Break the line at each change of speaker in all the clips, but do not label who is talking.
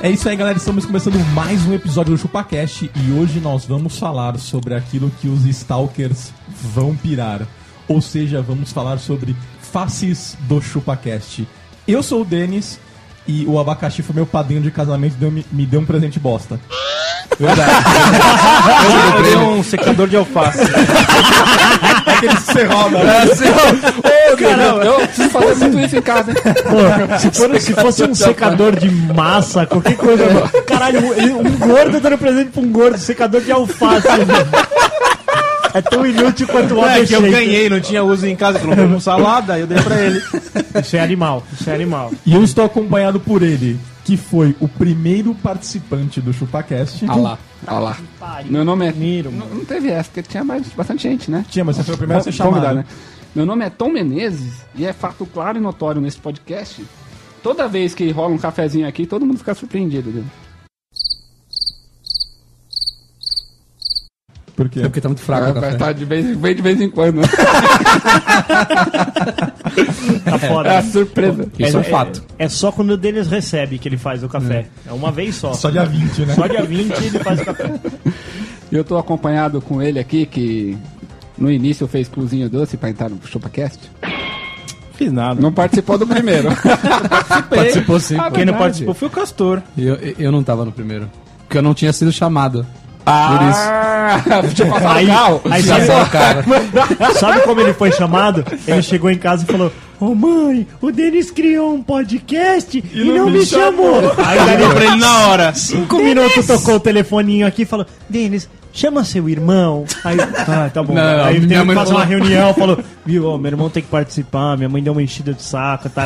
É isso aí, galera. Estamos começando mais um episódio do ChupaCast e hoje nós vamos falar sobre aquilo que os stalkers vão pirar. Ou seja, vamos falar sobre faces do ChupaCast. Eu sou o Denis e o abacaxi foi meu padrinho de casamento e deu- me, me deu um presente bosta.
Eu dei um secador de alface.
Aquele serró, né?
É assim, ó. Ô, Denis, eu preciso fazer muito isso em casa, hein?
Pô, se, for- se fosse um secador de massa, qualquer coisa. Caralho, um- ele- um gordo dando presente pra um gordo, secador de alface. velho. É tão inútil quanto o
É
homem
que eu ganhei, não tinha uso em casa, colocou com salada, eu dei pra ele.
Isso é animal, isso é animal.
E eu estou acompanhado por ele, que foi o primeiro participante do ChupaCast.
Ah lá, ah lá. Meu nome é.
Niro,
Não, não teve essa, porque tinha mais, bastante gente, né?
Tinha, mas você foi o primeiro a ser
Vamos dar,
chamado.
Meu nome é Tom Menezes e é fato claro e notório nesse podcast. Toda vez que rola um cafezinho aqui, todo mundo fica surpreendido. Né?
Por
É
quê?
Porque tá muito
Ah,
fraco o
Vai
café.
estar de vez, em- vem de vez em quando. né? É
tá
a
fora.
surpresa.
Isso é um fato.
É, só quando o Denis recebe que ele faz o café. É uma vez só.
Só dia 20, né?
Só dia 20 ele faz o café.
E eu tô acompanhado com ele aqui, que no início fez cluzinho doce pra entrar no ChupaCast.
Fiz nada.
Não participou do primeiro.
Participou sim.
Ah,
pô.
Quem não participou foi o Castor.
Eu, eu não tava no primeiro. Porque eu não tinha sido chamado.
Ah, podia passar
Aí-
o carro.
aí
Já
sabe-
só-
Sabe como ele foi chamado? Ele chegou em casa e falou: Ô mãe, o Denis criou um podcast e, não, me chamou. Aí ele
Pra ele na hora.
Cinco minutos tocou o telefoninho aqui e falou: Denis, chama seu irmão. Aí, ah, tá bom.
Não,
aí
minha
teve que
mãe
fazer uma
falou-
reunião, falou: Viu, ó, meu irmão tem que participar, minha mãe deu uma enchida de saco, tá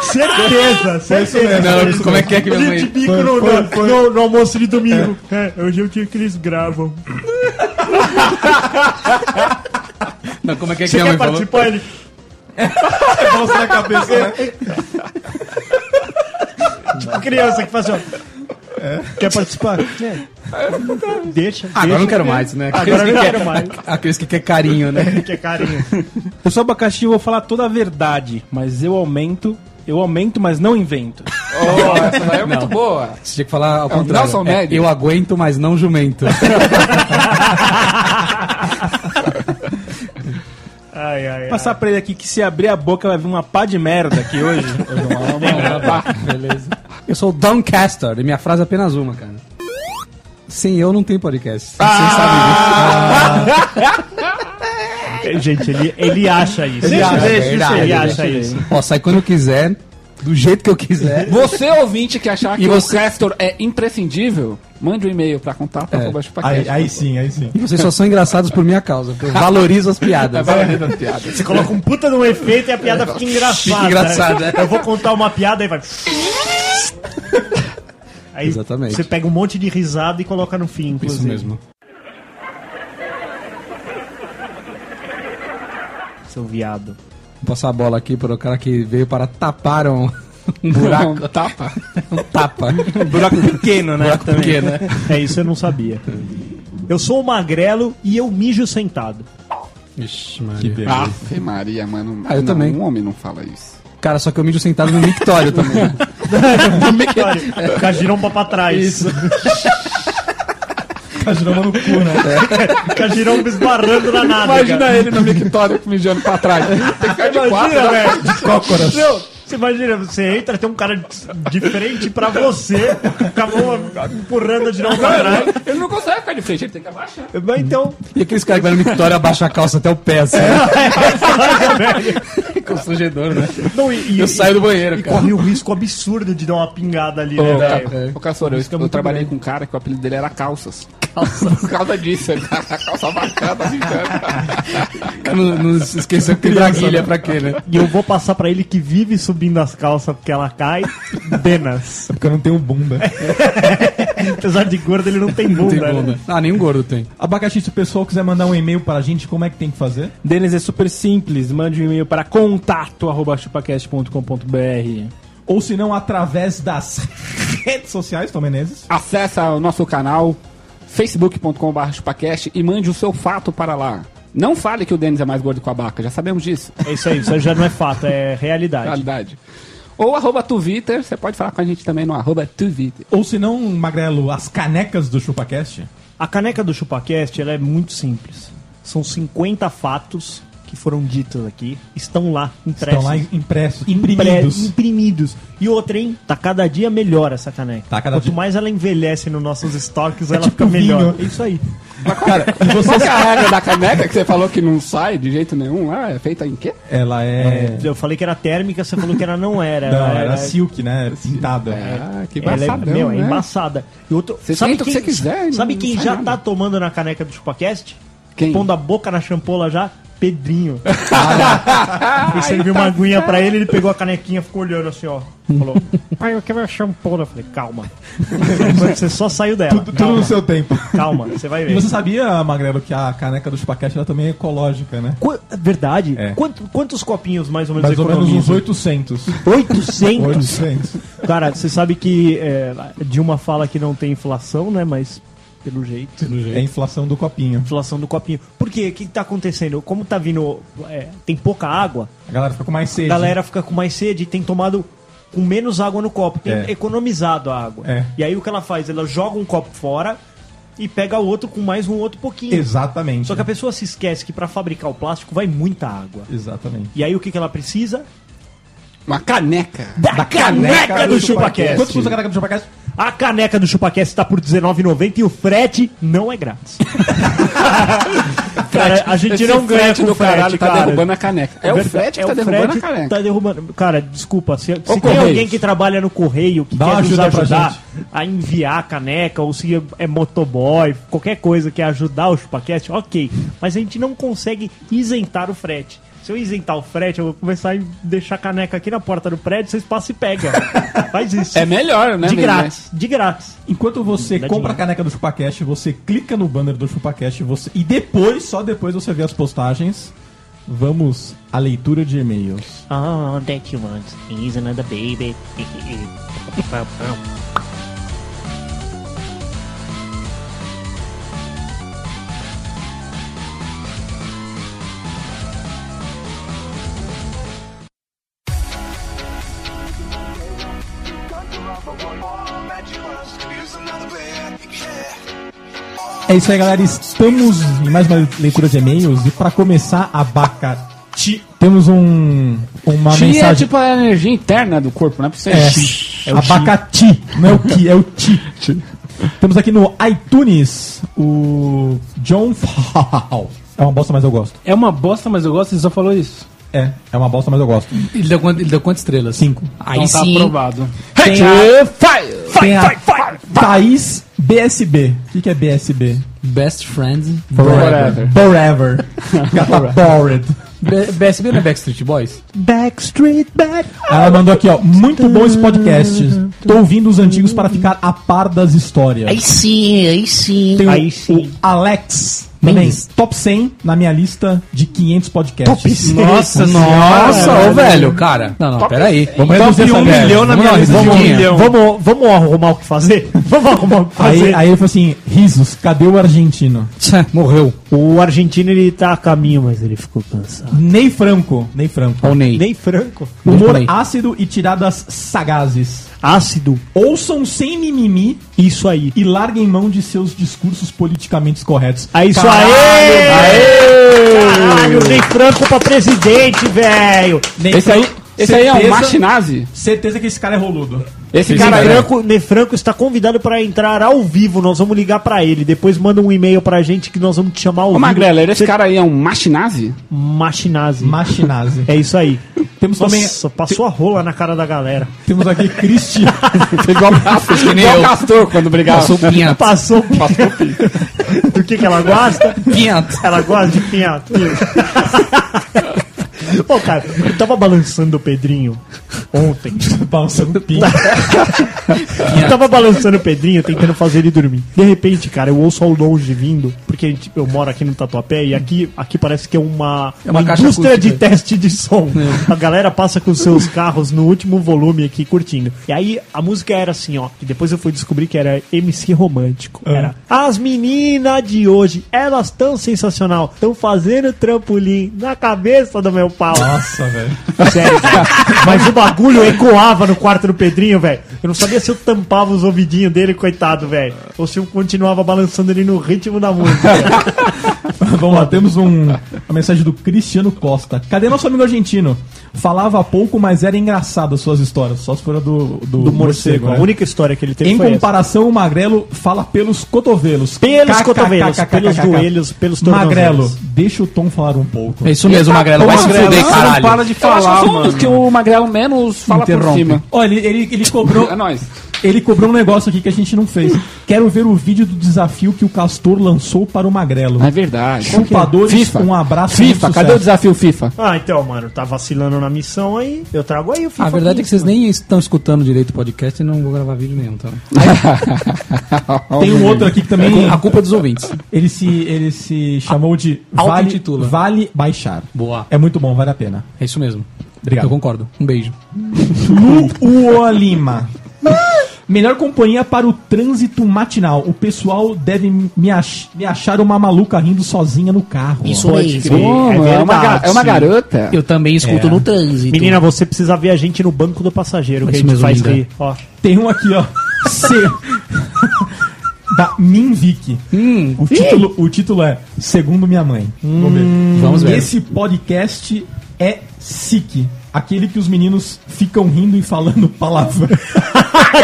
Certeza, certeza.
Não, como é que é que minha
Ele
mãe-
de bico no, no- no- no almoço de domingo. É. hoje é o dia que eles gravam.
Não, como é que é que
Você
minha
quer
mãe falou?
participar? Ele,
na cabeça, né?
tipo criança que faz ó.
É.
Quer participar? É. Deixa,
Ah,
deixa.
Agora eu não quero mais, né?
Agora eu não quero mais.
Aqueles que quer carinho, né?
Que é carinho.
Eu sou abacaxi e vou falar toda a verdade, mas eu aumento, eu aumento, mas não invento.
Oh, essa daí é muito boa.
Você tinha que falar ao
um
o
contrário.
Nelson
É,
Ned.
eu aguento, mas não jumento.
Ai, ai, ai.
Passar pra ele aqui que se abrir a boca vai vir uma pá de merda aqui hoje.
Beleza. Eu sou o Doncaster e minha frase é apenas uma, cara. Sem eu não tem podcast.
Ah, Gente, ele, ele acha isso.
Deixa,
Ele
deixa,
acha,
deixa
ele
ele,
acha isso.
é Ó, sai quando eu quiser, do jeito que eu quiser.
Você ouvinte que achar
E
que
você-
o Castor é imprescindível, mande um e-mail pra contato
É.
arroba
Aí,
chupacast.
aí sim, aí sim.
E vocês só são engraçados por minha causa, porque eu valorizo as
É
piadas.
Você coloca um puta de um efeito e a piada fica engraçada.
Fica engraçada,
né?
é.
Eu vou contar uma piada e vai. Aí
Exatamente.
você pega um monte de risada e coloca no fim, inclusive.
Isso mesmo.
Seu viado.
Vou passar a bola aqui para o cara que veio para tapar um, um buraco,
Buraco, tapa.
um tapa. Um
Buraco pequeno, né?
buraco
Também.
pequeno, né?
É isso, eu não sabia. Eu sou o magrelo e eu mijo sentado.
Ixi, Maria.
Ave Maria, mano.
Ah, eu
Não,
também.
Um homem não fala isso.
Cara, só que eu mijo sentado no mictório também.
Olha, com a giromba pra trás. um Isso.
Tá girando no cu, né?
É.
Com a giromba um esbarrando na nada.
Imagina ele no mictório mijando pra trás. Tem que ficar de quatro.
Imagina,
né?
velho.
Cócoras.
Não, você imagina, você entra, tem um cara de- de frente pra você, com a mão empurrando a giromba pra trás.
Ele não consegue ficar de frente, ele tem que abaixar.
Mas então,
É,
E aqueles caras que vai no mictório abaixam a calça até o pé, assim. constrangedor, né?
Não, e, e-
Eu saio do banheiro,
e
cara.
corre o risco absurdo de dar uma pingada ali, né,
Ô, Ca-
velho?
Tá. Ô, Caçor, eu, eu
muito
trabalhei com um cara que o apelido dele era Calças. Por causa disso, cara. Calça assim, tá? bacana, brincando.
Não, não se esqueceu que tem braguilha pra quê, né?
E eu vou passar pra ele que vive subindo as calças porque ela cai, Denas.
Porque eu não tenho bunda.
Apesar de gordo, ele não tem
Não tem
bunda, né?
bunda. Ah, nenhum gordo tem.
Abacaxi, se o pessoal quiser mandar um e-mail pra gente, como é que tem que fazer?
Denis é super simples. Mande um e-mail para contato@chupacast.com.br.
Ou se não, através das redes sociais, Tom Menezes.
Acessa o nosso canal facebook.com.br chupacast e mande o seu fato para lá. Não fale que o Denis é mais gordo que o Abaca, já sabemos disso.
É isso aí, isso já não é fato, é realidade.
Realidade. Ou arroba Twitter, você pode falar com a gente também no arroba Twitter.
Ou se não, Magrelo, as canecas do ChupaCast.
A caneca do ChupaCast ela é muito simples. São 50 fatos que foram ditos aqui, estão lá, impressos.
Estão lá impressos,
imprimidos.
imprimidos.
imprimidos. E outra, hein? Tá cada dia melhor essa caneca.
Tá cada
Quanto
dia-
mais ela envelhece nos nossos estoques, ela
tipo
fica
vinho.
melhor. É isso aí.
Qual que é a regra da caneca que você falou que não sai de jeito nenhum? Ah, é feita em quê?
Ela é...
Eu falei que era térmica, você falou que era não era.
Não,
Ela
era
era-
silk, né? Pintada.
Ah, que
Ela é,
assim, embaçadão,
meu, é
né?
embaçada. E outro,
Você tenta o que você quiser e
Sabe
não
quem
sai
já
nada.
tá tomando na caneca do ChupaCast?
Quem?
Pondo a boca na champola já? Pedrinho.
Ah,
Eu
tá
servi uma aguinha pra ele, ele pegou a canequinha, ficou olhando assim, ó. Falou, pai, eu quero a champola. Eu falei, calma. Você só saiu dela.
Tudo, tudo
calma,
no seu tempo.
calma, você vai
E
ver.
você sabia, Magrelo, que a caneca do ChupaCast ela também é ecológica, né?
Qu- Verdade?
É.
Quanto- quantos copinhos mais ou menos
Mais ou menos uns
economiza?
800.
800?
800.
Cara, você sabe que é, Dilma fala que não tem inflação, né? Mas pelo jeito.
É a inflação do copinho.
Inflação do copinho. Por quê? O que, que tá acontecendo? Como tá vindo. é, tem pouca água,
A galera fica com mais
a
sede.
galera fica com mais sede e tem tomado com menos água no copo. Tem
É.
economizado a água.
É.
E aí o que ela faz? Ela joga um copo fora e pega o outro com mais um outro pouquinho.
Exatamente.
Só que a pessoa se esquece que para fabricar o plástico vai muita água.
Exatamente.
E aí o que, que ela precisa?
Uma caneca.
Da caneca, do ChupaCast.
Quanto custa a caneca do ChupaCast?
A caneca do ChupaCast está por R$19,90 e o frete não é grátis. cara, É, a gente
Esse
não ganha
frete
com
do
o
caralho
frete,
tá
cara.
derrubando a caneca. É, o
verdade-
frete que
é
tá
o
derrubando
frete
a caneca.
Tá derrubando. Cara, desculpa. Se, se tem
Correios.
alguém que trabalha no correio que
Dá
quer
uma
nos
ajuda pra
ajudar
gente.
a enviar a caneca, ou se é motoboy, qualquer coisa que ajudar o chupaquete, ok. Mas a gente não consegue isentar o frete. Se eu isentar o frete, eu vou começar a deixar a caneca aqui na porta do prédio, vocês passam e pegam. Faz isso.
É melhor, né?
tá de
mesmo, né?
grátis, de grátis.
Enquanto você
Dá
compra
dinheiro.
a caneca do ChupaCast, você clica no banner do ChupaCast você... e depois, só depois você vê as postagens. Vamos à leitura de e-mails.
all that you want is another baby.
É isso aí, galera. Estamos em mais uma leitura de e-mails. E pra começar, a Baca. Temos um, uma
Chi é
mensagem.
tipo a energia interna do corpo, não é pra
um
você.
É, abacati, não é o que, é o ti. Temos aqui no iTunes o John Fall. É uma bosta, mas eu gosto.
É uma bosta, mas eu gosto, ele só falou isso.
É, é uma bosta, mas eu gosto.
Ele deu, quant- ele deu quantas estrelas? Cinco. Aí
então
sim.
tá aprovado.
Tem a, tem a Thaís BSB. O que, que é BSB?
Best Friend.
Forever.
Forever. tá Bored.
Be- BSB não é Backstreet Boys?
Backstreet Back.
Ela mandou aqui, ó. Muito bom esse podcast. Tô ouvindo os antigos para ficar a par das histórias.
I see, I see.
Tem o-
Aí sim.
o Alex também.
Mendes.
Top 100 na minha lista de 500 podcasts.
Nossa, nossa, ô Ah, velho, cara. Não, não, peraí. Vamos
reduzir essa merda.
um na minha lista.
Vamos,
Um milhão.
vamos, vamos arrumar o que fazer? Vamos arrumar o que fazer.
Aí, aí ele falou assim: risos, cadê o argentino?
Tchá, Morreu.
O argentino ele tá a caminho, mas ele ficou cansado.
Ney Franco. Ney Franco.
Ó o Ney.
Nem franco.
Humor
Ney.
ácido e tiradas sagazes.
Ácido,
Ouçam sem mimimi
isso aí.
e larguem mão de seus discursos politicamente corretos.
É isso
Caralho,
aí! Caralho, nem franco pra presidente, velho!
Ney
Esse aí,
Então,
Franco-
Esse aí é um
Certeza-
Machinazzi?
Certeza que esse cara é roludo.
Esse
Esse
cara aí é
Nefranco, Nefranco está convidado para entrar ao vivo. Nós vamos ligar para ele. Depois manda um e-mail pra gente que nós vamos te chamar ao
Ô,
vivo.
Magrela, esse
Você-
cara aí é um Machinazzi?
Machinazzi.
Machinazzi.
É isso aí.
Temos
Nossa,
também.
passou a rola na cara da galera.
Temos aqui Cristiano.
é
Igual o
nem
igual
eu.
Castor quando brigava.
Passou pinhato.
Passou Do que, que ela gosta?
Pinhato.
Ela gosta de pinhato. Pô, cara, eu tava balançando o Pedrinho ontem.
Balançando pinto.
Eu tava balançando o Pedrinho, tentando fazer ele dormir. De repente, cara, eu ouço ao longe vindo, porque a gente- eu moro aqui no Tatuapé e aqui, aqui parece que é uma,
É uma caixa
indústria
acústica. É.
de teste de som. A galera passa com seus carros no último volume aqui curtindo. E aí a música era assim, ó, que depois eu fui descobrir que era MC romântico. Era As meninas de hoje, elas tão sensacional, tão fazendo trampolim na cabeça do meu pau.
Nossa, velho.
Sério, cara. Mas o bagulho ecoava no quarto do Pedrinho, velho. Eu não sabia se eu tampava os ouvidinhos dele, coitado, velho. Ou se eu continuava balançando ele no ritmo da música.
Vamos lá, temos um, a mensagem do Cristiano Costa. Cadê nosso amigo argentino? Falava pouco, mas era engraçado as suas histórias, só se for a do, do,
Do morcego. A
né?
única história que ele teve
Em
foi essa.
comparação, o Magrelo fala pelos cotovelos.
Pelos
KKKKKK.
cotovelos, pelos joelhos, pelos tornozelos.
Magrelo, deixa o Tom falar um pouco.
É isso mesmo, Magrelo. Vai se fuder, caralho.
para de
Eu acho que eu
falar,
sou um
mano.
dos que o Magrelo menos fala por
Interrompe.
cima.
Olha, ele, ele, ele cobrou,
É nóis.
ele cobrou um negócio aqui que a gente não fez. Quero ver o vídeo do desafio que o Castor lançou para o Magrelo.
É verdade.
Chupadores,
FIFA.
um abraço muito
FIFA,
sucesso.
cadê o desafio FIFA?
Ah, então, mano, tá vacilando na missão aí. Eu trago aí o FIFA.
A verdade é que
aqui.
vocês nem estão escutando direito o podcast e não vou gravar vídeo nenhum, tá?
Tem um outro aqui que também
A culpa é dos ouvintes.
ele se, ele se chamou de vale,
Auto-intitula.
vale Baixar.
Boa.
É muito bom, vale a pena.
É isso mesmo.
Obrigado.
Eu concordo. Um beijo.
Uo Lima. Melhor companhia para o trânsito matinal. O pessoal deve me, ach- me achar uma maluca rindo sozinha no carro.
Isso
Pode
aí.
crer.
Pô,
é
mano, é, uma ga-
verdade.
é uma garota.
Eu também escuto no trânsito.
Menina, você precisa ver a gente no banco do passageiro, que a
Isso
gente
mesmo,
faz
linda.
rir. Ó,
Tem um aqui, ó. C. da Minvic. O, título, o título é Segundo Minha Mãe. Vamos ver.
Vamos ver.
Esse podcast é SIC. Aquele que os meninos ficam rindo e falando palavrão.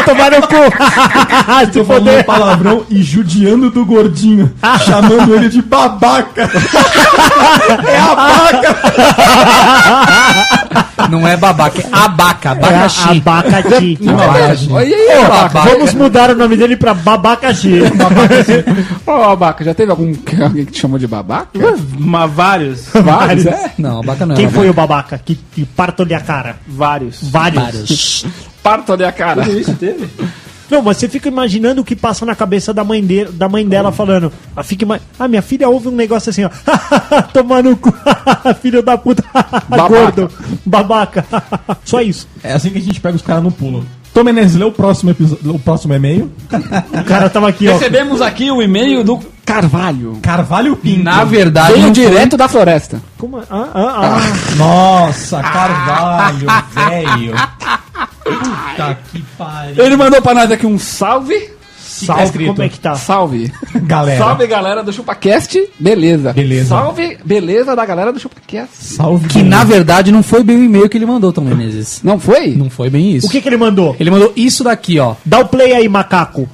Tomaram o cu! Se
Tô falando
foder!
palavrão e judiando do gordinho. chamando ele de babaca.
Não é babaca, é abaca.
É
Abacaxi.
abacaxi.
Abacaxi.
Olha aí, ô, Abaca.
Vamos mudar o nome dele pra Babacaxi.
Ô, Abaca, já teve algum alguém que te chamou de babaca?
Mas vários.
Vários, é?
Não, abaca não.
Quem
abaca.
foi o babaca que, que partou-lhe a cara?
Vários.
Vários.
Parto ali a cara.
Isso teve?
Não, mas você fica imaginando o que passa na cabeça da mãe, dele, da mãe dela falando. Ela fica ima- Ah, minha filha ouve um negócio assim, ó. Tomando o cu. Filho da puta. Gordo. Babaca. Só isso.
É assim que a gente pega os caras no pulo. Tom Menezes, lê o próximo, episo- o próximo e-mail.
O cara tava aqui, ó.
Recebemos aqui o e-mail do Carvalho.
Carvalho Pinto.
Na verdade,
Veio
não foi-
direto da floresta.
Como- ah, ah, ah.
Nossa, Carvalho, velho. Puta que pariu.
Ele mandou pra nós aqui um salve.
Salve, como é que tá?
Salve.
Galera.
Salve, galera do ChupaCast. Beleza.
Beleza.
Salve, beleza da galera do ChupaCast.
Salve.
que na verdade não foi bem o e-mail que ele mandou, Tom Menezes.
Não foi?
Não foi bem isso.
O que que ele mandou?
Ele mandou isso daqui, ó.
Dá o play aí, macaco.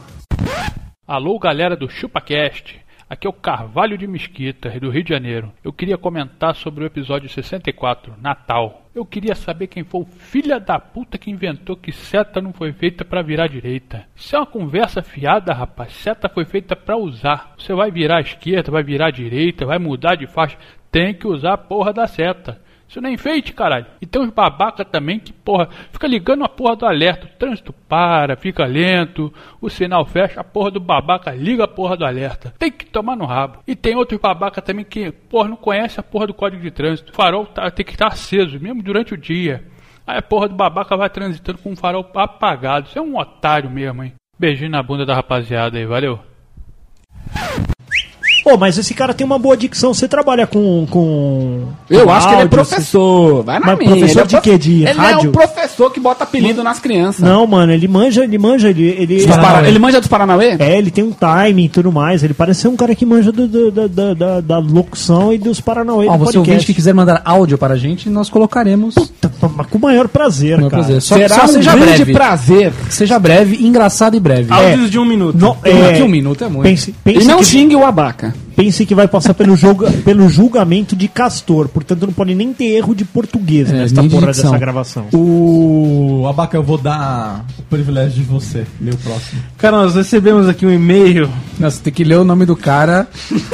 Alô, galera do ChupaCast. Aqui é o Carvalho de Mesquita, do Rio de Janeiro. Eu queria comentar sobre o episódio 64, Natal. Eu queria saber quem foi o filha da puta que inventou que seta não foi feita pra virar à direita. Isso é uma conversa fiada, rapaz. Seta foi feita pra usar. Você vai virar à esquerda, vai virar à direita, vai mudar de faixa. Tem que usar a porra da seta. Isso não é enfeite, caralho. E tem uns babaca também que, porra, fica ligando a porra do alerta. O trânsito para, fica lento, o sinal fecha, a porra do babaca liga a porra do alerta. Tem que tomar no rabo. E tem outros babaca também que, porra, não conhece a porra do código de trânsito. O farol tá- tem que estar aceso, mesmo durante o dia. Aí a porra do babaca vai transitando com o farol apagado. Isso é um otário mesmo, hein? Beijinho na bunda da rapaziada aí, valeu.
Pô, mas esse cara tem uma boa dicção. Você trabalha com. com
Eu
com
acho que ele é
áudio, assim? você-
professor. Vai na
Mas
minha.
professor
ele é
de quê? De
ele é
rádio?
um professor. Professor que bota apelido nas crianças.
Não, mano, ele manja, ele manja, ele. ele
Dos Parana- Ele manja dos Paranauê?
É, ele tem um timing e tudo mais. Ele parece ser um cara que manja do- do- da- da, da, da locução e dos Paranauê
Ó,
do
você ouvinte que
podcast.
quiser mandar áudio para a gente, nós colocaremos.
Tá, tá, mas Com o maior prazer,
Não,
cara.
pois é, Só,
Será
só
um
seja
grande
breve.
prazer.
Seja breve, engraçado e breve.
Áudios de um minuto.
No-
Porra,
é,
que Ah, um minuto é muito.
Pense,
E
pense
não
que-
xingue o abaca.
pense que vai passar pelo, julga- pelo julgamento de Castor, portanto não pode nem ter erro de português
É,
nesta
nem de
porra
dicção.
dessa gravação.
O Abaca, eu vou dar o privilégio de você. Lê o próximo.
Cara, nós recebemos aqui um e-mail.
Nossa, tem que ler o nome do cara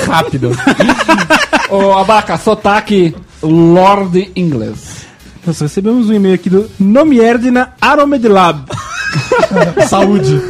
rápido.
Ô, abaca, sotaque Lorde Inglês.
Nós recebemos um e-mail aqui do Nomierdina Aromedilab.
Saúde.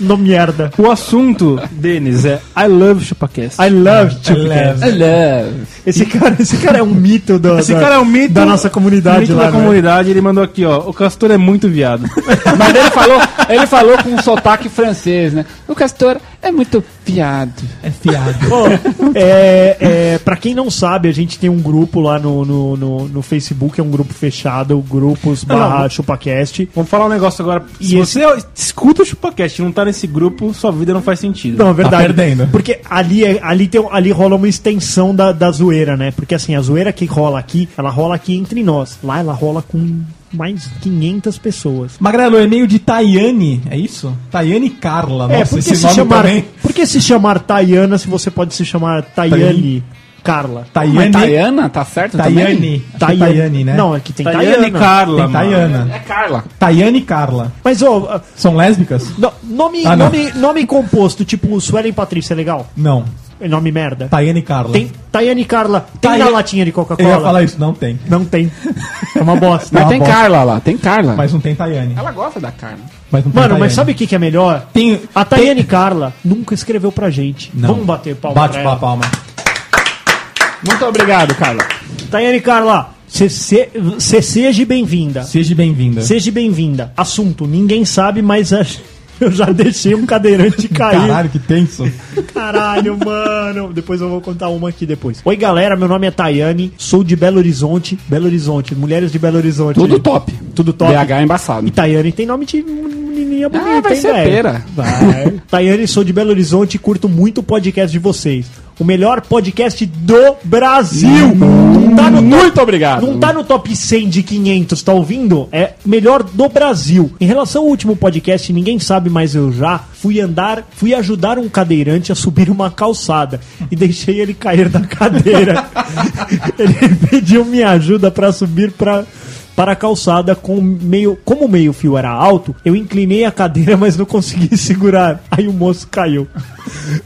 No merda.
O assunto, Denis, é I love ChupaCast.
I love you.
Leve.
Hello.
Esse cara, esse cara é um mito do,
Esse
da,
cara é um mito
da nossa comunidade
mito
lá.
da
né?
comunidade, ele mandou aqui, ó. O Castor é muito viado.
Mas ele falou, ele falou com um sotaque francês, né? O Castor é muito fiado.
É fiado.
Pô, é, é, pra quem não sabe, a gente tem um grupo lá no, no, no, no Facebook, é um grupo fechado, grupos
Não, não.
barra chupacast.
Vamos falar um negócio agora. Se
E
você escuta o ChupaCast e não tá nesse grupo, sua vida não faz sentido.
Não, é verdade.
Tá perdendo.
Porque ali, é- ali, tem, ali rola uma extensão da, da zoeira, né? Porque assim, a zoeira que rola aqui, ela rola aqui entre nós. Lá ela rola com mais 500 pessoas.
Magrelo, e-mail de Tayane, é isso? Tayane Carla.
é,
Nossa,
por
esse
que, se
nome
chamar,
também.
por que se chamar Tayana se você pode se chamar Tayane? Carla.
Mas
Tayane.
Tayana, tá certo também?
Tayane. Acho que é Tayane, né?
Não, é que tem tá
Tayane
Tayana.
Carla,
Tem Tayana.
É Carla.
Tayane e Carla.
Mas, ó,
São lésbicas?
No- nome,
Ah, não.
nome, nome composto, tipo Suelen Patrícia, é legal?
Não.
É Nome merda.
Tayane e Carla.
Tem Tayane Carla, tem
Tayan-
na latinha de
Tá. Eu ia falar
Coca-Cola?
isso, não tem.
Não tem. É uma bosta.
Mas
Tá
tem
bom.
Carla lá, tem Carla.
Mas não tem Tayane.
Ela gosta da Carla.
Mas não tem
Mano, mas
Tayane.
sabe o que, que é melhor?
Tem-
A Tayane Carla nunca escreveu pra gente.
Não.
Vamos bater palma
Bate
pra
pra
ela.
palma.
Muito obrigado, Carla.
Tayane Carla, se- se- se- seja bem-vinda.
Seja bem-vinda.
Seja bem-vinda. Assunto, ninguém sabe, mas a- eu já deixei um cadeirante cair.
Caralho, que tenso.
Caralho, mano. Depois eu vou contar uma aqui depois. Oi, galera. Meu nome é Tayane. Sou de Belo Horizonte. Belo Horizonte. Mulheres de Belo Horizonte.
Tudo top.
Tudo top.
BH é embaçado.
E
Tá
Tayane tem nome de menininha bonita,
Ah, vai
hein,
ser
velho?
pera.
Vai. Tayane, sou de Belo Horizonte e curto muito o podcast de vocês. O melhor podcast do Brasil. Não tá no
Muito obrigado.
não tá no top 100 de 500, tá ouvindo? É melhor do Brasil. Em relação ao último podcast, ninguém sabe, mas eu já fui andar, fui ajudar um cadeirante a subir uma calçada e deixei ele cair da cadeira. ele pediu minha ajuda pra subir pra para a calçada com meio, como o meio fio era alto, eu inclinei a cadeira, mas não consegui segurar. Aí o moço caiu.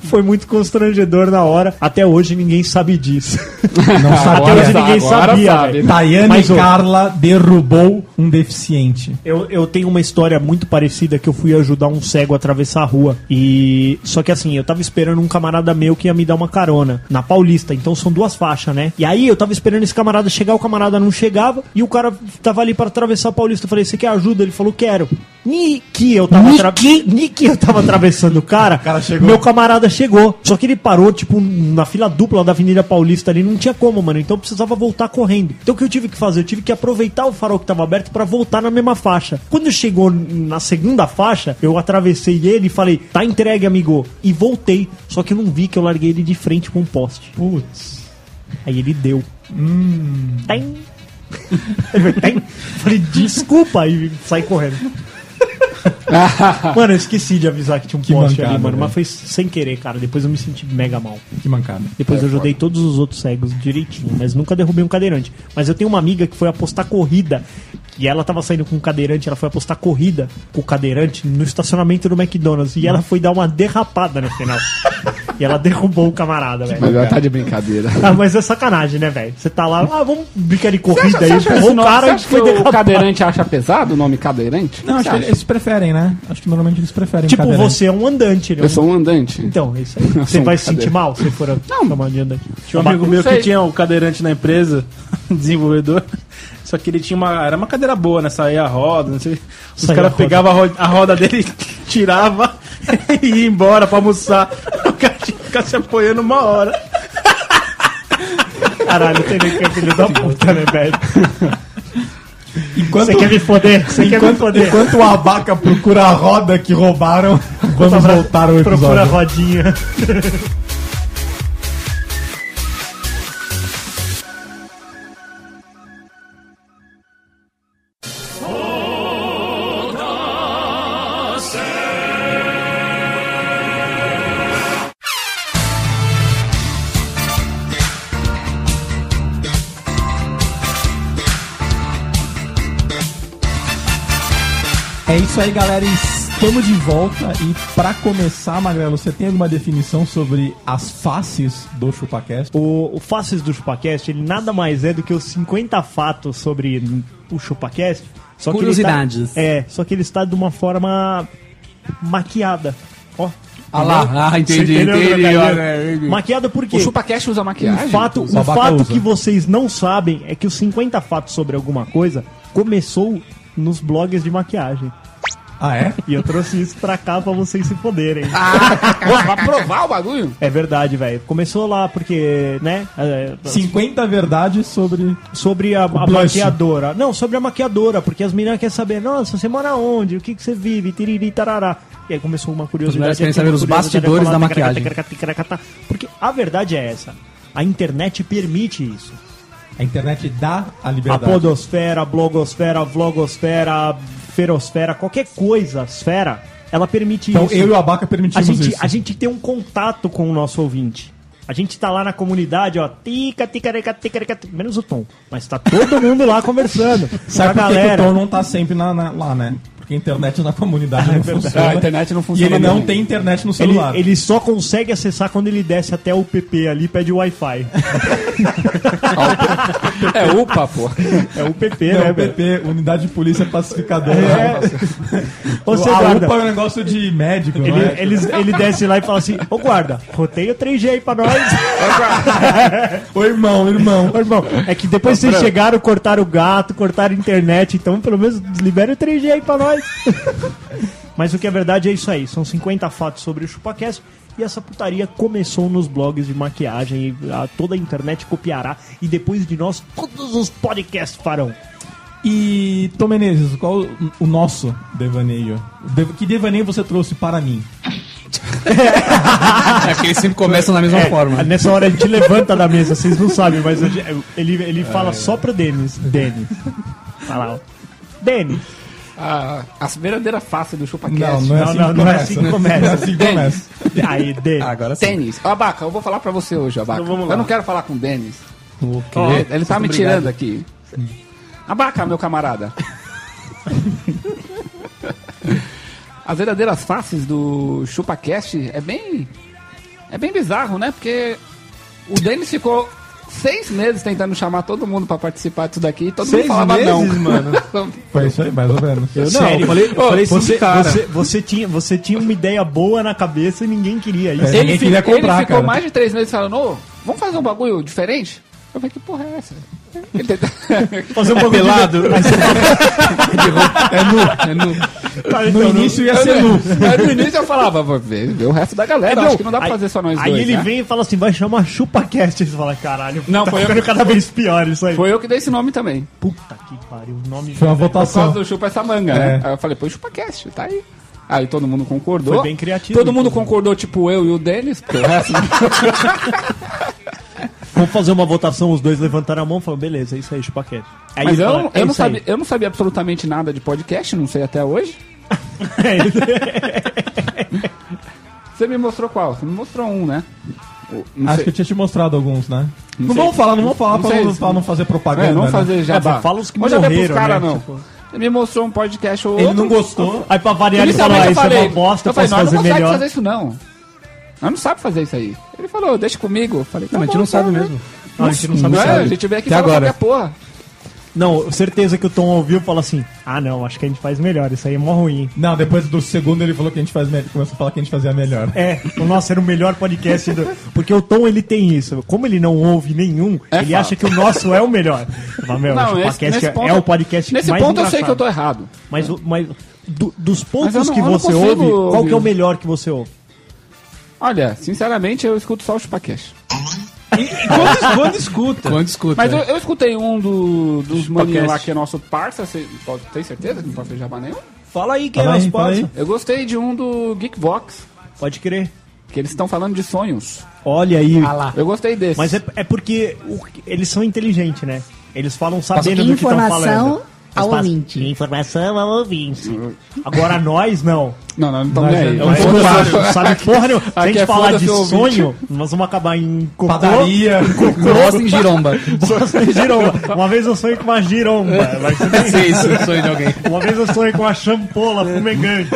Foi muito constrangedor na hora. Até hoje ninguém sabe disso.
Não
Até
sabe.
hoje ninguém
agora
sabia.
sabe,
velho.
né?
Tayane
Mas, ô,
Carla derrubou um deficiente.
Eu, eu tenho uma história muito parecida que eu fui ajudar um cego a atravessar a rua. E. Só que assim, eu tava esperando um camarada meu que ia me dar uma carona na Paulista. Então são duas faixas, né? E aí eu tava esperando esse camarada chegar, o camarada não chegava. E o cara tava ali pra atravessar a Paulista. Eu falei, você quer ajuda? Ele falou, quero. Niki, eu tava atra- Niki, eu tava atravessando o cara.
cara chegou.
Meu camarada chegou. Só que ele parou, tipo, na fila dupla da Avenida Paulista ali. Não tinha como, mano. Então eu precisava voltar correndo. Então o que eu tive que fazer? Eu tive que aproveitar o farol que tava aberto pra voltar na mesma faixa. Quando chegou na segunda faixa, eu atravessei ele e falei, tá entregue, amigo. E voltei. Só que eu não vi que eu larguei ele de frente com um poste.
Putz.
Aí ele deu. Tem. Ele falou, Hum. tem. Falei, desculpa. E saí correndo. mano, eu esqueci de avisar que tinha um
Que
poste
mancada,
ali, mano.
velho.
Mas foi sem querer, cara. Depois eu me senti mega mal.
Que mancada.
Depois eu ajudei todos os outros cegos direitinho, mas nunca derrubei um cadeirante. Mas eu tenho uma amiga que foi apostar corrida. E ela tava saindo com um cadeirante, ela foi apostar corrida com o cadeirante no estacionamento do McDonald's. E ela foi dar uma derrapada no final. e ela derrubou o camarada, velho.
Mas ela tá de brincadeira.
Ah, mas é sacanagem, né, velho? Você tá lá, ah, vamos brincar de corrida
Você
aí,
acha,
empurrou o cara e
que
foi
o
derrapado.
cadeirante acha pesado o nome cadeirante?
Não, acho que eles preferem, né? Acho que normalmente eles preferem.
Tipo,
cadeirante.
você é um andante, né?
Eu sou um andante.
Então, é isso aí. Você
sou um
vai se sentir
cadeirante.
mal se for a- chamar de andante.
Tinha um amigo meu
sei.
que tinha um cadeirante na empresa, desenvolvedor. Só que ele tinha uma. Era uma cadeira boa, né? Saía a roda, não sei. Os
Saía a
caras
roda.
pegavam a roda, a roda dele, tirava e ia embora pra almoçar. O cara tinha que ficar se apoiando uma hora.
Caralho, tem nem que é filho da puta, né, velho?
Enquanto,
Você quer me foder? Você quer me
enquanto,
foder?
enquanto a vaca procura a roda que roubaram, vamos voltar ao
Procura a
episódio.
rodinha.
É isso aí, galera. Estamos de volta e pra começar, Magrelo, você tem alguma definição sobre as faces do ChupaCast?
O, o Faces do ChupaCast, ele nada mais é do que os 50 fatos sobre o ChupaCast. Só que ele tá-
Curiosidades.
é, só que ele está de uma forma maquiada. Ó.
Ah lá, ah, entendi,
Você entendeu,
entendi.
trocadilho?
ó, né, entendi.
Maquiada por quê?
O ChupaCast usa maquiagem?
Um fato, um
babaca
fato
usa.
que vocês não sabem é que os 50 fatos sobre alguma coisa começou nos blogs de maquiagem.
Ah, é?
E eu trouxe isso pra cá pra vocês se poderem.
Ah.
pra provar o bagulho?
É verdade, velho. Começou lá porque, né? é,
50 verdades sobre.
Sobre a, a
blush.
maquiadora. Não, sobre a maquiadora, porque as meninas querem saber, nossa, você mora onde? O que, que você vive? Tiriri, tarará. E aí começou uma curiosidade.
As mulheres querem
aqui, uma
saber os
curiosidade
bastidores
acolá,
da
ticaracá,
maquiagem.
ticaracá, ticaracá, tá. Porque a verdade é essa. A internet permite isso.
A internet dá a
A
liberdade.
podosfera, a blogosfera, a vlogosfera, a ferosfera, qualquer coisa, esfera, ela permite
Então
isso.
eu e o Abaca
A
permitimos
gente,
isso.
a gente tem um contato com o nosso ouvinte. A gente tá lá na comunidade, ó, tica, ticareca, ticareca, ti- menos o Tom. Mas tá todo mundo lá conversando.
Sabe
com a
por que que o
é galera.
Tom não tá sempre na- na- lá, né? Porque a internet na comunidade
é
não funciona.
Ah, a internet não
E
funciona
ele não
mesmo.
tem internet no
Ele,
celular.
ele só consegue acessar quando ele desce até o PP ali e pede Wi-Fi.
É upa, pô.
É o PP,
Não,
né, velho?
PP, Unidade de Polícia Pacificadora.
É. Ô, seu
a
guarda,
UPA é um negócio de médico,
ele, é-
né?
eles- ele desce lá e fala assim, ô guarda, roteia 3G aí pra nós.
Ô, irmão, irmão.
Ô, irmão, é que depois vocês chegaram, cortaram o gato, cortaram a internet, então pelo menos libera o 3G aí pra nós. Mas o que é verdade é isso aí, são 50 fatos sobre o ChupaCast e essa putaria começou nos blogs de maquiagem e a- toda a internet copiará e depois de nós todos os podcasts farão.
E, Tom Menezes, qual o- o nosso devaneio? De- Que devaneio você trouxe para mim?
É porque eles sempre começam da
É,
mesma forma.
Nessa hora a gente levanta da mesa, vocês não sabem, mas a gente- ele, ele
É.
fala só pro Denis. Denis. Fala, ó. Denis.
A, a verdadeira face do ChupaCast.
Não, não, não é assim que começa.
Não é assim que começa.
Aí, Denis.
Ah, agora sim.
Denis, ó, Abaca, eu vou falar pra você hoje, Abaca.
Então vamos lá.
eu não quero falar com o Denis.
O quê?
Ó, ele tá me tirando aqui. Abaca, meu camarada. As verdadeiras faces do ChupaCast é bem. É bem bizarro, né? Porque o Denis ficou seis meses tentando chamar todo mundo pra participar disso daqui e todo
Seis
mundo falava
meses,
não. Mano.
Foi isso aí, mais ou menos.
Não, eu falei, eu falei sim,
Você,
cara.
você- você tinha, você tinha uma ideia boa na cabeça e ninguém queria isso.
É. Ninguém
Ele, fi-
queria comprar,
ele ficou
cara.
mais de três meses falando, ô, vamos fazer um bagulho diferente? Eu falei, que porra é essa? Ele tenta-
Fazer um bagulho
Pelado. É nu, é nu.
Cara,
No
então, não-
início ia ser nu.
É Aí no início eu falava, vou ver, ver o resto da galera,
É,
acho que não dá pra
aí-
fazer só nós
Aí
dois,
ele
né?
vem e fala assim, vai chamar ChupaCast. Você fala, caralho,
Não,
tá
foi eu-
ficando cada vez pior isso aí.
Foi eu que dei esse nome também.
Puta que pariu, o nome...
Foi uma
Por causa
votação.
do chupa essa manga, né? Aí eu falei, pô, chupa cast, tá aí. Aí todo mundo concordou.
É. Foi bem criativo, então.
Todo mundo
inclusive.
concordou, tipo eu e o Denis, porque o resto.
Vamos fazer uma votação, os dois levantaram a mão e falaram, beleza, é isso aí, ChupaCast. Aí
Mas
ele
eu,
fala,
não-
"É
eu, não
isso aí."
sabia, eu não sabia absolutamente nada de podcast, não sei até hoje.
É
Você me mostrou qual? Você me mostrou um, né? O- Não
Acho
sei.
que eu tinha te mostrado alguns, né? Não,
sei.
vamos falar, não vamos falar
Não
pra,
sei
não,
se-
pra não fazer propaganda.
É, não
né?
fazer já.
É, fala os que
Olha bem
morreram,
pros caras,
né?
não.
Tipo-
Ele me mostrou um podcast ou
Ele
outro.
não gostou.
Aí pra variar ele falou,
Inicialmente
ah, isso é uma bosta, eu
eu falei, nós
posso fazer
não conseguimos
melhor.
fazer isso não. Nós não sabe fazer isso aí. Ele falou, deixa comigo. Eu falei, "Tá
Não, a gente não sabe mesmo.
Não, a gente não
né?" Não,
sabe,
é,
sabe.
a gente veio aqui
Até
falar
agora.
qualquer porra.
Não, certeza que o Tom ouviu e falou assim, ah não, acho que a gente faz melhor, isso aí é mó ruim.
Não, depois do segundo ele falou que a gente faz melhor. Começou a falar que a gente fazia melhor.
É, o nosso era o melhor podcast do... Porque o Tom ele tem isso. Como ele não ouve nenhum,
É
ele
fato.
acha que o nosso é o melhor. Fala, meu,
Não,
o
esse-
podcast
nesse
é,
ponto-
é o podcast
Nesse
mais
ponto eu sei que eu
engraçado.
tô errado.
Mas, o- mas do-
Mas
dos
eu
pontos
não-
que
eu não
você
consigo
ouve, qual que é o
ouvir.
melhor que você ouve?
Olha, sinceramente, eu escuto só o ChupaCast.
Quando, quando escuta.
Quando escuta.
é.
Mas eu, eu escutei um do- dos maninhos
Podcast.
lá que é nosso parça. Você pode- tem certeza que não pode ter jabá nenhum?
Fala aí quem
Fala
é
aí,
os
fala aí.
parça.
Eu gostei de um do Geekbox,
Pode crer.
que eles estão falando de sonhos. Ah
Olha aí.
Eu gostei desse.
Mas é, é porque o- eles são inteligentes, né? Eles falam
Passa
sabendo do que estão falando.
informação ao
Eles passam-
ouvinte.
Informação ao ouvinte.
Agora nós não.
Não, não, não estamos nem aí.
É um
Mas-
foda-se, sabe porra nenhuma. Se a
aqui
gente
é
falar de
foda-se ouvinte.
sonho, nós vamos acabar em cocô,
Padaria.
Gosta em giromba.
bosta e giromba. Uma vez eu sonhei com uma giromba. vai ser bem-
Sei isso, sonho de alguém.
Uma vez eu sonhei com uma champola fumegante.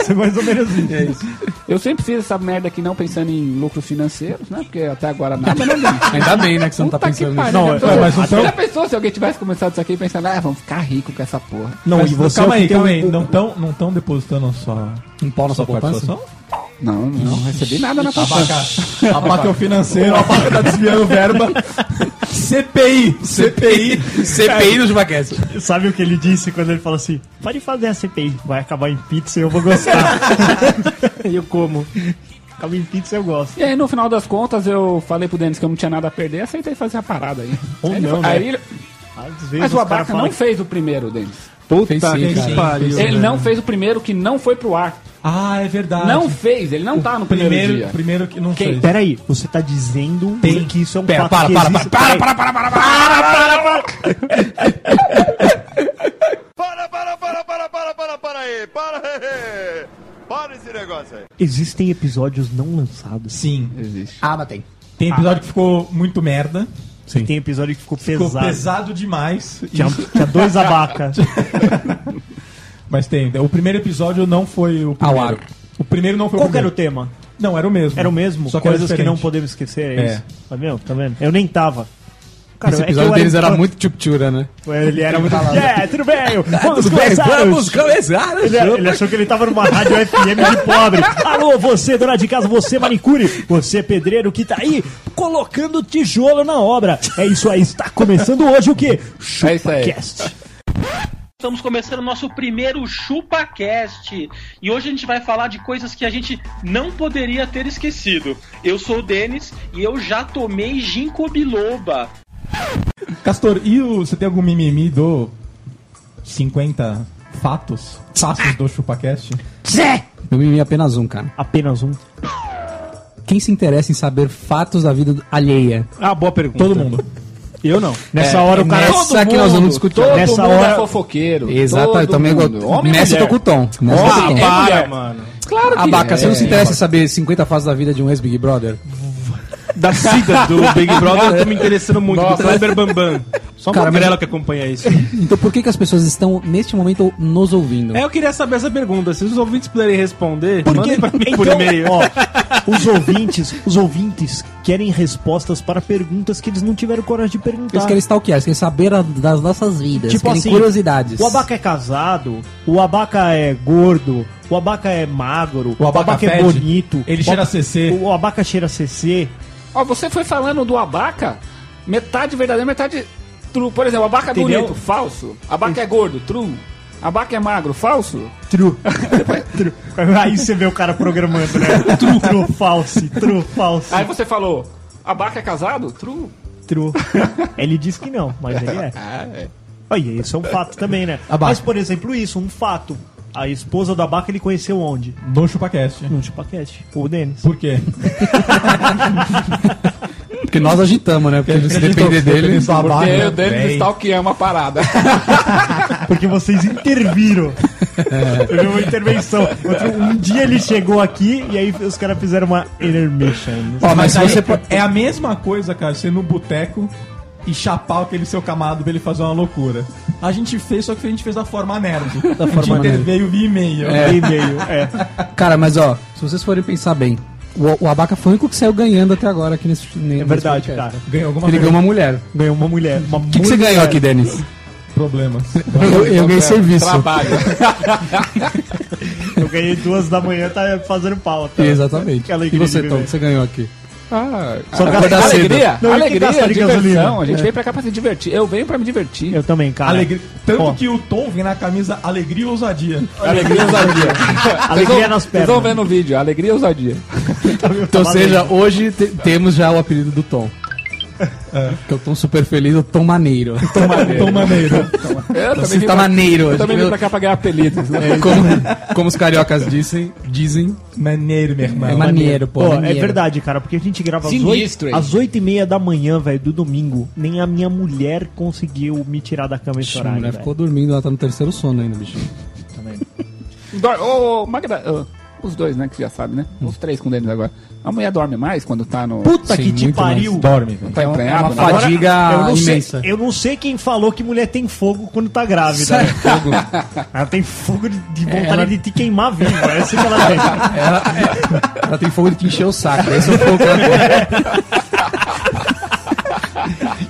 Isso é mais ou menos isso.
Eu sempre fiz essa merda aqui não pensando em lucros financeiros, né? Porque até agora nada, né? Bruno?
Ainda bem, né, que você não tá
Puta
pensando
que
nisso.
pariu,
Não,
já
é,
pensou-
mas então-
Já pensou se alguém tivesse começado isso aqui pensando, ah, vamos ficar rico com essa porra.
Não,
Mas
e você
calma aí,
que tem
calma
um-
aí.
Não estão não tão depositando a sua,
Um pau na
sua
sua poupança?
participação?
Não, não recebi nada na poupança.
Abaca. Abaca é o financeiro, abaca tá desviando verba. CPI. CPI.
CPI do Jubaquete.
Sabe o que ele disse quando ele falou assim? Pode fazer a CPI, vai acabar em pizza e eu vou gostar. e eu como. Acaba em pizza eu gosto.
E aí, no final das contas, eu falei pro Denis que eu não tinha nada a perder, aceitei fazer a parada aí.
Ou
aí ele
não,
fa-
né?
aí ele-
Às vezes
Mas
os
o
cara
Abaca
fala
não
que-
fez o primeiro, Denis.
Puta
Tem sim, cara.
pariu.
Ele não fez o primeiro que não foi pro ar.
Ah, é verdade.
Não fez, ele não tá no primeiro, dia.
primeiro, primeiro que não
Quem?
fez.
Peraí, você tá dizendo que isso é um
Pera,
fato
para,
que
para, para,
existe?
para,
Peraí.
para, para, para, para.
Existem episódios não lançados.
Sim.
Ah, mas tem.
Tem episódio que ficou muito merda.
E tem episódio que ficou
Ficou
pesado.
pesado, demais.
Tinha, tinha dois abaca.
Mas tem. O primeiro episódio não foi o primeiro.
ar.
O primeiro não foi
Qual
o
que era
primeiro.
o tema?
Não, era o mesmo.
Era o mesmo?
Só que
Coisas
era
que não
diferente.
podemos esquecer, é,
É.
isso. Tá vendo? Tá vendo? Eu nem tava. Cara,
Esse
é que
episódio
eu
deles era
infantil.
muito chuptura, né?
Ele era muito. Yeah, tudo bem? Ah, Vamos começar. o-
começar.
Ele, ele achou que ele tava numa rádio FM de pobre. Alô, você, dona de casa, você, manicure, você, pedreiro que tá aí colocando tijolo na obra. É isso aí, está começando hoje o quê?
É isso aí.
Cast.
Estamos começando o nosso primeiro ChupaCast. E hoje a gente vai falar de coisas que a gente não poderia ter esquecido. Eu sou o Denis e eu já tomei ginkgo biloba.
Castor, e o- você tem algum mimimi do 50 fatos? Fatos do ChupaCast?
Zé!
Eu mimimi apenas um, cara.
Apenas um.
Quem se interessa em saber fatos da vida alheia? É,
Ah, boa pergunta.
Todo mundo.
Eu não. Nessa hora o cara.
Nessa que nós vamos discutir.
Todo
Nessa
mundo
hora-
é fofoqueiro.
Exato, eu
todo
também
mundo.
gosto.
Homem e
Nessa eu tô
mulher.
com o Tom. Nessa eu tô com o
Ah,
Tom.
para, mano.
Claro que
Abaca,
é.
você não se interessa em saber 50 fases da vida de um ex-Big Brother?
Da Cida do Big Brother, eu tô me interessando muito.
Nossa.
Do Kleber Bambam. Só uma
Cara, mas-
Magrela que acompanha isso.
Então por que, que as pessoas estão, neste momento, nos ouvindo?
É, eu queria saber essa pergunta. Se os ouvintes puderem responder,
Porque,
mandem pra mim
então,
por e-mail.
ó, os ouvintes, os ouvintes querem respostas para perguntas que eles não tiveram coragem de perguntar.
Eles querem stalkear, eles querem saber a- das nossas vidas,
Tipo
querem
assim,
curiosidades.
O abaca é casado, o abaca é gordo, o abaca é magro,
O abaca
é
fede,
bonito.
ele
o
cheira
abaca-
a CC.
O abaca cheira a CC.
Ó, você foi falando do abaca, metade verdadeiro, metade true. Por exemplo, abaca é
Entendeu?
bonito, falso. Abaca é gordo, true. Abaca é magro, falso.
True. True. Aí você vê o cara programando, né? True, true, false, true, false,
Aí você falou, abaca é casado, true.
true. Ele diz que não, mas ele é.
Ah, é.
Aí, isso é um fato também, né?
Abaca.
Mas, por exemplo, isso, um fato. A esposa do abaca ele conheceu onde?
No ChupaCast.
No Chupaquete. O Denis.
Por quê?
Porque nós agitamos, né? Porque se depender dele...
Porque
Ah,
Porque
o Denis que é uma parada.
Porque vocês interviram. Teve uma intervenção. Outro- um dia ele chegou aqui e aí os caras fizeram uma intermission.
Ó, mas
Mas
se
aí,
você... pode-
é a mesma coisa, cara, você ir no boteco e chapar aquele seu camarada pra ele fazer uma loucura. A gente fez, só que a gente fez da forma nerd. Da
forma nerd.
interveio via e-mail.
É. E-mail, é.
Cara, mas ó, se vocês forem pensar bem, o, o Abaca foi o único que saiu ganhando até agora aqui nesse...
É verdade, cara.
Ganhou alguma
Ele ganhou uma mulher.
Ganhou uma mulher. O
O que, que você ganhou aqui, Denis?
problemas.
Eu, eu ganhei serviço.
Trabalho.
Eu ganhei duas da manhã, tá fazendo pauta.
Exatamente.
Aquela
E você,
incrível,
Tom, o
né?
que você ganhou aqui? Ah,
Só
ah,
gastar Tá cedo.
alegria,
Não, e que
alegria,
gastar de
diversão.
gasolina?
A gente
É.
veio pra cá pra se divertir. Eu venho pra me divertir.
Eu também, cara.
Alegria. Tanto
Ó.
que o Tom vem na camisa Alegria e Ousadia.
Alegria e ousadia. Vocês
Alegria é
vão-
nas
Vocês vão ver
pernas.
no vídeo, alegria e ousadia.
Então, ou seja, hoje te- temos já o apelido do Tom. Que é o Tom super feliz, o Tom Maneiro.
Tom Maneiro.
Eu
Você
vim
tá
pra-
maneiro hoje.
Eu também vim pra cá pra ganhar apelidos. né?
Como, como os cariocas dizem, dizem
Maneiro, meu irmão.
é maneiro, pô.
Pô, é
maneiro.
verdade, cara, porque a gente grava às
Sinistro,
8,
hein?
às oito e meia da manhã, velho, do domingo. Nem a minha mulher conseguiu me tirar da cama esse
Ixi, a
horário.
mulher
velho.
ficou dormindo, ela tá no terceiro sono ainda, bicho.
Tá vendo?
Dor- Ô, ô, Magda. ô, os dois, né? Que já sabe, né? Os três com eles agora. A mulher dorme mais quando tá no.
Puta
Sim,
que te
muito
pariu.
Dorme, velho.
tá
É
empanhado.
uma
né?
fadiga
eu, não sei,
imensa.
eu não sei quem falou que mulher tem fogo quando tá grávida. né? Ela tem fogo de, de vontade
É, ela-
de te queimar vivo. É isso que ela tem.
Ela, ela tem fogo de te encher o saco. Esse é o fogo que ela tem.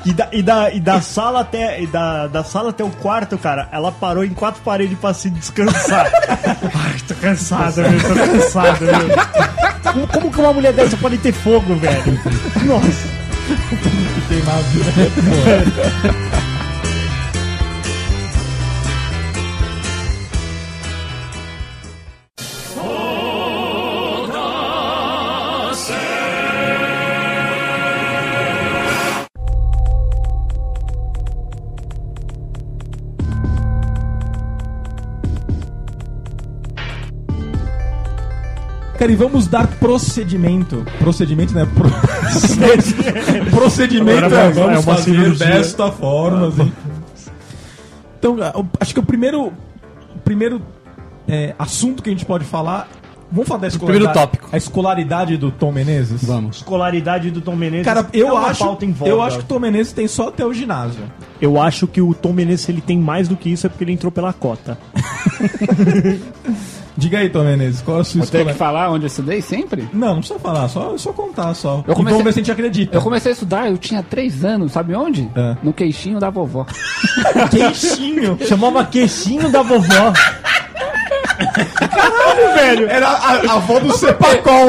E da, e da, e da sala até e da, da sala até o quarto, cara, ela parou em quatro paredes pra se descansar. Ai, tô cansado, meu, tô cansado, meu. Como, como que uma mulher dessa pode ter fogo, velho? Nossa.
Cara, e vamos dar procedimento. Procedimento, né? Proced- procedimento
Agora
é,
vai-
vamos
é uma
fazer
cirurgia.
desta forma. assim. Então, eu acho que o primeiro, o primeiro é, assunto que a gente pode falar... Vamos falar da escolaridade.
tópico.
A escolaridade do Tom Menezes?
Vamos.
Escolaridade do Tom Menezes.
Cara, eu,
é uma
acho,
pauta em voga.
eu acho que o Tom Menezes tem só até o ginásio.
Eu acho que o Tom Menezes se ele tem mais do que isso é porque ele entrou pela cota.
Diga aí, Tom Menezes, qual é a sua
Eu tenho que
escolaridade?
falar onde eu estudei sempre?
Não, não precisa falar, só, só contar, só. E
comecei-
Vamos ver se a gente acredita.
Eu comecei a estudar, eu tinha três anos, sabe onde?
É.
No queixinho da vovó.
Queixinho. Chamava queixinho da vovó. Caralho, velho.
Era a, a avó do Cepacol.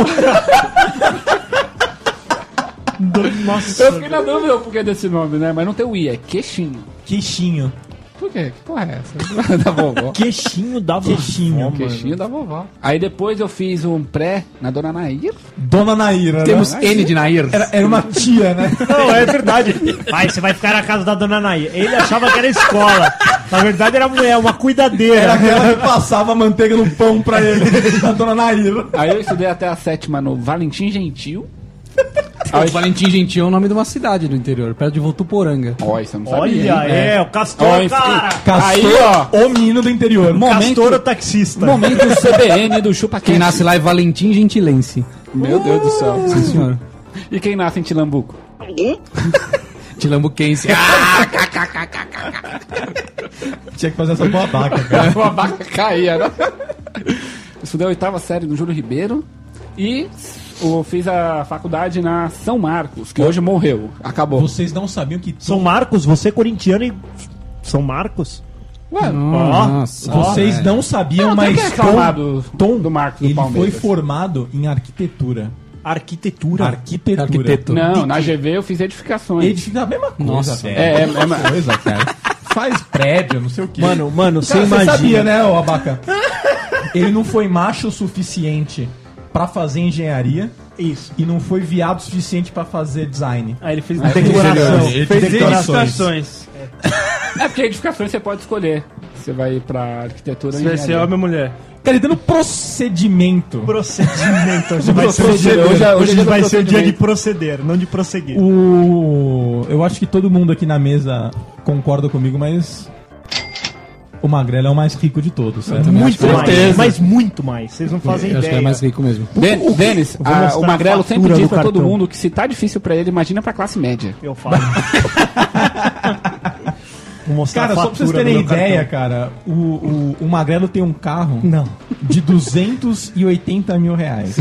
Nossa.
Eu fiquei na dúvida por que desse nome, né? Mas não tem o I, é queixinho.
Queixinho.
Por quê? Que porra é essa? da vovó.
Queixinho da vovó.
Queixinho.
mano.
Queixinho da vovó. Aí depois eu fiz um pré na Dona Nair.
Dona Naira. né?
Temos N de Nair.
Era, era uma tia, né?
Não, é verdade. Aí você vai ficar na casa da dona Nair. Ele achava que era escola. Na verdade era mulher, uma
Era
cuidadeira.
aquela que passava manteiga no pão pra ele. A Dona Naira.
Aí eu estudei até a sétima no Valentim Gentil.
Ah, o Valentim Gentil é o nome de uma cidade do interior, perto de Votuporanga.
Ó, isso eu não sabia.
Olha,
hein?
é, o Castor,
Ó, enfim.
cara.
Castor,
Aí, ó.
o menino do interior.
Castor o taxista.
Momento CBN do Chupa
Quem nasce lá é Valentim Gentilense.
Meu Deus do céu.
Sim, senhor.
E quem nasce em Tilambuco?
Tilambuquense.
Tinha que fazer essa babaca, cara.
Uma vaca caía, né? Eu Estudei a oitava série do Júlio Ribeiro e eu fiz a faculdade na São Marcos, que hoje morreu. Acabou.
Vocês não sabiam que
São Marcos, você é corintiano e... São Marcos? Ó,
Nossa.
Vocês
velho.
não sabiam,
Não, tem que
mas
reclamar do- do Marcos do
ele foi
Palmeiras.
formado em arquitetura.
Arquitetura.
Arquitetura.
Arquiteto.
Não, na GV eu fiz edificações.
Edifica a mesma coisa,
Nossa,
velho.
É, é, é,
coisa, cara. Faz prédio, não sei o quê.
Mano, mano, você
Cara, você
imagina.
sabia, né, ô Abaca? Ele não foi macho o suficiente pra fazer engenharia
Isso.
e não foi viado o suficiente pra fazer design.
Aí ele fez
decoração. Ele fez
Fez
decorações.
decorações.
É porque edificações você pode escolher. Você vai ir pra arquitetura
Vai
É
ser homem ou mulher?
Cara, ele Tá dando procedimento.
Procedimento. Hoje vai ser o dia,
Hoje é- hoje é
hoje
dia do
vai ser o dia de
procedimento.
proceder, não de prosseguir.
O... Eu acho que todo mundo aqui na mesa concorda comigo, mas... O Magrelo é o mais rico de todos, certo?
Muito
acho.
é mais,
Certeza.
mas muito mais. Vocês não fazem
Eu acho que
ideia.
ele é mais rico mesmo.
Den- Denis,
vou
a-
mostrar
o
a
Magrelo sempre
fatura
diz
do
pra todo
cartão.
mundo que se tá difícil pra ele, imagina pra classe média.
Eu falo. Vou mostrar
Cara,
a
só pra vocês
fatura do
terem
meu cartão.
ideia, cara, o, o, o Magrelo tem um carro
Não.
de 280 mil reais.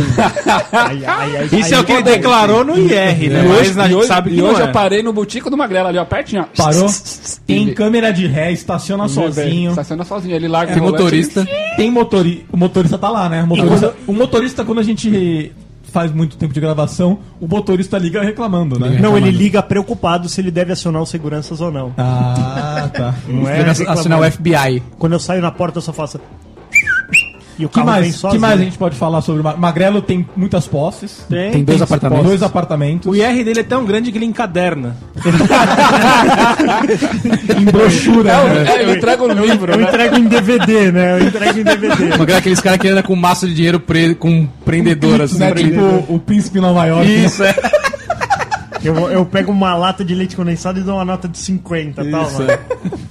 Ai, ai, ai,
Isso
ai,
é o que ele declarou no IR,
É,
né? Mas a gente sabe que
e
não
hoje
é.
eu parei no butico do Magrelo ali, ó, pertinho, ó.
Parou? Tem
Ele-
câmera de ré, estaciona sozinho.
Estaciona sozinho, ele larga
Tem
o volante,
motorista.
Tem motorista. O motorista tá lá, né? O motorista, o motorista, quando a gente faz muito tempo de gravação, o motorista liga reclamando, né?
Não, ele liga preocupado se ele deve acionar os seguranças ou não.
Ah, tá.
Não é
Deve assinar o
reclamando.
FBI.
Quando eu saio na porta, eu só faço. E o
que
carro vem
mais, que
sozinho.
mais a gente pode falar sobre o Ma- Magrelo? Tem muitas posses.
Tem, dois apartamentos.
Dois apartamentos.
O IR dele é tão grande que ele encaderna.
Em brochura. né?
É, eu entrego o livro,
Eu
né?
entrego em DVD, né? Eu entrego em DVD.
Magrelo é aqueles caras que andam com massa de dinheiro pre... com prendedor, assim.
Né,
prendido.
Tipo o príncipe em Nova York. né?
Isso, é.
Eu, vou- eu pego uma lata de leite condensado e dou uma nota de 50, tal,
Isso,
mano.
é.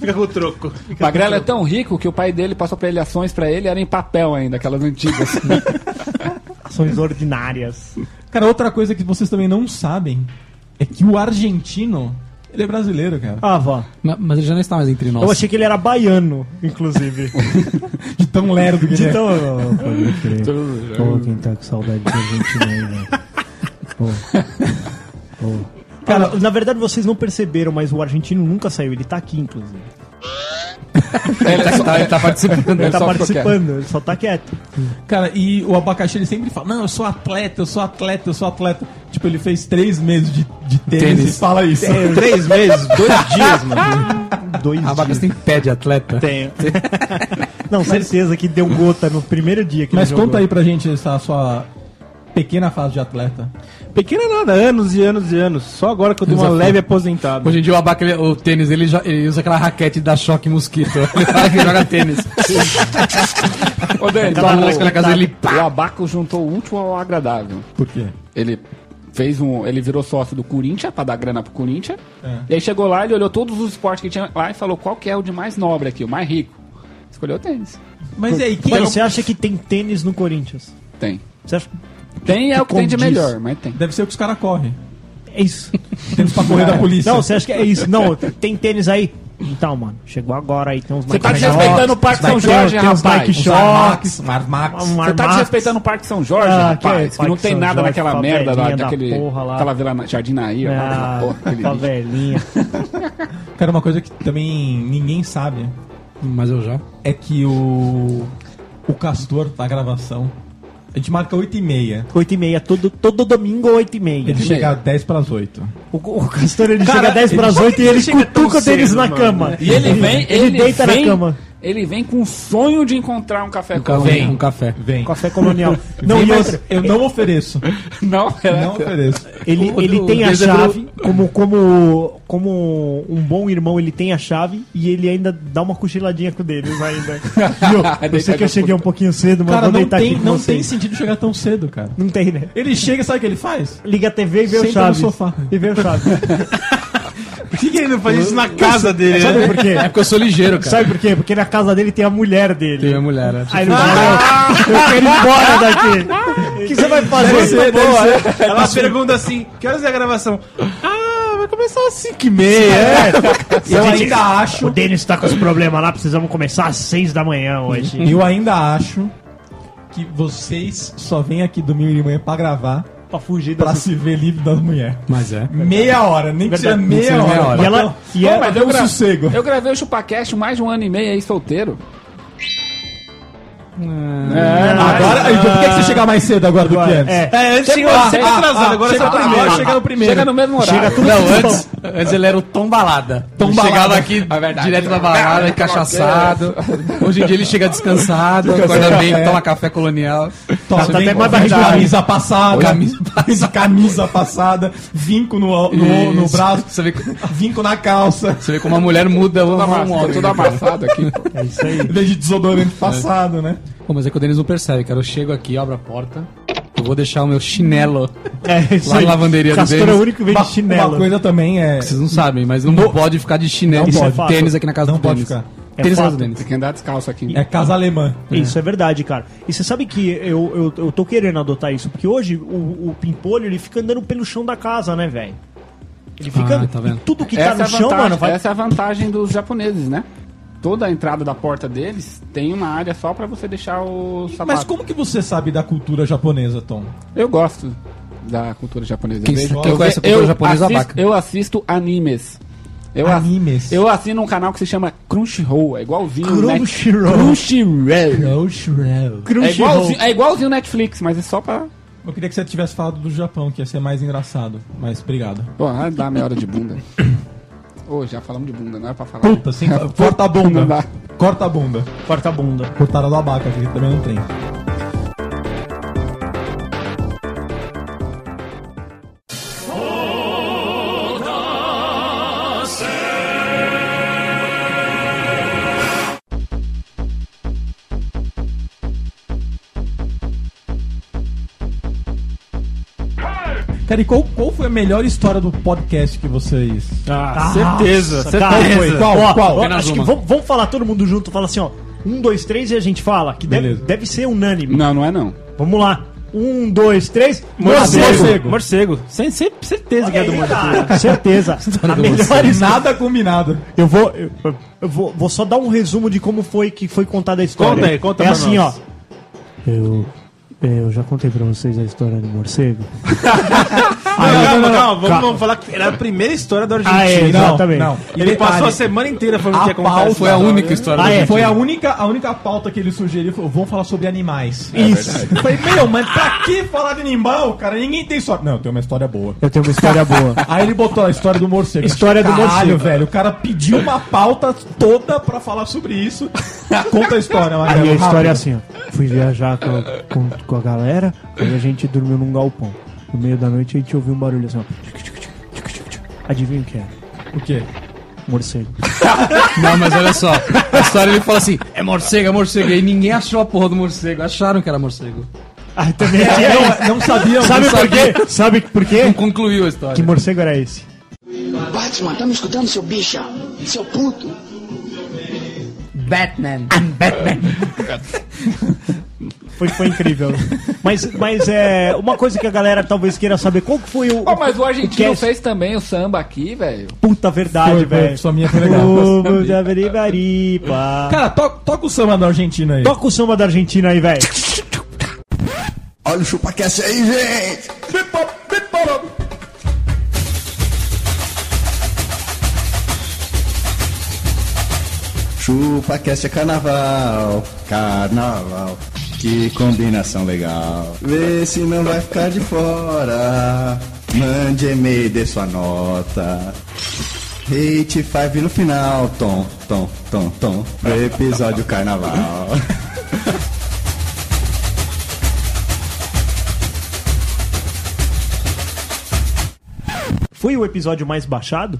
Fica com o troco.
O Magrelo é tão rico que o pai dele passou pra ele ações pra ele, era em papel ainda, aquelas antigas.
Ações ordinárias.
Cara, outra coisa que vocês também não sabem é que o argentino, ele é brasileiro, cara.
Ah, vó.
Ma- Mas ele já não está mais entre nós.
Eu achei que ele era baiano, inclusive.
De tão lerdo que ele é.
então. Pode crer. Pô, quem tá com saudade de Argentina aí, né? velho. Cara, na verdade vocês não perceberam, mas o argentino nunca saiu. Ele tá aqui, inclusive.
Ele tá, tá- ele tá participando.
Ele tá
só ficou
participando, ele só tá quieto.
Cara, e o abacaxi ele sempre fala: Não, eu sou atleta, eu sou atleta, eu sou atleta. Tipo, ele fez três meses de, de tênis,
Tênis.
e fala isso.
Três meses, dois dias, mano.
Dois
A vaca
dias.
tem pé de atleta.
Tenho. não, certeza que deu gota no primeiro dia que
Mas
ele jogou.
conta aí pra gente essa sua pequena fase de atleta.
Pequena
é
nada, anos e anos e anos. Só agora que eu dou uma
Desafio.
leve aposentada.
Hoje em dia o abaca, ele- o tênis, ele, já- ele usa aquela raquete da choque mosquito. Ele fala que joga tênis.
Ô, Dani,
Tá lá
né?
na casa dele, pá.
o Abaco juntou o último ao agradável.
Por quê?
Ele fez um. Ele virou sócio do Corinthians pra dar grana pro Corinthians. E aí chegou lá, ele olhou todos os esportes que tinha lá e falou qual que é o de mais nobre aqui, o mais rico. Escolheu o tênis.
Mas e aí, que
Mas você acha que tem tênis no Corinthians?
Tem.
Você acha
Tem é o que tem de
condiz.
melhor, mas tem.
deve ser o que os caras correm.
É isso.
Tênis pra correr da polícia.
Não, você acha que é isso? Não, tem tênis aí? Então, mano, chegou agora aí, tem uns
Você tá
Nike
desrespeitando
Shox,
o Parque
tem-
São Jorge,
tem uns
rapaz.
Nike
Os
Shox,
Mar Max.
um
Você tá
Armax.
desrespeitando o Parque São Jorge,
Ah,
rapaz,
que é
que não
Parque
tem
São
nada
Jorge,
naquela
aquela
merda lá,
velhinha da
daquele,
porra lá.
aquela vila na Jardim Nair, aquela
Ah,
porra, aquele
tá
lixo.
velhinha.
Cara, uma coisa que também ninguém sabe
Mas eu já.
é que o. O Castor da gravação. A gente marca 8 e meia.
8 e meia, todo, todo domingo 8 e meia.
Ele chega às 10 pras 8.
O, o Castor, ele
Cara,
chega 10 pras
ele-
8 e ele
chega tão
cutuca o tênis
cedo,
na
mano.
cama.
E ele vem, ele,
deita
vem,
na cama.
Ele vem com o sonho de encontrar um café
Um café. Um café.
Vem.
Café colonial. Não,
Vem,
e
mas
outra,
eu não ofereço.
Não, é.
Não ofereço.
Ele,
O-
ele
o
tem a
Deus é pelo-
chave, como, como, como um bom irmão, ele tem a chave e ele ainda dá uma cochiladinha com o deles ainda. Viu? Eu sei que eu cheguei um pouquinho cedo, mas
Cara,
vou
não,
deitar
tem,
aqui com
não tem
vocês.
sentido chegar tão cedo, cara.
Não tem, né?
Ele chega, sabe o que ele faz?
Liga a TV e vê o
Senta
Chaves.
no sofá.
E vê o Chaves.
Por que, que ele não faz isso na casa dele?
Sabe por quê?
É porque eu sou ligeiro, cara.
Sabe por quê? Porque na casa dele tem a mulher dele.
Tem a mulher, né?
Aí ele fala, "Não, eu quero ir embora daqui. O que você vai fazer?
Você, deve ser. Ela pergunta assim: que horas é a gravação? Ah, vai começar às 5 e meia.
Eu ainda acho.
O Denis tá com os problemas lá, precisamos começar às seis da manhã hoje.
Eu ainda acho que vocês só vêm aqui domingo de manhã pra gravar
pra fugir
pra se ver livre das mulheres.
Mas é.
Meia hora, nem que seja
Verdade.
meia,
Não é que seja meia
hora.
hora.
E ela, e
Pô,
ela
mas
deu
eu,
um
gra-
sossego.
eu gravei o ChupaCast mais de um ano e meio aí, solteiro.
Agora, então por que que você chega mais cedo agora do que antes?
é,
É, antes chegou
Ah,
sempre
ah,
atrasado,
ah,
agora
chega
chega o
atrasado.
primeiro.
chega no primeiro.
Chega no mesmo horário.
chega tudo
Não,
junto.
antes, antes ele era o Tom Balada. Tom
Balada.
Chegava aqui direto da balada, encachaçado. Hoje em dia ele chega descansado, acorda bem, toma café colonial.
Então, você
tá
vem
até
com
mais
camisa
barriguda.
camisa passada,
Camisa
camisa, camisa passada, vinco no, no, no
Isso.
braço,
Você vê, co-
vinco na calça,
você vê como a mulher muda o
Toda amassada,
homem.
toda amassada aqui. pô.
É isso aí.
desde desodorante passado, né?
Pô, mas é que o Denis não percebe, cara. Eu chego aqui, abro a porta, eu vou deixar o meu chinelo.
É isso
Lá na lavanderia do
Castor é o
Denis.
único que vem de chinelo.
Uma coisa também é.
Vocês não sabem, mas não pode ficar de chinelo,
Isso é
pode.
fato.
tênis aqui na casa
Não
do
pode
Denis.
ficar.
É
Tênis na casa
fato.
do Denis.
Tem que andar descalço aqui.
É casa alemã.
Isso é verdade, cara. E você sabe que eu, eu, eu tô querendo adotar isso, porque hoje o, o pimpolho ele fica andando pelo chão da casa, né, velho? Ele fica.
Ah, tá vendo?
e Tudo que tá
Essa,
no
é a
chão,
vantagem,
mano, vai.
essa é a vantagem dos japoneses, né? Toda a entrada da porta deles tem uma área só pra você deixar o
Tá
sapato.
Mas como que você sabe da cultura japonesa, Tom?
Eu gosto da cultura japonesa.
Quem-
Eu vejo-
quem
eu
conhece a
ve-
cultura
eu
japonesa,
assisto-
abaca.
Eu assisto animes. Eu ass-
Animes.
Eu assino um canal que se chama Crunchyroll. É igualzinho... o Net-
Crunchyroll.
Crunchyroll.
Crunchyroll.
É
Crunchyroll.
igualzinho, é igualzinho o Netflix, mas é só pra
Eu queria que você tivesse falado do Japão, que ia ser mais engraçado. Mas obrigado.
Pô, vai dar meia hora de bunda. Ô, já falamos de bunda, não era pra falar.
Puta, sem... corta Assim, a bunda.
Não dá.
Corta a bunda.
Corta a bunda.
Cortaram a babaca, que também não tem. Cara, e qual, qual foi a melhor história do podcast que vocês.
Ah,
certeza,
cara,
certeza.
foi.
Qual,
Ó,
qual?
ó,
Apenas
acho que
uma.
vamos, vamos falar todo mundo junto, fala assim, ó. Um, dois, três e a gente fala. Que deve,
Beleza.
deve ser unânime.
Não, não é não.
Vamos lá. Um, dois, três.
Morcego. Morcego. Sem, sem certeza que é do morcego.
Ah, certeza. A melhor história.
Nada combinado.
Eu vou, eu, eu vou, vou só dar um resumo de como foi que foi contada a história.
Conta aí, conta
É
pra
assim,
nós.
ó. Eu, é, eu já contei pra vocês a história do morcego.
Ah,
Calma, calma. Vamos, vamos falar que era a primeira história da Argentina.
Ah, é, exatamente.
não.
Ele
Detalhe.
passou a semana inteira falando
A
o que ia contar.
pauta-
essa
Foi a
história.
única história
Ah,
da
é.
Foi a única, a única pauta que ele sugeriu. Ele falou, vamos falar sobre animais.
Isso.
Eu falei, meu, mas pra que falar de animal, cara? Ninguém tem sorte. Não, tem uma história boa.
Eu tenho uma história boa.
Aí ele botou a história do morcego.
História do morcego.
velho. O cara pediu uma pauta toda pra falar sobre isso. Conta a história, Marcelo.
E a história
rápido.
é assim, ó. Fui viajar com a, com, com a galera, aí a gente dormiu num galpão. No meio da noite a gente ouviu um barulho assim, ó. Adivinha o que é?
O quê?
Morcego.
Não, mas olha só. A história ele fala assim: é morcego, é morcego. E aí ninguém achou a porra do morcego. Acharam que era morcego.
Ah, também
É, não, não sabia.
Sabe
não
por quê? Sabe por
Não
quê?
concluiu a história.
Que morcego era esse?
Batman, tá me escutando, seu bicha? Seu puto?
Batman.
Foi, foi incrível. Mas, mas é uma coisa que a galera talvez queira saber, qual que foi o.
Pô, mas o argentino
Podcast.
fez também o samba aqui, velho.
Puta verdade,
Foi, foi,
velho.
só minha foi legal.
Ô, meu Deus, Averibariba.
Cara, to- toca o samba da Argentina aí.
Toca o samba da Argentina aí, velho.
Olha o ChupaCast aí, gente! ChupaCast é carnaval, carnaval, que combinação legal. Vê se não vai ficar de fora, mande e-mail dê sua nota. Hate 5 no final, tom, tom, tom, tom, do episódio carnaval.
Foi o episódio mais baixado?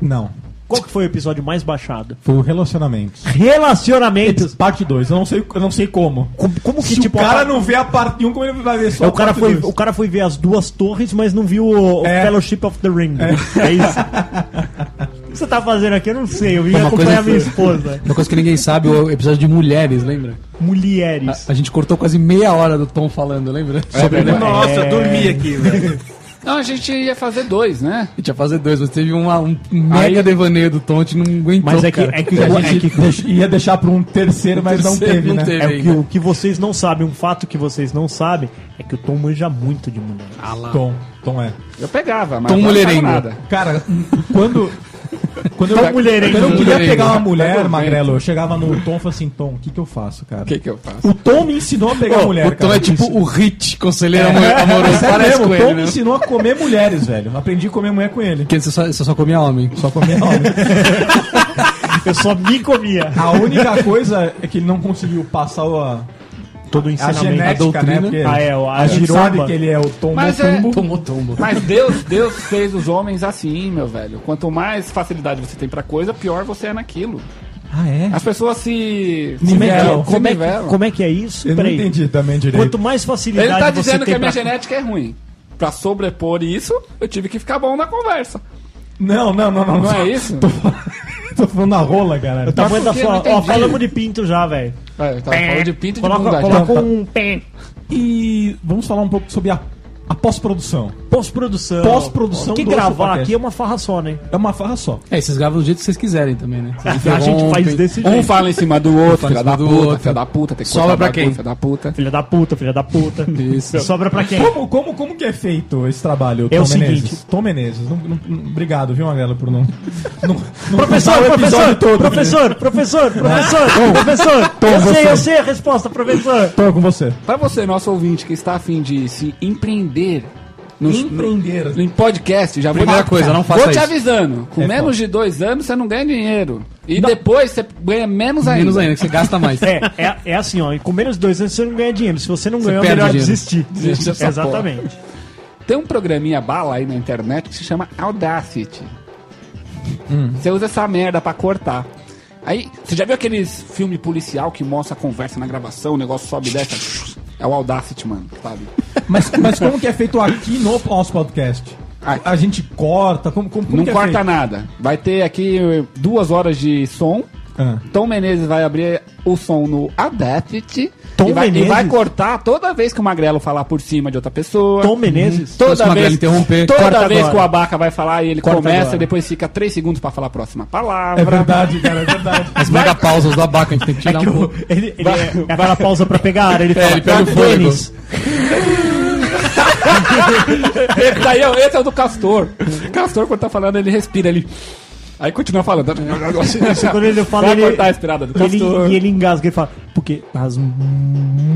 Não.
Qual que foi o episódio mais baixado?
Foi o relacionamento.
Relacionamentos.
Parte 2. Eu não sei, eu não sei como.
Como, como que
Se
tipo.
o
a
cara
pa-
não vê a parte 1, um, como ele vai ver só
É,
a
o, cara
parte
foi,
dois?
o cara foi ver as duas torres, mas não viu o, o
É.
Fellowship of the Ring. É, isso. o que você tá fazendo aqui? Eu não sei. Eu vim
Foi uma
acompanhar
coisa-
minha esposa.
Uma coisa que ninguém sabe, o episódio de mulheres, lembra?
Mulheres.
A gente cortou quase meia hora do Tom falando, lembra? Sobre
verdade.
Nossa, eu
É.
dormi aqui, velho.
Não, a gente ia fazer dois, né?
A gente ia fazer dois, mas teve uma- um mega devaneio do Tom, a gente não aguentou.
Mas é que,
cara.
é que,
A
o- é
gente
que
deix- ia deixar pra um terceiro, mas
Terceiro,
não teve, né?
É o que,
ainda.
o que vocês não sabem, um fato que vocês não sabem é que o Tom manja muito de mulher.
Tom, Tom é.
Eu pegava, mas
Tom
não
um Mulherengo.
achava nada.
Cara, quando. Quando
Tom
eu,
mulherengo.
quando eu queria
Mulherengo.
pegar uma mulher, Magrelo, eu chegava no Tom e falava assim: Tom, o que, que eu faço, cara?
O que que eu faço?
O Tom me ensinou a pegar
Pô,
mulher.
o Tom
cara.
é tipo o Hit, conselheiro
É,
amoroso.
sério
Parece
mesmo,
com
o Tom
ele,
me
né?
ensinou a comer mulheres, velho. Aprendi a comer mulher com ele.
Porque você só, você só comia homem.
Só comer homem.
Eu só me comia.
A única coisa é que ele não conseguiu passar a,
Todo o
a
ensinamento.
genética, né?
doutrina.
Porque
Ah, é, a
a gente sabe
giromba.
que ele é o Tom
Mas é-
Motumbo.
Tomou tombo.
Mas Deus, Deus fez os homens assim, meu velho. Quanto mais facilidade você tem pra coisa, pior você é naquilo.
Ah, é?
As pessoas se. se
Como é, que,
nivelam, se
como, é, que-
nivelam.
como é que é isso?
Eu não
Peraí.
entendi também direito.
Quanto mais facilidade
Ele tá
você
dizendo que
tem
a minha
pra-
genética é ruim. Pra sobrepor isso, eu tive que ficar bom na conversa.
Não, não, não, não.
Não é isso?
Tô falando na rola,
O
caralho.
tamanho da
por quê? tá Não
sua. Ó,
entendi.
falamos de pinto já, velho.
É, eu tava falando de pinto e de
Coloca,
bunda.
coloca um pé.
E vamos falar um pouco sobre a, a A pós-produção.
Pós-produção.
Pós-produção
Que
do
gravar
Chupacast.
aqui é uma farra só, né?
É uma farra só.
É, vocês gravam do jeito que vocês quiserem também, né? Vocês
é
A gente faz desse jeito.
Um fala em cima do
Um
outro,
fala
filha
em cima
da
do
puta,
outro.
filha da puta. Tem que
Sobra
cortar
pra
da
quem?
puta, Filha da puta.
Filha da puta, filha da puta.
Isso.
Sobra pra quem?
Como, como, como que é feito esse trabalho,
É o seguinte.
Menezes? Tom Menezes. Não- não- não- obrigado, viu, Magrela, por não... não, não
Professor,
contar o episódio
professor,
todo, né?
professor, professor, professor, professor. eu sei, eu sei a resposta, professor.
Tô com você.
Pra você, nosso ouvinte, que está afim de se empreender no,
Empreender.
no- em podcast, já vou
Primeira
te-
coisa, não faça
Vou te
isso.
avisando, com
É
menos de dois anos você não ganha dinheiro. E depois você ganha menos ainda.
Menos ainda, que você gasta mais.
É, é, é assim, ó. e Com menos de dois anos você não ganha dinheiro. Se você não ganhar, é
perde
melhor
dinheiro.
desistir.
Desiste dessa
Exatamente.
Tem um programinha bala aí na internet que se chama Audacity. Você usa essa merda pra cortar. Aí, você já viu aqueles filme policial que mostra a conversa na gravação, o negócio sobe e desce? É o Audacity, mano, sabe?
Mas, mas como que é feito aqui no nosso podcast? A, a gente corta? Como, como, como
Não
que é
corta
assim?
feito?
nada. Vai ter aqui eh, duas horas de som.
Ah.
Tom Menezes vai abrir o som no Audacity.
Tom
e, vai, e
Menezes?
vai cortar toda vez que o Magrelo falar por cima de outra pessoa.
Tom Menezes.
Se o
Toda
Magrelo
vez,
interromper,
toda
corta
vez
agora.
que o Abaca vai falar e ele
Corta
começa
agora.
e depois fica três segundos pra falar a próxima palavra.
É verdade, cara, é verdade.
As mega pausas do abaca, a gente tem que
É
tirar
que
um
o-
pouco.
ele, ele é, é aquela pausa pra pegar ar,
É,
ele fala,
ele pega o fôlego.
Denis,
Esse daí é, esse é o do Castor. O Castor, quando tá falando, ele respira, ele. Aí continua falando.
quando ele fala,
Vai
ele-
cortar a respirada do
ele,
Castor.
e ele engasga e fala, porque as m-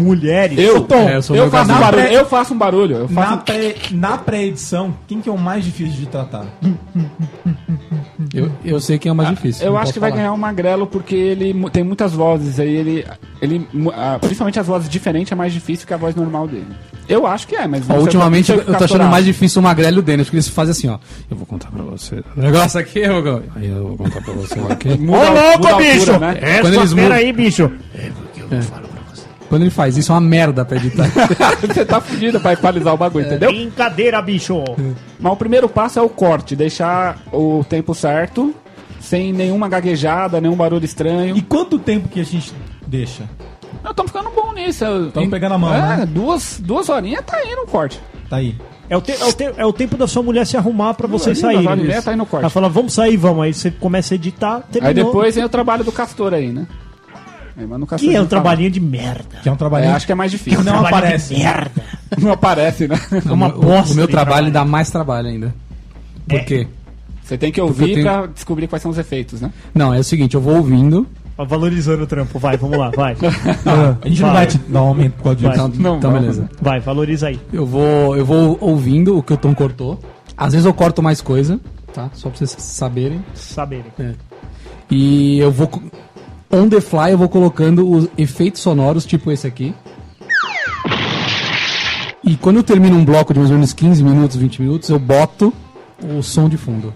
mulheres...
Eu, Tom,
É, eu
eu,
sou meu
faço um
garoto.
barulho, eu faço um barulho. Eu faço
Na, pré, na pré-edição, quem que é o mais difícil de tratar?
Eu, eu sei quem é o mais difícil.
Ah, Eu
não
acho
posso
que vai
falar.
ganhar o Magrelo porque ele mu- tem muitas vozes aí, ele. ele mu- ah, principalmente as vozes diferentes é mais difícil que a voz normal dele. Eu acho que é, mas.
Ó,
você-
ultimamente
você tá
eu tô achando
capturar.
mais difícil o Magrelo e o Denis, porque eles fazem assim, ó. Eu vou contar pra você. O negócio aqui, eu vou. Aí eu vou contar pra você aqui.
Muda,
Ô, Tá louco,
muda a altura,
bicho!
né?
É,
Quando
só
eles
espera
mudam-
aí, bicho.
Quando ele faz isso, é uma merda pra editar.
você tá fudido pra equalizar o bagulho, entendeu?
Brincadeira, bicho.
Mas o primeiro passo é o corte, deixar o tempo certo, sem nenhuma gaguejada, nenhum barulho estranho.
E quanto tempo que a gente deixa?
Não, estamos ficando bom nisso. Estamos
pegando a mão,
É,
né?
duas, duas horinhas tá indo o corte.
Tá aí.
É o, te- é, o te- é o tempo da sua mulher se arrumar pra vocês
Duas horinhas,
saírem.
né? Tá indo o corte.
Ela fala, vamos sair, vamos. Aí você começa a editar, terminou.
Aí depois vem o trabalho do Castor aí, né? Aí manda o Castor
Que é um
de falar.
trabalhinho de merda.
Que é um
É,
trabalhinho.
acho que é mais difícil.
que não
Trabalhinho
aparece.
de merda.
não aparece, né?
É uma
bosta
O meu
de
trabalho
trabalho.
dá mais trabalho ainda.
É.
É.
Por quê?
Você tem que
Porque
ouvir
eu tenho-
pra descobrir quais são os efeitos, né?
Não, é o seguinte, eu vou ouvindo.
Ó, Valorizando o trampo, vai, vamos lá, vai.
Ah, a gente não vai te dar um aumento por causa disso.
Vai.
Então,
Não,
então
não.
beleza.
Vai, valoriza aí.
Eu vou, eu vou ouvindo o que o Tom cortou. Às vezes eu corto mais coisa, tá? Só pra vocês saberem.
Saberem.
E eu vou. co- On the fly eu vou colocando os efeitos sonoros, tipo esse aqui. E quando eu termino um bloco de mais ou menos 15 minutos, 20 minutos, eu boto o som de fundo.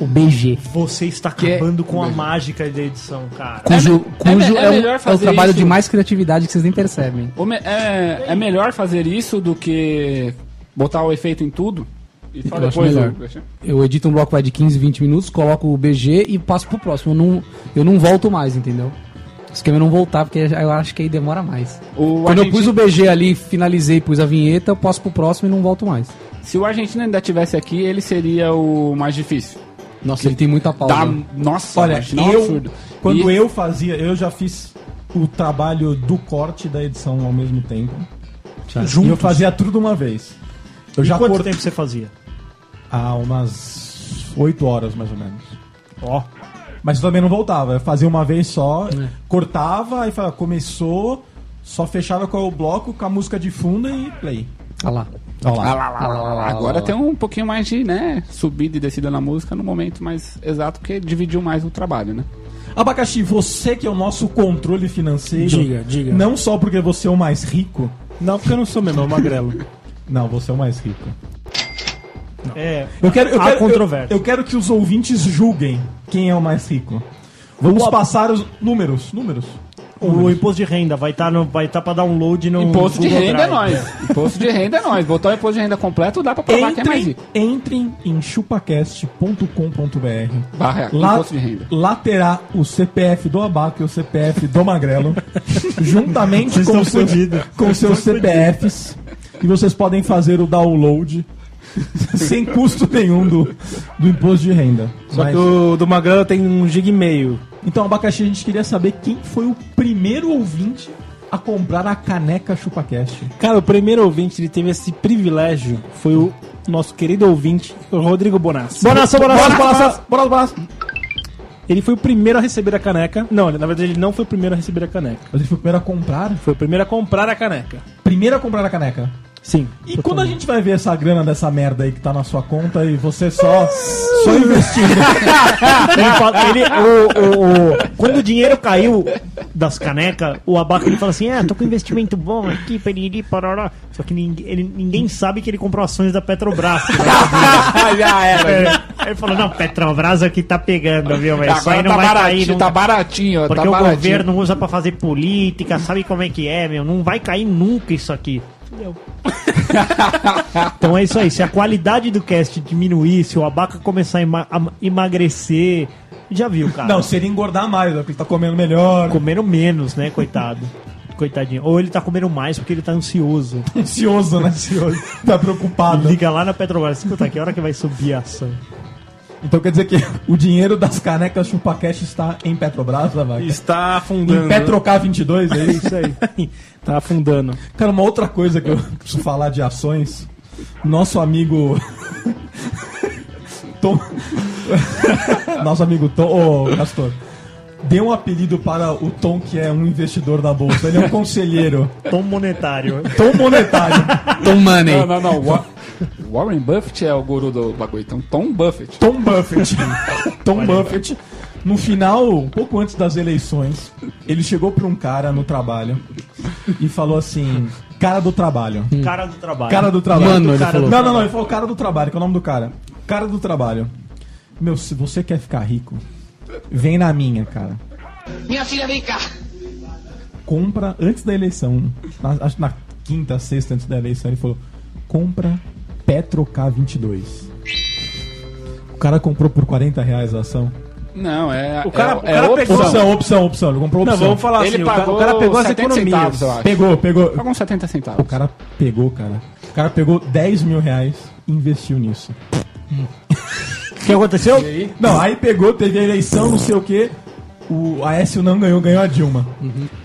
O BG.
Você está
Que-
acabando com a mágica da edição, cara.
Cujo,
é
cujo
me- é
é, o-
melhor
é o
fazer
trabalho
isso.
de mais criatividade que vocês nem percebem.
Ou me- é, é melhor fazer isso do que botar o efeito em tudo? E só
Eu acho
depois
melhor.
eu-
Eu edito um bloco vai de 15, 20 minutos, coloco o BG e passo pro próximo. Eu não, eu não volto mais, entendeu? O esquema é não voltar, porque eu acho que aí demora mais.
O
Quando eu
argentino-
pus o BG ali, finalizei, pus a vinheta, eu passo pro próximo e não volto mais.
Se o argentino ainda tivesse aqui, ele seria o mais difícil.
Nossa, ele tem muita pausa.
Dá, nossa,
Tá,
Olha,
imagina, é um
eu,
absurdo.
quando
E-
eu fazia, eu já fiz o trabalho do corte e da edição ao mesmo tempo. E eu
Juntos.
fazia tudo de uma vez. Eu
E
já
quanto
cortei
tempo você fazia?
há umas 8 horas, mais ou menos.
Ó,
Mas eu também não voltava. Eu fazia uma vez só,
É.
cortava, aí falava, começou, só fechava com o bloco, com a música de fundo e play.
Olha lá.
Olha lá.
Agora tem um pouquinho mais de, né, subida e descida na música no momento mais exato, porque dividiu mais o trabalho, né?
Abacaxi, você que é o nosso controle financeiro.
Diga, diga.
Não só porque você é o mais rico.
Não, porque eu não sou mesmo, é o magrelo.
Não, você é o mais rico.
é.
Eu quero, eu
Há
quero,
controvérsia.
Eu, eu quero que os ouvintes julguem quem é o mais rico. Vamos passar os números, números.
O imposto de renda vai estar vai tá pra download
Hum,
no.
Imposto de
Google
renda é
Drive.
nós. Imposto de renda é nós. Botar o imposto de renda completo dá pra provar que é mais
Entrem,
rico.
entrem em chupacast.com.br.
Barra,
Lá,
imposto de renda.
lá terá o CPF do Abaca e o CPF do Magrelo, juntamente
Vocês
com
estão
seu-
fudidos.
com seus CPFs. que vocês podem fazer o download sem custo nenhum do, do imposto de renda.
Só que o
do Magrela tem um gig e meio. Então, Abacaxi, a gente queria saber quem foi o primeiro ouvinte a comprar a caneca ChupaCast.
Cara, o primeiro ouvinte ele teve esse privilégio foi o nosso querido ouvinte, o Rodrigo Bonassi.
Bonassi, Bonassi,
Bonassi, Bonassi, Bonassi. Ele foi o primeiro a receber a caneca. Não, ele- na verdade ele não foi o primeiro a receber a caneca.
Mas ele foi o primeiro a comprar?
Foi o primeiro a comprar a caneca.
Primeiro a comprar a caneca.
Sim.
E quando a gente vai ver essa grana dessa merda aí que tá na sua conta e você só, só investindo?
Ele fala- ele- o- o- o- quando o dinheiro caiu das canecas, o abaca ele fala assim: É, tô com um investimento bom aqui, piriri, parará. Só que ninguém, ele- ninguém sabe que ele comprou ações da Petrobras.
Já
É, ele falou: Não, Petrobras aqui tá pegando, viu? Mas isso aí
Agora tá
não vai
baratinho,
cair. Não...
tá baratinho, ó,
Porque
tá
o
baratinho.
governo usa pra fazer política, sabe como é que é, meu? Não vai cair nunca isso aqui. Então é isso aí. Se a qualidade do cast diminuir, se o abaca começar a ema- a emagrecer, já viu, cara.
Não, se ele engordar mais, ó, porque ele tá comendo melhor.
Comendo menos, né, coitado. Coitadinho. Ou ele tá comendo mais porque ele tá ansioso.
Ansioso, né? Ansioso. Tá preocupado.
Liga lá na Petrobras. Escuta, que hora que vai subir a ação?
Então quer dizer que o dinheiro das canecas ChupaCast está em Petrobras, vai?
Está afundando.
Em PetroK22, é isso?
né? aí. tá afundando.
Cara, uma outra coisa que eu preciso falar de ações. Nosso amigo. Tom. Nosso amigo Tom. Ô, Castor. Dê um apelido para o Tom, que é um investidor da bolsa. Ele é um conselheiro.
Tom monetário.
Tom monetário.
Tom Money.
Não, não, não. Wa- Warren Buffett é o guru do bagulho. Então, Tom Buffett.
Tom Buffett. Tom Buffett. No final, um pouco antes das eleições, ele chegou para um cara no trabalho e falou assim: Cara do trabalho.
Cara do trabalho.
Cara do trabalho.
Mano, ele
Cara do-
falou.
Não, não, não. Ele falou cara do trabalho, que é o nome do cara. Cara do trabalho. Meu, se você quer ficar rico, vem na minha, cara.
Minha filha, vem cá.
Compra antes da eleição. na- acho que na quinta, sexta, antes da eleição, ele falou: compra Petro K22. O cara comprou por 40 reais a ação.
Não, é.
O cara-
é-
o
é
cara pegou-
Opção, opção, opção. Ele comprou
Não,
opção.
vamos falar
Ele
assim, o cara-
pagou
o cara pegou as
70
economias.
centavos, eu acho.
Pegou, pegou.
Pagou uns 70 centavos.
O cara pegou, cara. O cara pegou 10 mil reais e investiu nisso.
O que aconteceu?
Não, aí pegou, teve a eleição, não sei o quê. O Aécio não ganhou, ganhou a Dilma.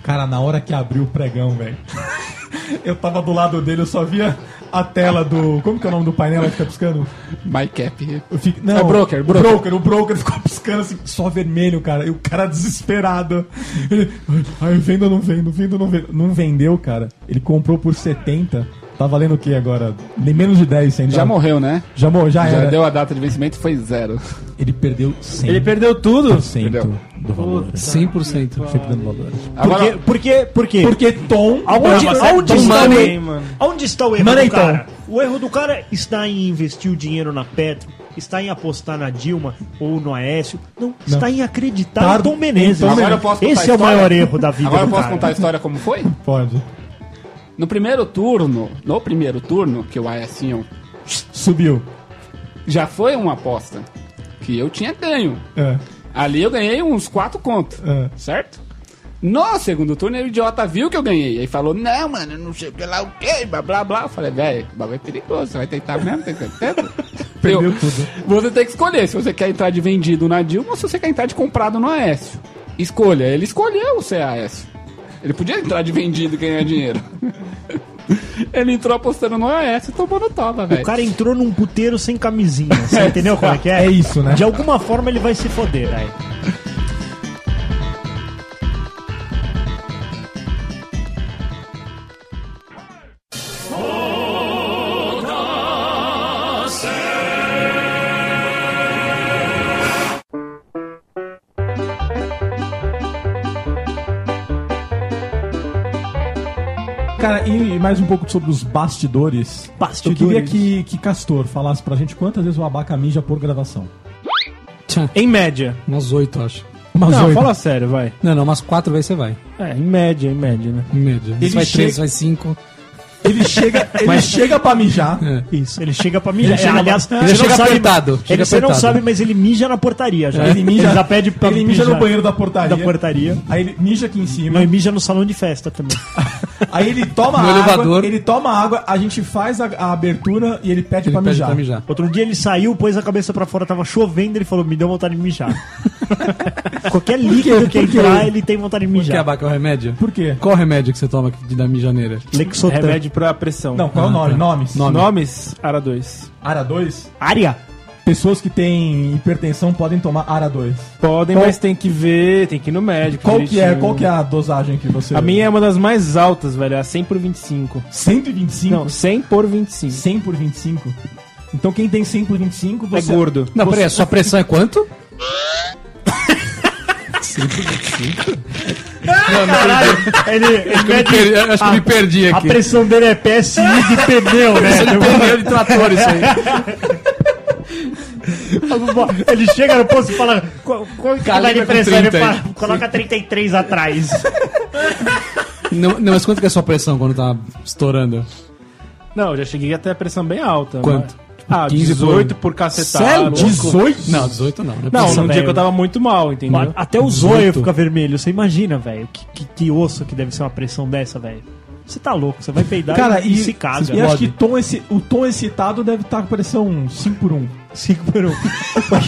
Cara, na hora que abriu o pregão, velho. Eu tava do lado dele, eu só via a tela do. Como que é o nome do painel que fica piscando?
My cap.
Eu fico- não,
É broker,
o
broker.
O broker ficou piscando assim, só vermelho, cara. E o cara desesperado. Ele, Ai, vendo, não vendo, vendo, não vendo. Não vendeu, cara. Ele comprou por 70. Tá valendo o que agora? Nem menos de 10 centavos.
Já morreu, né?
Já morreu, já,
Já
era.
deu a data de vencimento e foi zero.
Ele perdeu 100%.
Ele perdeu tudo.
100% do valor.
100%.
Sempre dando valor.
Agora,
Por quê? Por quê?
Porque Tom.
Aonde,
Nossa,
aonde,
Tom
está,
Money,
o
é hein,
erro,
mano?
aonde está o erro
Money,
do cara? O erro do cara está em investir o dinheiro na Petro, está em apostar na Dilma ou no Aécio. Não, está em acreditar
Tá-
em Tom Menezes.
Tom
Agora eu posso contar a
Esse é o
história?
maior erro da vida
Agora eu
do
posso
cara.
contar a história como foi?
Pode.
No primeiro turno, no primeiro turno, que o Aécio
Subiu.
já foi uma aposta que eu tinha ganho.
É,
Ali eu ganhei uns 4 contos,
é.
certo? No segundo turno, o idiota viu que eu ganhei. Aí falou, não, mano, não sei o que lá, o quê, blá, blá, blá. Eu falei, velho, o bagulho é perigoso, você vai tentar mesmo, tem certeza?
Perdeu
Eu-
tudo.
Você tem que escolher se você quer entrar de vendido na Dilma ou se você quer entrar de comprado no Aécio. Escolha. Ele escolheu ser Aécio. Ele podia entrar de vendido e ganhar dinheiro. Ele entrou apostando no Aécio e tomou no toba,
O
velho.
cara entrou num puteiro sem camisinha. Você entendeu como é que é?
É isso, né?
De alguma forma ele vai se foder, velho.
Cara, e mais um pouco sobre os bastidores.
Bastidores.
Eu queria que, que Castor falasse pra gente quantas vezes o abaca mija por gravação.
Tchan,
Em média.
umas 8, acho.
Umas
não,
oito.
fala sério, vai.
Não, não, umas 4 vezes você vai.
É, em média, em média, né?
Em média. Você
Ele
vai
chega-
3, vai 5.
Ele chega, ele chega pra mijar.
Isso, ele chega pra mijar.
Ele chega-
Aliás,
ele
você
chega
não sabe-
apertado, chega
Ele você não
apertado. É.
sabe, mas ele mija na portaria já.
Ele mija,
já pede pra
ele mija
mijar
no banheiro da portaria.
da portaria.
Aí ele mija aqui em
Não,
cima.
e mija no salão de festa também.
Aí ele toma
No
água,
elevador.
ele toma água, a gente faz a, a abertura e ele pede, pra, mijar.
Outro dia ele saiu, pôs a cabeça pra fora, tava chovendo, ele falou, me deu vontade de mijar. Qualquer líquido que
Por quê?
entrar, ele tem vontade de
Por que
mijar.
abaca é o remédio?
Por quê?
Qual o remédio que você toma que te dá mijaneira?
Lexotan.
é Remédio pra pressão.
Não, qual é o nome? Nomes?
Nome.
Nome.
Nomes, Ara 2.
Ara 2?
Área?
Pessoas que têm hipertensão podem tomar Ara 2.
Podem,
Qual-
mas tem que ver, tem que ir no médico.
Qual que é,
direitinho.
qual que é a dosagem que você...
A minha é uma das mais altas, velho. É a 100 por 25.
125?
Não, 100 por 25.
100 é? por 25? Então quem tem 100 por 25, você...
É gordo.
Não, peraí, a
você...
sua pressão é quanto?
Ele, ele
me
mede-
perdi- acho que eu me perdi
a
aqui.
pressão dele é PSI de pneu,
Ele
né?
perdeu de trator isso aí.
Ele chega no posto e fala, qual, qual que dá de
Calibra com
pressão? Ele
30 aí.
fala, coloca 33 atrás.
Não, não, mas quanto que é a sua pressão quando tá estourando?
Não, eu já cheguei até a pressão bem alta.
Quanto?
mas- Ah,
15 por-
18 por cacetada.
Sério?
tá louco.
18?
Não, 18 não. né?
Não,
Nossa,
num dia
velho.
que eu tava muito mal, entendeu?
Mano, Até o zóio
Muito.
fica vermelho. Você imagina, velho, que, que, que osso que deve ser uma pressão dessa, velho. Você tá louco, você vai peidar
Cara,
e,
e,
se caga.
e acho que tom esse, o tom excitado deve tá estar com pressão 5 por 1.
5 por 1.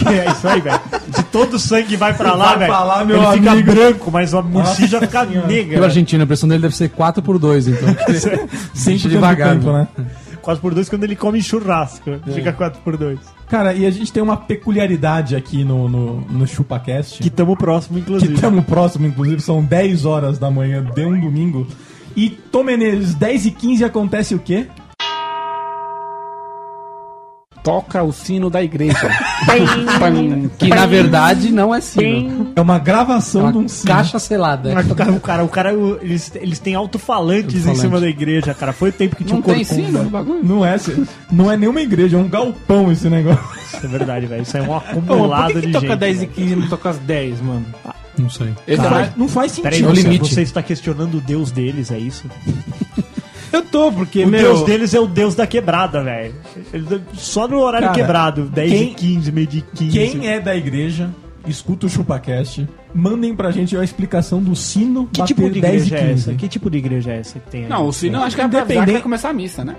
Porque é isso aí, velho. Se todo o sangue vai pra lá,
Vai
velho.
pra lá, meu
ele fica
amigo.
branco, mas a morcilla fica
E o
negra.
argentino, a pressão dele deve ser 4 por 2, então. Sente
um
devagar. né?
4 por 2 quando ele come churrasco. Fica 4 por 2.
Cara, e a gente tem uma peculiaridade aqui no, no, no ChupaCast.
Que tamo próximo,
que
inclusive.
estamos próximo, inclusive, são 10 horas da manhã de um domingo. E Tom Menezes, 10 e 15 acontece o quê?
Toca o sino da igreja. Pam,
Que na verdade não é sino.
É uma gravação de
Uma
um sino.
caixa selada.
Mas o cara, o cara, o cara, o- eles, eles têm alto-falantes em
Alto-falante.
cima da igreja, cara. Foi o tempo que tinha
Não
um corpo.
tem sino no bagulho?
Não é, se- não é nenhuma igreja, é um galpão esse negócio.
Isso é verdade, velho. Isso é um
Pô, mas
acumulado
por que, que
de
toca
gente.
10 e
velho.
15 e não toca as 10, mano?
Não sei.
Ele vai-
Não faz
Peraí,
sentido.
É o
você,
limite.
você está questionando o Deus deles, é isso?
Eu tô, porque,
o
meu...
Deus deles é o Deus da quebrada, velho. Ele- tá Só no horário
Cara,
quebrado, 10 e
quem-
15, meio de 15.
Quem é da igreja, escuta o ChupaCast, mandem pra gente a explicação do sino
Que tipo de igreja é essa? Que tipo de igreja é essa que tem aí?
Não, o sino eu acho que é pra avisar que vai começar a missa, né?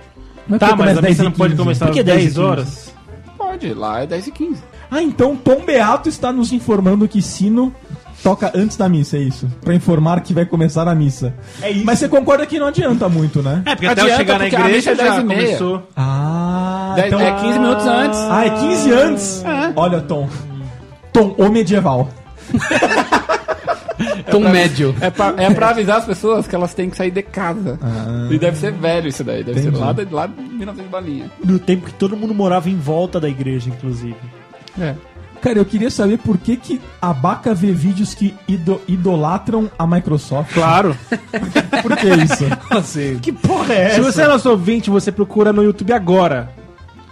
é
Tá, mas a missa não pode começar
Por
às
que 10 e
10
15?
horas?
Pode, lá é 10 e 15.
Ah, então Tom Beato está nos informando que sino toca antes da missa, é isso? Pra informar que vai começar a missa. É isso. Mas você concorda que não adianta muito, né?
É, porque
até eu chegar na igreja já começou.
Ah,
10 É 15 minutos antes.
Ah, é 15 antes? Olha, Tom. Tom, o medieval.
Tom médio.
É pra, é pra avisar as pessoas que elas têm que sair de casa. E deve ser velho isso daí. Deve ser lá, de, lá de 1900 balinha.
No tempo que todo mundo morava em volta da igreja, inclusive.
É.
Cara, eu queria saber por que, que a Baca vê vídeos que ido- idolatram a Microsoft.
Claro.
Por que isso?
Que porra é
Se
essa?
você é nosso ouvinte, você procura no YouTube agora.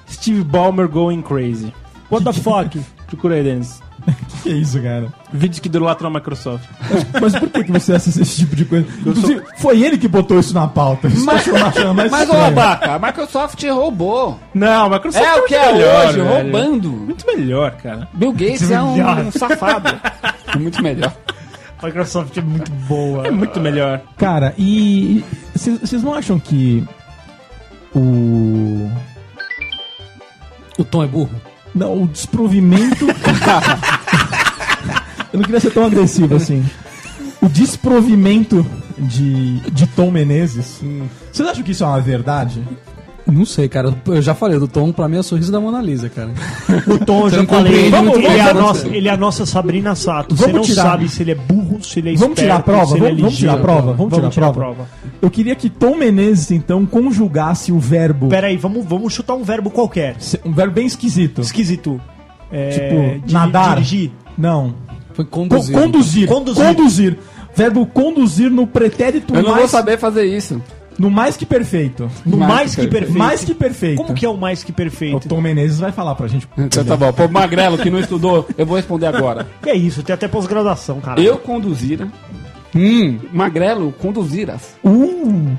Steve Ballmer Going Crazy.
What the fuck?
Procura aí, Denis.
que é isso, cara?
Vídeos que idolatram a Microsoft.
Mas por que, que você assiste esse tipo de coisa? Inclusive, foi ele que botou isso na pauta. Isso mas, que eu tô achando mais
Mas, é. ô,
estranho.
Abaca, a Microsoft roubou.
Não, a Microsoft
É o que é
muito melhor,
hoje,
velho.
roubando.
Muito melhor, cara.
Bill Gates é um, um safado. É Muito melhor.
A Microsoft é muito boa.
É muito melhor.
Cara, e vocês não acham que o
O Tom é burro?
não, o desprovimento Eu não queria ser tão agressivo assim. O desprovimento de, de Tom Menezes. Vocês acham que isso é uma verdade?
Não sei, cara. Eu já falei, do Tom, pra mim, é o sorriso da Mona Lisa, cara.
O Tom,
Então
eu
Você
já falei.
não compreende muito
ele,
bem
é
o que
a
aconteceu.
nossa, ele é a nossa Sabrina Sato.
Vamos
você não
tirar.
sabe se ele é burro, se ele é
Vamos
esperto,
tirar a prova?
se ele é
Vamos- vamos tirar a
ligeiro.
prova? Vamos tirar a prova? Eu queria que Tom Menezes então conjugasse o verbo
Pera aí, vamos, vamos chutar um verbo qualquer.
um verbo bem esquisito.
Esquisito. É,
Tipo,
di-
nadar.
Dirigir.
Não.
Foi
Co-
conduzido.
conduzir.
Conduzir.
conduzir. Verbo conduzir no pretérito
Eu não vou
mais,
saber fazer isso.
no mais que perfeito.
No mais,
Mais
que
que
perfeito.
Mais que perfeito.
Como que é o mais que
O
perfeito?
Tom Menezes vai falar pra gente.
Então tá bom. Pô, magrelo que não estudou, eu vou responder agora.
Que é isso, tem até pós-graduação, cara.
Eu conduzira. Hum. Magrelo, conduziras.
Uh!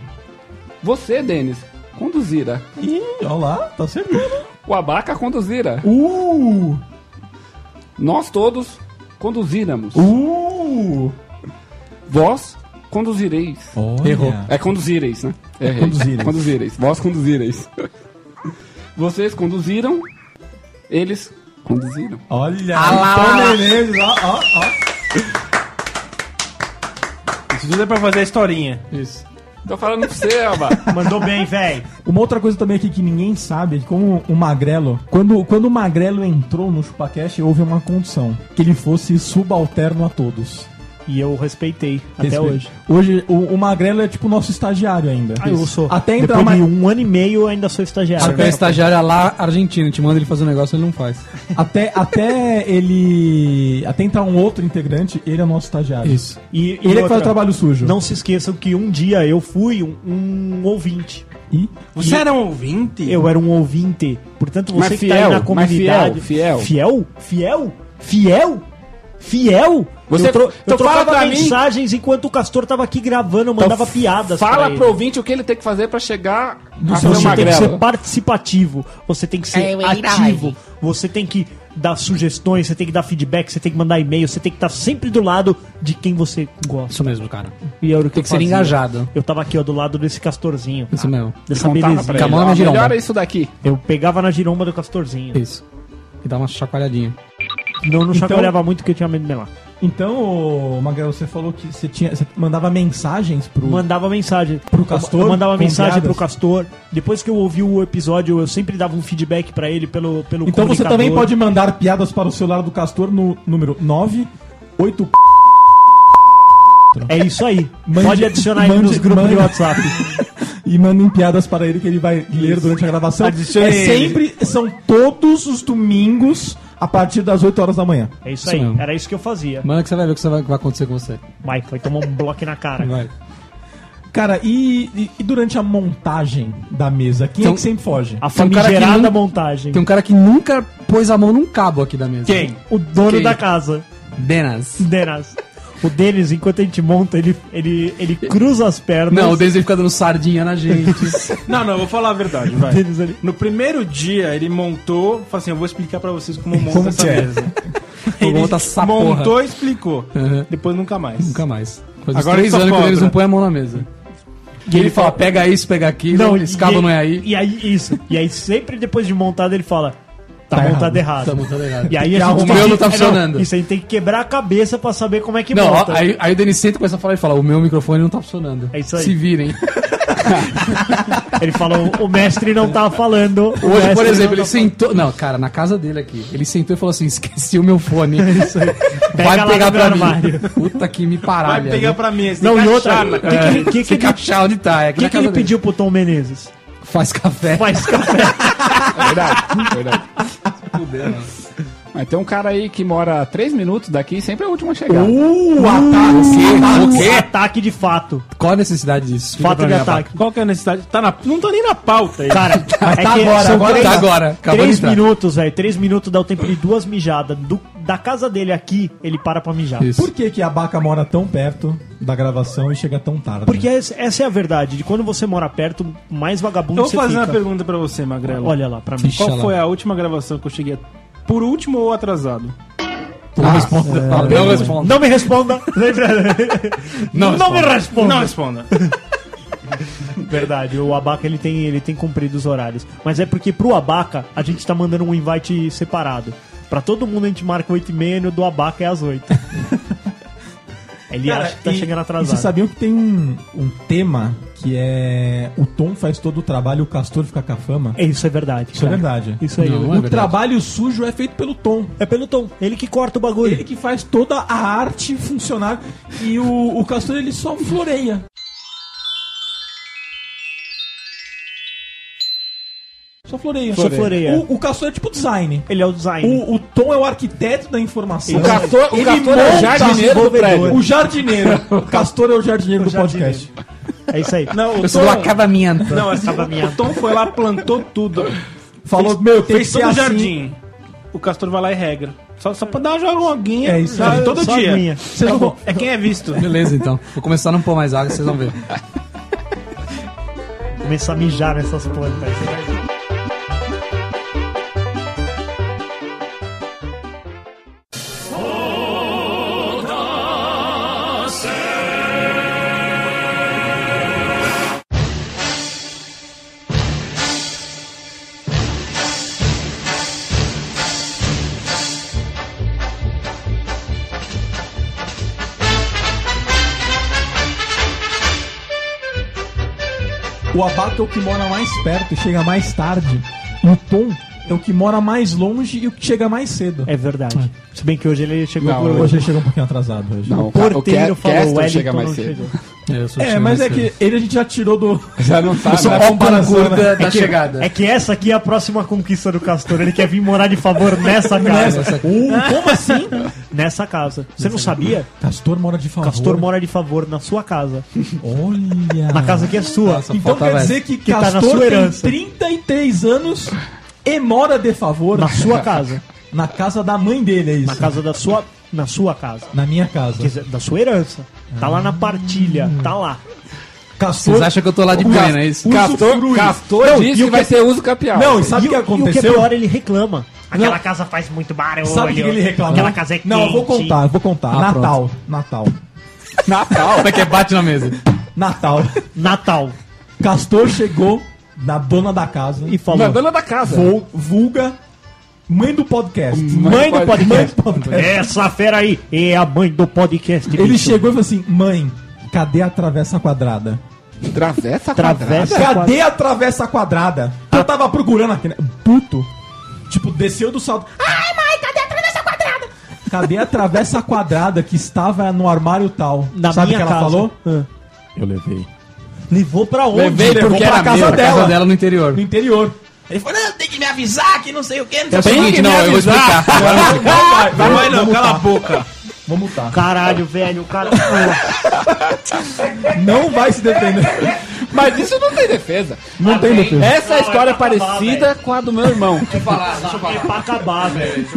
Você, Denis, conduzira.
Ih, olha lá, tá acertando.
O Abaca, conduzira.
Uh!
Nós todos conduzíramos.
Uh!
Vós conduzireis.
Olha.
Errou. É conduzireis, né? Errei.
É, Conduzireis.
Conduzireis. Vós conduzireis. Vocês conduziram, eles conduziram.
Olha,
Ah lá,
Tom
lá, lá.
Menezes, ó, ó, ó.
Isso tudo é pra fazer a historinha.
Isso. Tô falando pra você, Alba.
Mandou bem, velho.
Uma outra coisa também aqui que ninguém sabe é que como o Magrelo, quando, quando o Magrelo entrou no ChupaCast, houve uma condição, que ele fosse subalterno a todos.
E eu respeitei até
Respe-
hoje.
Hoje, o, o Magrelo é tipo nosso estagiário ainda.
Ah, eu sou.
Até então, entrar
Depois
uma-
de um ano e meio, eu ainda sou estagiário.
Até é estagiário lá, Argentina, te manda ele fazer um negócio ele não faz.
Até, até ele. Até entrar um outro integrante, ele é o nosso estagiário.
Isso.
E,
Ele é que faz o trabalho sujo.
Não se esqueçam que um dia eu fui um, um ouvinte.
E
Você era um ouvinte?
Eu era um ouvinte. Portanto,
Mas
você que tá
fiel,
aí na
mas
comunidade.
fiel, fiel.
Fiel? Fiel? Fiel? Fiel?
Você-
eu, tro
então
eu trocava
fala pra mim- Então
mensagens enquanto o Castor tava aqui gravando, eu mandava piadas. pra
Fala
ele.
pro ouvinte o que ele tem que fazer pra chegar a ser
Você
uma
tem que ser
grela.
participativo, você tem que ser
É, eu ia dar
ativo,
raiva.
você tem que dar sugestões, você tem que dar feedback, você tem que mandar e-mail, você tem que estar sempre do lado de quem você gosta.
Isso mesmo, cara.
E era o que
Tem
eu
que ser
fazia.
engajado.
Eu tava aqui, ó, do lado desse castorzinho.
Isso mesmo.
Dessa
Contava pra
belezinha.
ele.
Camão na
Ó,
giromba.
melhor é isso daqui.
Eu pegava na giromba do castorzinho.
Isso. E dá uma chacoalhadinha.
Não, não
Então-
chacoalhava muito que eu tinha medo dela.
Então, ô, Magrelo, você falou que você, tinha, você mandava mensagens pro.
Mandava mensagem
Pro Castor?
Eu mandava
Com
mensagem
piadas?
pro castor. Depois que eu ouvi o episódio, eu sempre dava um feedback pra ele pelo pelo
Então você
comunicador.
também pode mandar piadas para o celular do Castor no número 98.
É isso aí.
Mande-
pode adicionar ele
mande-
nos grupos
mande-
de WhatsApp.
E mandem piadas para ele que ele vai ler durante a gravação.
Adicione
é
ele.
sempre, são todos os domingos a partir das 8 horas da manhã.
É isso aí.
mesmo.
Era isso que eu fazia.
Manda que você vai ver o que você vai, vai acontecer com você.
Mike vai tomar um bloco na cara.
Vai.
Cara, e, e- e durante a montagem da mesa, quem
Então-
é que sempre foge?
A
Tem um cara que
famigerada
não-
montagem.
Tem um cara que nunca pôs a mão num cabo aqui da mesa.
Quem?
O dono
Quem?
da casa,
Denas.
Denas. O Denis, enquanto a gente monta, ele, ele, ele cruza as pernas.
Não, o Denis ele fica dando sardinha na gente.
Não, não, eu vou falar a verdade, vai.
Denis, ele-
No primeiro dia, ele montou, falou assim: eu vou explicar pra vocês como monta
Como
essa
que é?
mesa.
Vou montar essa porra.
montou e explicou.
Uhum.
Depois nunca mais.
Nunca mais. Faz uns
Agora
três
só
anos que o
cobra.
Denis não põe a mão na mesa. E ele fala, pega isso, pega aquilo, esse
e-
cabo
e-
não é aí.
E aí, isso. E aí, sempre depois de montado, ele fala: tá,
Tá
montado errado.
Tá montado errado.
E aí,
Tem
a gente
que arrumar.
tem
O meu
que-
não tá
é,
funcionando.
Isso aí tem que quebrar a cabeça pra saber como é que
Não, ó,
monta.
aí, aí o Denis senta e começa a falar e fala, o meu microfone não tá funcionando.
É isso aí.
Se virem.
Ele fala: o, o mestre não tá falando. o
Hoje, por
mestre
exemplo,
não
ele
tá falando.
sentou. Não, cara, na casa dele aqui. Ele sentou e falou assim: esqueci o meu fone. Vai
É Pega lá
pegar
no meu
pra mim.
armário.
Puta que me
Vai
paralha. É,
pegar
né?
pra mim, esse
Não,
tem
e
que
outra.
achar,
O
né?
que, que, ele- que, que,
Tem que
ele-
achar onde tá. É aqui
que,
na
que
casa
ele
dele.
pediu pro Tom Menezes?
Faz café.
Faz café.
É Mas tem um cara aí que mora a 3 minutos daqui e sempre é o último a chegar.
O Uh, ataque!
O Ataque de fato.
Qual a necessidade disso? Explica
Fato
pra
de
mim,
ataque.
Qual que é a necessidade? Tá na... Não tá nem na pauta aí.
Cara, é
tá
que
agora,
são
agora
três,
tá agora. Acabou de
três
entrar.
minutos, velho. Três minutos dá o tempo de duas mijadas. Do- da casa dele aqui, ele para pra mijar.
Isso.
Por que, que a Baca mora tão perto da gravação e chega tão tarde?
Porque es- essa é a verdade. De quando você mora perto, mais vagabundo
Eu vou
você
fazer
fica.
uma pergunta pra você, Magrelo.
Olha lá, pra mim.
Ixi,
Qual
lá.
foi a última gravação que eu cheguei por último ou atrasado?
Não responda. Não responda.
Não me responda. Lembra?
Não
me responda.
Não responda.
Verdade, o Abaca ele tem, ele tem cumprido os horários. Mas é porque pro Abaca a gente tá mandando um invite separado. Pra todo mundo a gente marca 8 e meia e no do Abaca é às 8. ele
Cara,
acha que tá
e-
chegando
E vocês
atrasado.
sabiam que tem um, um tema que é o Tom faz todo o trabalho e o Castor fica com a fama?
É, Isso é verdade.
Isso é
cara.
verdade.
Isso aí.
Não,
o
é verdade.
trabalho sujo é feito pelo Tom.
É pelo Tom, ele que corta o bagulho.
Ele que faz toda a arte funcionar e o, o Castor ele só floreia. Só floreia.
Só floreia.
O, o Castor é tipo design.
Ele é o design.
O, o Tom é o arquiteto da informação.
O Castor- o Castor é o jardineiro do prédio.
O jardineiro. O Castor é o jardineiro do
jardineiro.
podcast.
É isso aí.
Não, o
Eu sou do
Tom...
acabamento.
Não, assim, o Tom foi lá, plantou tudo.
Falou, meu, tem que
Fez
ser
todo o
assim.
jardim. O Castor vai lá e regra. Só, só pra dar uma joguinha.
É isso
já-
aí.
Todo
Só
dia.
aguinha.
Vocês não vão-
É quem é visto.
Beleza, então. Vou começar a não pôr mais água, vocês vão ver.
Começa a mijar nessas plantas.
O Abaca é o que mora mais perto e chega mais tarde. E o Tom é o que mora mais longe e o que chega mais cedo.
É verdade.
Ah.
Se bem que hoje ele chegou
Não,
por-
hoje ele chegou um pouquinho atrasado. Hoje.
Não, o ca- o Ca- Castor
Wellington
chega mais
não
cedo.
chegou.
É,
É, mas é que ele a gente já tirou do.
Já não
Tá,
sabe,
Eu sou
né?
a comparação,
Concurso
né?
da- da
É que-
chegada.
É que essa aqui é a próxima conquista do Castor. Ele quer vir morar de favor nessa casa.
Nessa.
Uh, como assim? Nessa casa. Você não sabia?
Castor mora de favor.
Castor mora de favor na sua casa.
Olha.
Na casa que é sua.
Então quer dizer que,
que tá na
Castor
sua
tem
herança.
33 anos e mora de favor
Na sua casa.
Na casa da mãe dele, é isso.
Na casa da sua. Na sua casa.
Na minha casa.
Quer dizer, da sua herança. Tá lá na partilha. Tá lá.
Castor,
Vocês acham que eu tô lá de
O
plena,
Cas-
é isso?
usufrui. Não, e o
ser uso capial.
Não, e sabe o que
E o
aconteceu?
que é pior, ele reclama. Aquela
Não.
casa faz muito barulho.
Sabe o que ele reclamou?
Aquela casa é quente.
Não, eu vou contar, eu vou contar.
Ah,
Natal. Natal.
Natal. Como é que é? bate na mesa?
Natal.
Natal.
Castor chegou na dona da casa e falou.
Na dona da casa.
Vul- vulga. Mãe do podcast.
Mãe do
Mãe do
podcast. É
podcast.
Essa fera aí é a mãe do podcast.
Ele
bicho.
chegou e falou assim: Mãe, cadê a travessa quadrada?
Travessa
Travessa
Cadê a travessa quadrada? Eu tava procurando aqui, né? Puto. Tipo, desceu do salto. Ai, mãe, cadê a travessa quadrada? Cadê a travessa quadrada que estava no armário tal?
Na
Sabe o
minha
que ela
casa.
falou?
Ah.
Eu levei.
Levou pra onde?
Levei
Levou
porque
pra
era
casa
meu, pra
dela.
casa dela no interior.
No interior. Ele falou, não, tem que me avisar que não sei o que, não
É o
sei o
seguinte,
que.
não, eu vou explicar. Agora eu vou explicar.
Vai não, cala a boca. Vamos mutar.
Caralho, velho. o Cara...
Não vai se defender.
Mas isso não tem defesa.
Não tem defesa.
Essa
Não,
história
é
é
pra acabar,
parecida com a do meu irmão. Deixa eu falar, deixa eu
É pra acabar, velho.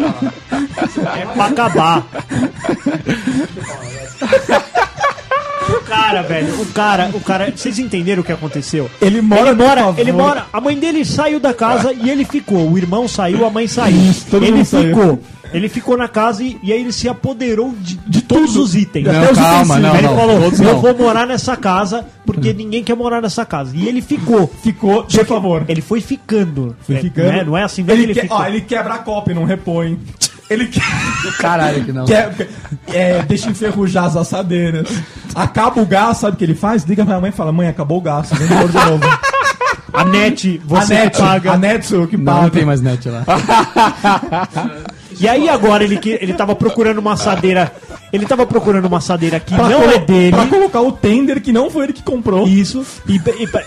É pra acabar. O cara, velho, o cara, o cara, vocês entenderam o que aconteceu?
Ele mora,
ele mora,
por favor.
ele mora, a mãe dele saiu da casa e ele ficou, o irmão saiu, a mãe saiu.
todo
ele
mundo saiu.
ficou. Ele ficou na casa e, e aí ele se apoderou de, de todos os itens.
Não, calma, não,
Aí ele
não,
falou:
todos
"Eu
não."
vou morar nessa casa porque ninguém quer morar nessa casa". E ele ficou.
Ficou, de
Só que
favor.
Ele foi ficando.
Foi
É,
ficando.
né? Não é assim, velho,
ele,
ele,
que-
ficou.
ó, ele quebra a copa e não repõe. Ele que-
Caralho, que não.
quebra, é, deixa enferrujar as assadeiras. Acaba o gás, sabe o que ele faz? Liga pra minha mãe e fala: Mãe, acabou o gás, vem no de novo.
A net, você
a net,
paga.
A net sou eu que
Não,
paga.
não tem mais net lá.
E aí agora ele que ele tava procurando uma assadeira. Ele tava procurando uma assadeira que não
colo-
é dele.
pra colocar o tender que não foi ele que comprou.
Isso. E,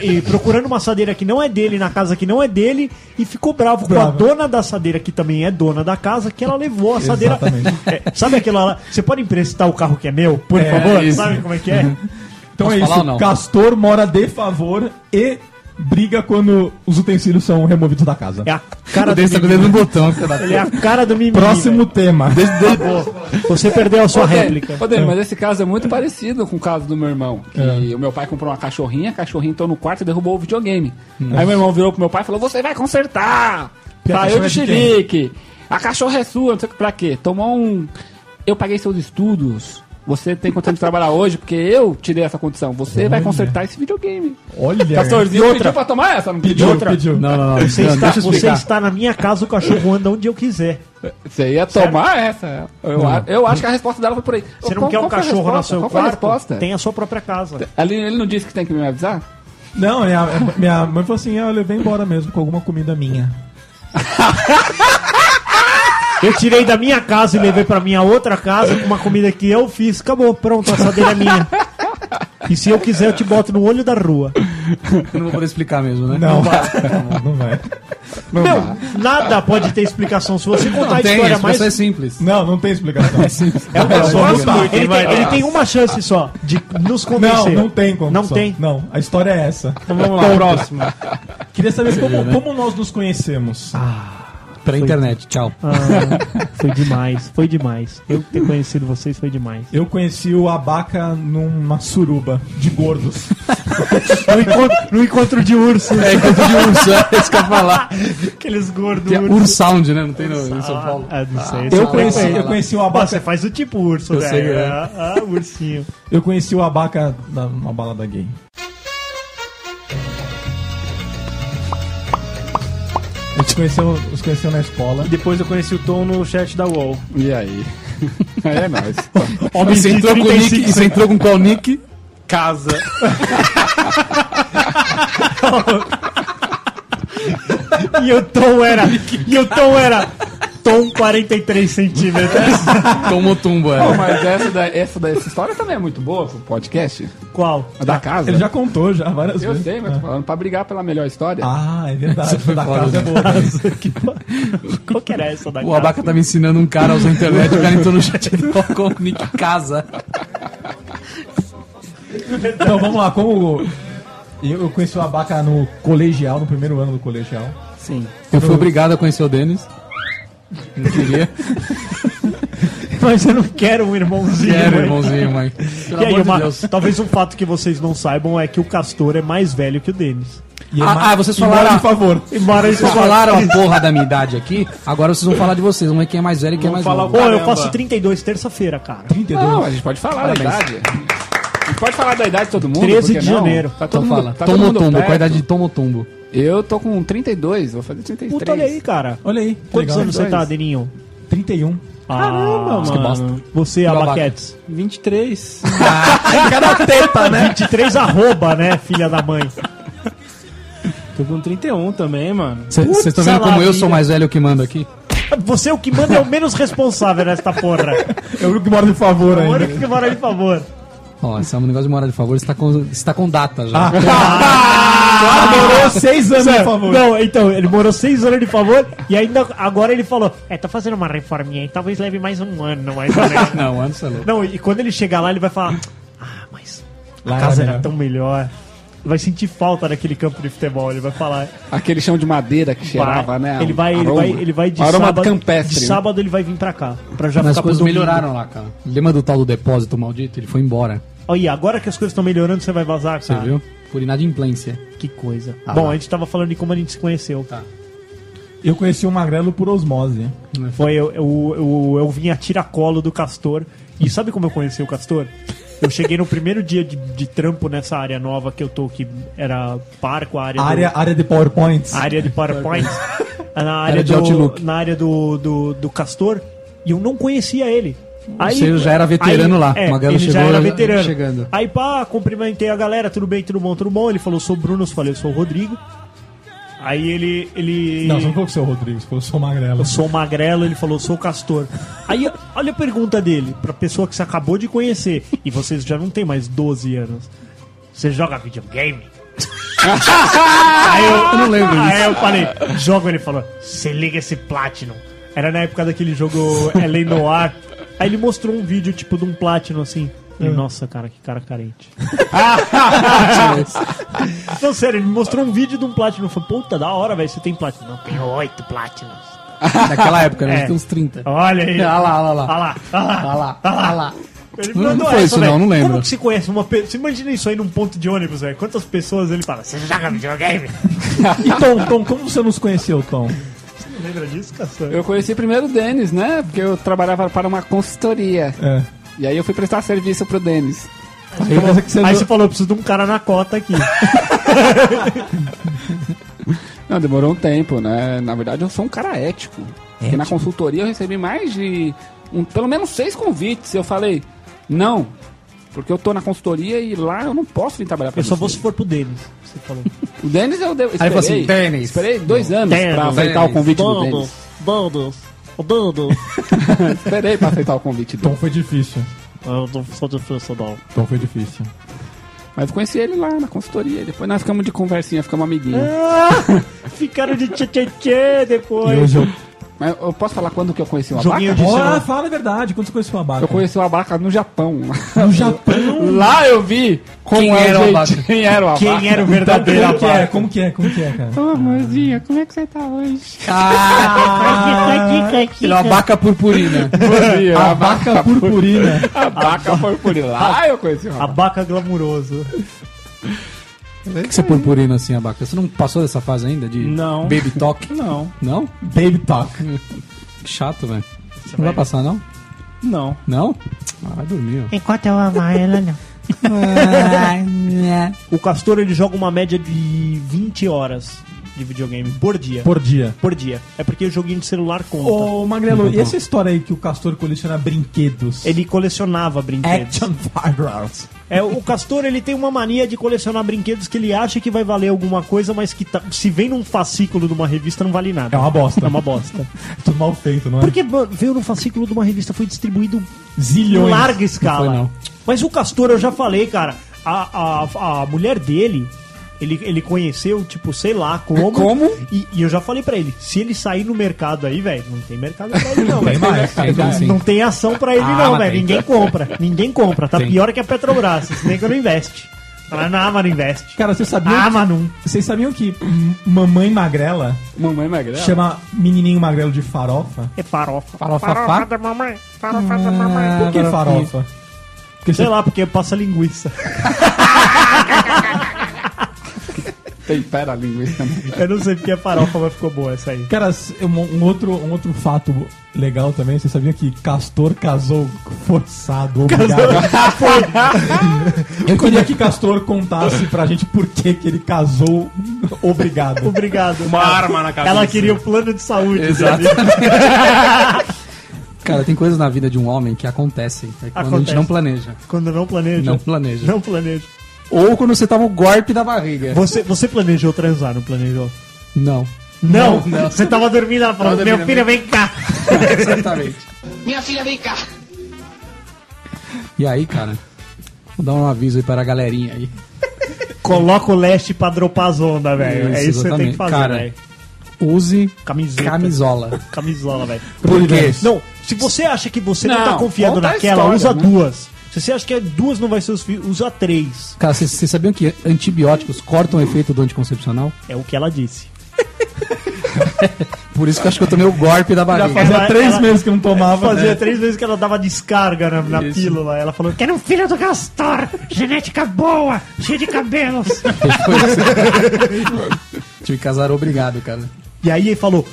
e- e procurando uma assadeira que não é dele, na casa que não é dele, e ficou bravo,
Bravo.
com a dona da assadeira, que também é dona da casa, que ela levou a assadeira.
Exatamente.
É, sabe aquela lá? Você pode emprestar o carro que é meu, por
É,
favor?
isso.
Sabe como é que é?
então é
posso falar ou
isso.
não?
Castor mora de favor e briga quando os utensílios são removidos da casa.
É a cara
Eu
do
dei essa
menino.
no botão. filha da
Ele é a cara do menino.
Próximo tema.
Você perdeu a sua
Ô, Dani,
réplica.
ô, Dani, mas esse caso é muito parecido com o caso do meu irmão. Que
É.
o meu pai comprou uma cachorrinha, a cachorrinha entrou no quarto e derrubou o videogame. Aí meu irmão virou pro meu pai e falou: Você vai consertar!
E a
Saiu
cachorra
de
é de quem?
xerique! A cachorra é sua, não sei o que pra quê. Tomou um. Eu paguei seus estudos. Você tem condição de trabalhar hoje, porque eu te dei essa condição. Você vai consertar esse videogame.
Olha,
Castorzinho pediu pra tomar essa, não pediu?
é. pediu, pediu.
Não, não, não.
Você, está, você está na minha casa, o cachorro anda onde eu quiser.
Você ia tomar essa. Eu, a- eu acho que a resposta dela foi por aí.
Você não
Qual-
quer o
qual foi a
cachorro na
resposta?
seu
Qual foi a
quarto?
resposta?
Tem a sua própria casa.
Ali, ele não disse que tem que me avisar?
Não, minha, minha mãe falou assim: ah, eu levei embora mesmo com alguma comida minha.
Eu tirei da minha casa e levei pra minha outra casa com uma comida que eu fiz. Acabou, pronto, a assadeira é minha. E se eu quiser, eu te boto no olho da rua.
Eu não vou poder explicar mesmo, né?
Não, não vai.
Meu, nada pode ter explicação. Se você contar a
tem,
história
mas
mais.
é simples.
Não, não tem explicação.
É o
Vamos lá.
próximo. Ele, tem, ele tem uma chance só de nos
Não,
convencer.
não tem como.
Não tem.
Não, a história é essa.
Então vamos lá. Próximo.
Queria saber
né?
como, como nós nos conhecemos.
Ah.
Pela internet, tchau.
foi demais, foi demais. Eu ter conhecido vocês foi demais.
Eu conheci o Abaca numa suruba de gordos.
No encontro, no encontro de ursos.
É, enquanto de urso, é isso que eu ia falar.
Aqueles gordos.
Tem a
ursos.
Ursound, né? Não tem no, em São Paulo.
Ah, não sei.
Eu
Só
conheci,
frequenta.
eu conheci o
Ah, Você
Abaca.
faz o tipo urso,
Eu
velho.
sei, é.
Ah, ah, ursinho.
Eu conheci o Abaca na, numa balada gay. A gente conheceu, nos conheceu na escola.
Depois eu conheci o Tom no chat da UOL.
E aí? Aí é nóis.
Homem
Você
de
entrou, com o nick,
35.
você entrou com qual nick?
Casa.
E o tom era. E o tom era. Tom 43 centímetros.
Tomou tumbo, é.
Pô, mas essa, da, essa, da, essa história também é muito boa pro podcast.
Qual?
A da casa.
Ele já contou já várias
Eu
vezes.
sei,
né?
mas tô falando pra brigar pela melhor história.
Ah, é verdade. Da
fora
casa é
do-
boa.
Qual que era essa da
O Abaca tava ensinando um cara a usar a internet, o cara entrou no chat e colocou o nick casa.
Então vamos lá, como. Eu, eu conheci o Abaca no colegial, no primeiro ano do colegial.
Sim.
Eu fui obrigado a conhecer o Denis. Não queria.
Mas eu não quero um irmãozinho.
Quero,
mãe.
irmãozinho, mãe. Pelo
E aí,
amor de
uma-
Deus.
talvez um fato que vocês não saibam é que o Castor é mais velho que o Denis.
E
Ah, ah, vocês
e mora
falaram-
Por favor.
Embora isso
Vocês falaram a porra da minha idade aqui, agora vocês vão falar de vocês. Vamos ver quem é mais velho e quem é mais
falar
Pô,
novo.
eu faço 32 terça-feira, cara.
32.
Não, a gente pode falar da idade. A gente pode falar da idade de todo mundo.
13
por que
de
não?
janeiro.
Tá
Então
todo mundo,
fala.
tá todo
Tomo
mundo
tumbo,
perto.
com a idade de tomo tumbo.
Eu tô com 32, vou fazer 33.
Puta, olha aí, cara.
Olha aí.
Quantos
legal.
anos você tá, Deninho?
31.
Caramba, mano.
que bosta.
Você,
Babaca.
Abaquetes.
23.
Cada teta,
Ah,
né?
23 arroba, né, filha da mãe?
Tô com 31 também, mano.
Vocês estão tá vendo
Putz,
como
lá,
eu
vida.
sou mais velho que mando aqui?
Você é o que manda é o menos responsável nesta porra.
Eu que moro de favor
Agora
ainda.
o que mora de favor.
Ó, esse é um negócio de morar de favor, está com, está com data já.
Morou seis
né?
anos de favor.
Não, então, ele morou seis anos de favor e ainda agora ele falou: É, tá fazendo uma reforminha aí, talvez leve mais um ano, mais ou menos.
Não, antes é louco.
Não, e quando ele chegar lá, ele vai falar: Ah, mas a casa era tão melhor. Vai sentir falta daquele campo de futebol, ele vai falar.
Aquele chão de madeira que cheirava,
Vai.
né?
Ele vai, ele
Aroma.
vai, ele vai de
aroma
sábado.
campestre.
de
né?
sábado ele vai vir pra cá. Pra já ficar
Mas as
pro
coisas
domingo.
melhoraram lá, cara. Lembra do tal do depósito maldito? Ele foi embora,
Olha, agora que as coisas estão melhorando, você vai vazar,
você
cara.
viu? Por inadimplência.
Que coisa. Bom,
Ah lá. Tá.
a gente tava falando de como a gente se conheceu.
Eu conheci o Magrelo por osmose.
Foi eu, eu, eu, eu vim a tiracolo do Castor. E sabe como eu conheci o Castor? Eu cheguei no primeiro dia de, de trampo nessa área nova que eu tô, que era parco, a área, do-
Área, área de PowerPoints.
a área de PowerPoint. na área,
Era de
do,
Outlook.
na área do, do, do Castor. E eu não conhecia ele. Aí,
Você já era veterano lá.
É,
O Magrelo
ele já
chegou
era
já-
veterano.
chegando.
Aí pá, cumprimentei a galera, tudo bem, tudo bom, tudo bom. Ele falou, sou o Bruno, eu falei, eu sou o Rodrigo. Aí ele. ele...
Não, você não falou que sou o Rodrigo, você falou que sou o Magrelo.
Eu sou o magrelo, ele falou, sou o castor. Aí, olha a pergunta dele, pra pessoa que você acabou de conhecer, e vocês já não tem mais 12 anos. Você joga videogame? aí eu, não lembro Aí eu falei, jogo, ele falou, você liga esse Platinum. Era na época daquele jogo L.A. Noir. Aí ele mostrou um vídeo, tipo, de um Platinum, assim. E, Nossa, cara, que cara carente. não, sério, ele me mostrou um vídeo de um Platinum. Eu falei, puta, da hora, velho, você tem Platinum. Não, tenho oito Platinums.
Daquela época, né?
É.
A gente tem uns 30.
Olha aí.
Olha lá, olha lá.
Olha lá, olha lá.
Olha lá, olha lá.
Ele
Não,
mandou
não foi
essa,
isso,
velho.
não, não lembro.
Como que se conhece uma pessoa? Você imagina isso aí num ponto de ônibus, velho. Quantas pessoas ele fala? Você joga videogame?
E Tom, Tom, como você nos conheceu, Tom?
Lembra disso, Cassandra?
Eu conheci primeiro o Denis, né? Porque eu trabalhava para uma consultoria.
É.
E aí eu fui prestar serviço pro Denis.
Aí você que você
Aí você falou, eu preciso de um cara na cota aqui.
Não, demorou um tempo, né? Na verdade, eu sou um cara ético. Porque na consultoria eu recebi mais de. um- pelo menos seis convites. Eu falei, não. Porque eu tô na consultoria e lá eu não posso vir trabalhar pra
Eu só vou se
vocês.
for pro Denis. Você falou.
O Denis eu deu.
Aí
Esperei,
falou assim, Denis.
esperei dois anos
Denis.
pra aceitar o
Denis.
convite do Denis.
Bandos. Bandos.
Esperei pra aceitar o convite dele.
Tom Então foi difícil.
Eu não sou difícil, não.
Tom foi difícil.
Mas eu conheci ele lá na consultoria. Depois nós ficamos de conversinha, ficamos amiguinhos.
Ficaram de tchê-tchê-tchê
E
depois.
hoje eu...
Mas eu posso falar quando que eu conheci o Abaca?
Joguinho de
Bora,
celular.
fala a verdade, quando você conheceu a Abaca?
Eu conheci o Abaca no Japão.
No Japão.
Lá eu vi como
Quem
é
era o
gente-
Abaca?
Quem era o Abaca?
Quem é? era o verdadeiro
Como que é?
Abaca?
Como que é? Como que é, cara?
Ô, amorzinho, como é que você tá hoje?
Ah,
Ele é uma vaca purpurina.
Amorzinho, a
Abaca purpurina.
Abaca foi por lá. eu conheci o Abaca.
Abaca glamuroso.
Por que que você é purpurina assim, Abaca? Você não passou dessa fase ainda de
Não.
baby talk?
Não,
Não?
Baby Talk.
Que chato, velho. Não vai passar, não?
não.
Não? Ah, vai dormir, ó.
Enquanto eu amar ela, não.
né?
O Castor ele joga uma média de 20 horas de videogame por dia.
Por dia.
Por dia. É porque o joguinho de celular conta.
Ô, Magrelo, e essa história aí que o Castor coleciona brinquedos?
Ele colecionava É
É,
brinquedos.
Action Firearms.
É, o Castor ele tem uma mania de colecionar brinquedos que ele acha que vai valer alguma coisa, mas que tá- se vem num fascículo de uma revista não vale nada.
É uma bosta.
É uma bosta.
Tudo mal feito, não é?
Porque mano, veio num fascículo de uma revista, foi distribuído
Zilhões.
em larga escala.
Não foi, não.
Mas o Castor, eu já falei, cara, a, a, a mulher dele, ele, ele conheceu, tipo, sei lá como.
Como?
E, e eu já falei pra ele: se ele sair no mercado aí, velho, não tem mercado pra ele, não,
Não tem
velho.
mais, cara, como assim?
Não tem ação pra ele,
Ah,
não,
mas
velho.
tem.
Ninguém compra. Ninguém compra. Tá
Tem.
pior que a Petrobras. Esse nego não investe. Tá na Amazon investe.
Cara, vocês sabiam,
Ah, Manu.
vocês sabiam que hum, mamãe magrela
Mamãe magrela.
chama menininho magrelo de farofa?
É farofa.
Farofa, farofa da mamãe. Farofa da mamãe. Por que farofa? Porque
Ah, Sei
você-
lá, porque passa linguiça.
Tempera a linguiça.
Eu não sei porque é farofa, mas ficou boa essa aí.
Cara, um, um outro, um outro fato legal também, vocês sabiam que Castor casou forçado, obrigado. Eu queria que Castor contasse pra gente por que, que ele casou obrigado.
Obrigado.
Uma arma na cabeça.
Ela queria o plano de saúde.
Exato.
dele.
Cara, tem coisas na vida de um homem que acontecem. É quando a
Acontece.
gente não planeja.
Quando não planeja.
Não planeja.
Não planeja.
Ou quando você toma o golpe da barriga.
Você, você planejou transar, não planejou?
Não.
Não, Você tava dormindo, ela falou,
Tava
meu
dormindo,
filho, vem cá.
Exatamente.
Minha filha, vem cá.
E aí, cara, vou dar um aviso aí para a galerinha aí.
Coloca o leste pra dropar as ondas, velho.
Isso,
É isso que você tem que
exatamente.
fazer,
Cara,
velho.
Use
Camiseta.
camisola.
Camisola, velho.
Por quê?
Não, se você acha que você não,
Não,
tá confiado
conta a
naquela,
história,
usa
né?
duas. Se você acha que é duas não vai ser os filhos, usa três.
Cara, vocês vocês sabiam que antibióticos cortam o efeito do anticoncepcional?
É o que ela disse.
Por isso que eu acho que eu tomei o golpe da barriga.
Fazia
Ela-
três
ela- é,
meses que não tomava. né?
Fazia três vezes que ela dava descarga na, na pílula. Ela falou: Quero um filho do Castor, genética boa, cheio de cabelos.
Tive que casar obrigado, cara.
e aí ele falou: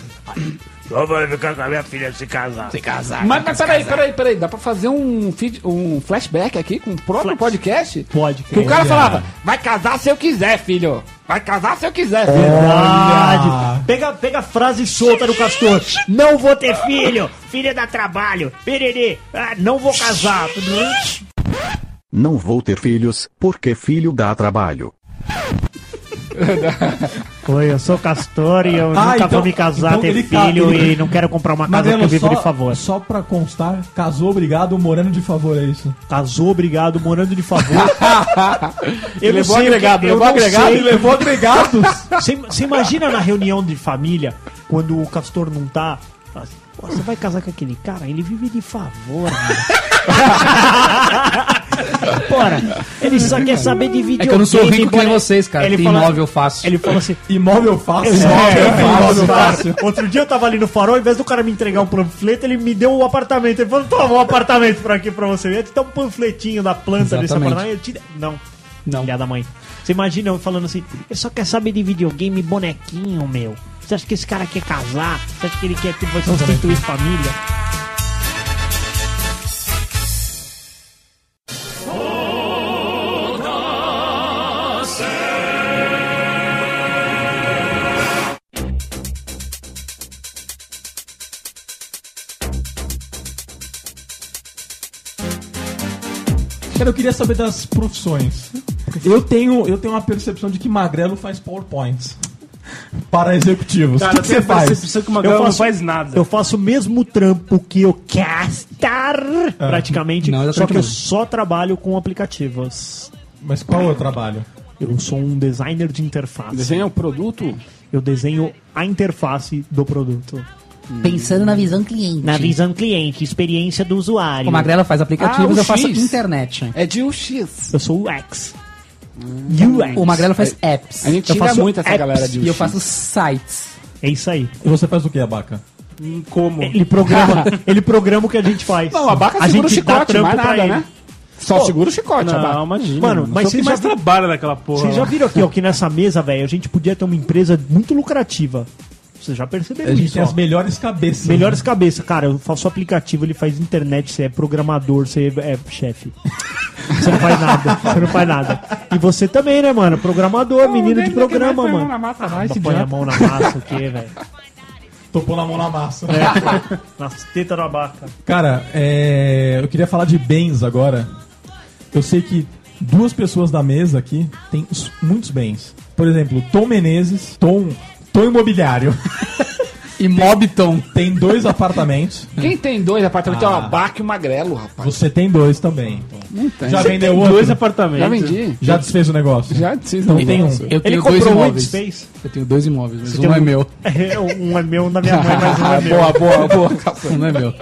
Mas, mas peraí, peraí, peraí. Dá pra fazer um, feed, um flashback aqui com o próprio podcast?
Pode,
Que o cara
cara.
falava, vai casar se eu quiser, filho. Vai casar se eu quiser, filho.
É. Verdade. Pega, pega a frase solta do Castor: Não vou ter filho, filha dá trabalho, pererê, ah, não vou casar.
Não vou ter filhos, porque filho dá trabalho.
Oi, eu sou Castor e eu
Ah,
nunca
então-
vou me casar,
então
ter
ele ca-
filho
ele-
e não quero comprar uma casa
Magrelo,
porque eu vivo
só,
de favor.
só pra constar, casou obrigado, morando de favor, é isso.
Casou, obrigado, morando de favor. eu
Levou
não sei o que-
agregado,
eu
levou
não
agregado
sei.
e
Levou agregados.
Você você imagina na reunião de família, quando o castor não tá. fala assim, "Pô, Você vai casar com aquele cara? Ele vive de favor, mano." Porra, ele só quer saber de videogame.
É que eu não sou rico que nem
embora-
vocês, cara.
Ele
Tem
fala-
imóvel fácil.
Ele falou assim.
Imóvel fácil.
É,
Imóvel fácil.
fácil, fácil. Outro dia eu tava ali no farol, ao invés do cara me entregar um panfleto, ele me deu um apartamento. Ele falou: toma um apartamento pra aqui pra você. Eu ia te dar um panfletinho da planta desse
Exatamente.
apartamento. Eu te- Não.
Não.
Filha da mãe. Você imagina eu falando assim: ele só quer saber de videogame e bonequinho, meu. Você acha que esse cara quer casar? Você acha que ele quer tipo, constituir família?
Cara, eu queria saber das profissões. Eu tenho, eu tenho uma percepção de que magrelo faz PowerPoints para executivos. o que, que você faz?
que o Magrelo
Eu
não
faço-
faz nada.
Eu faço o mesmo trampo que eu castar, É. praticamente,
Não,
só que eu
exatamente.
só trabalho com aplicativos.
Mas qual é o trabalho?
Eu sou um designer de interface.
Desenha um produto?
Eu desenho a interface do produto.
Pensando na visão cliente.
Na visão cliente, experiência do usuário.
O Magrela faz aplicativos,
Ah, o
eu faço
X.
internet.
É de UX.
Eu sou o UX.
Ah.
UX.
O Magrela faz apps.
A gente
Eu
tira
faço
muito essa
apps
galera de UX.
E eu faço sites.
É isso aí.
E você faz o que, Abaca?
Como?
Ele programa, ele programa o que a gente faz.
Não, a
a
vaca segura o
gente dá
chicote,
trampo
mais
pra
nada,
ele.
né? Só segura o chicote, a vaca.
Não, imagina.
Mano,
Só
mas
tem
você
mais
já-
trabalho naquela porra.
Vocês já
lá.
viram aqui, ó, que nessa mesa, velho, a gente podia ter uma empresa muito lucrativa. Vocês já perceberam
A gente
isso,
tem
ó.
as melhores cabeças.
Melhores cabeças, cara, eu faço aplicativo, ele faz internet, você é programador, você é chefe. Você não faz nada. Você não faz nada. E você também, né, mano? Programador, menino de programa, mano. Não põe a mão na massa, o quê, velho?
Tô pondo a mão na massa.
É. Nas tetas da vaca.
Cara, é, eu queria falar de bens agora. Eu sei que duas pessoas da mesa aqui têm s- muitos bens. Por exemplo, Tom Menezes, Tom, Tom Imobiliário. E Mobton. Tem dois apartamentos.
Quem tem dois apartamentos?
Ah.
é uma Abac e o Magrelo, rapaz.
Você tem dois também. Tom.
Não tem.
Já
Você
vendeu
tem
outro?
dois apartamentos. Já vendi.
Já desfez o negócio?
Já desfiz
Não
o
tem um.
negócio.
Eu tenho dois imóveis. Eu tenho dois imóveis, mas
Você
um
tem
é meu.
É, um é meu um da minha mãe, mas um é meu.
Boa, boa, boa, Cafu.
Não é meu.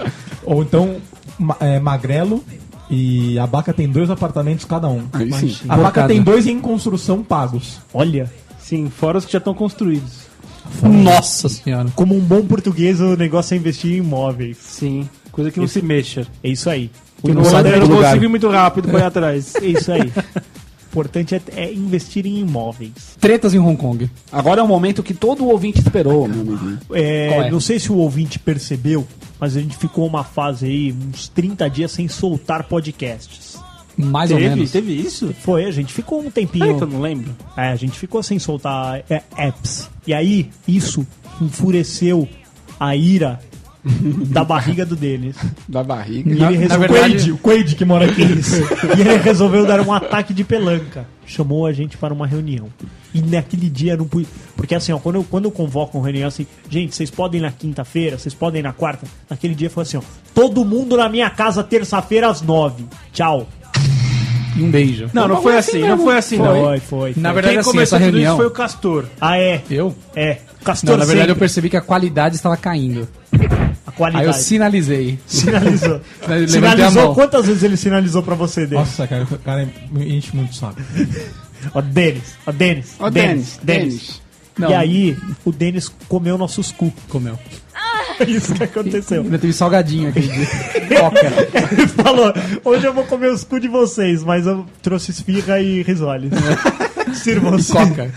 Ou então, ma- é, Magrelo e a Baca tem dois apartamentos cada um.
Aí sim.
A Baca
Bocada.
tem dois em construção pagos.
Olha, sim, fora os que já estão construídos.
Nossa senhora.
Como um bom português, o negócio é investir em imóveis. Sim, coisa que não se mexa. É isso aí.
Que
O
não
holandês
sai do
não
lugar.
consigo ir muito rápido pra ir atrás. É isso aí. O importante é, é investir em imóveis.
Tretas em Hong Kong.
Agora é o momento que todo ouvinte esperou, né? meu amigo.
É,
Qual é?
Não sei se o ouvinte percebeu, mas a gente ficou uma fase aí, uns 30 dias sem soltar podcasts.
Mais ou menos.
Teve isso? Foi, a gente ficou um tempinho.
Ah, então
não lembro. É, a gente ficou sem soltar é, apps. E aí, isso enfureceu a ira da barriga do Denis.
Da barriga.
E
Na-
ele
na
resolveu.
verdade-
o Quaid que mora aqui. Isso. E ele resolveu dar um ataque de pelanca. Chamou a gente para uma reunião. E naquele dia eu não pude. Porque assim, ó, quando eu, quando eu convoco uma reunião assim, gente, vocês podem ir na quinta-feira, vocês podem ir na quarta. Naquele dia foi assim, ó. Todo mundo na minha casa terça-feira às nove. Tchau.
E um beijo.
Não, não foi assim, não foi assim, não.
Foi, foi. foi.
Na verdade,
Quem
assim,
começou
essa
tudo isso
reunião-
foi o Castor. Ah, é?
Eu?
É. Castor
Não, na verdade
sempre.
eu percebi que a qualidade estava caindo.
A qualidade.
Aí eu sinalizei.
Sinalizou.
Levantei a
sinalizou
mão.
quantas vezes ele sinalizou pra você, Denis?
Nossa, cara, o cara enche muito o saco.
Ó, Denis, ó, Denis.
Ó,
Denis,
Denis,
Denis.
Não.
E aí, o Denis comeu nossos cu.
Comeu.
Isso que aconteceu.
Ainda teve salgadinho aquele dia. Coca.
Ele falou: hoje eu vou comer os cu de vocês, mas eu trouxe esfirra e risoles.
E
Sirvam-se.
coca.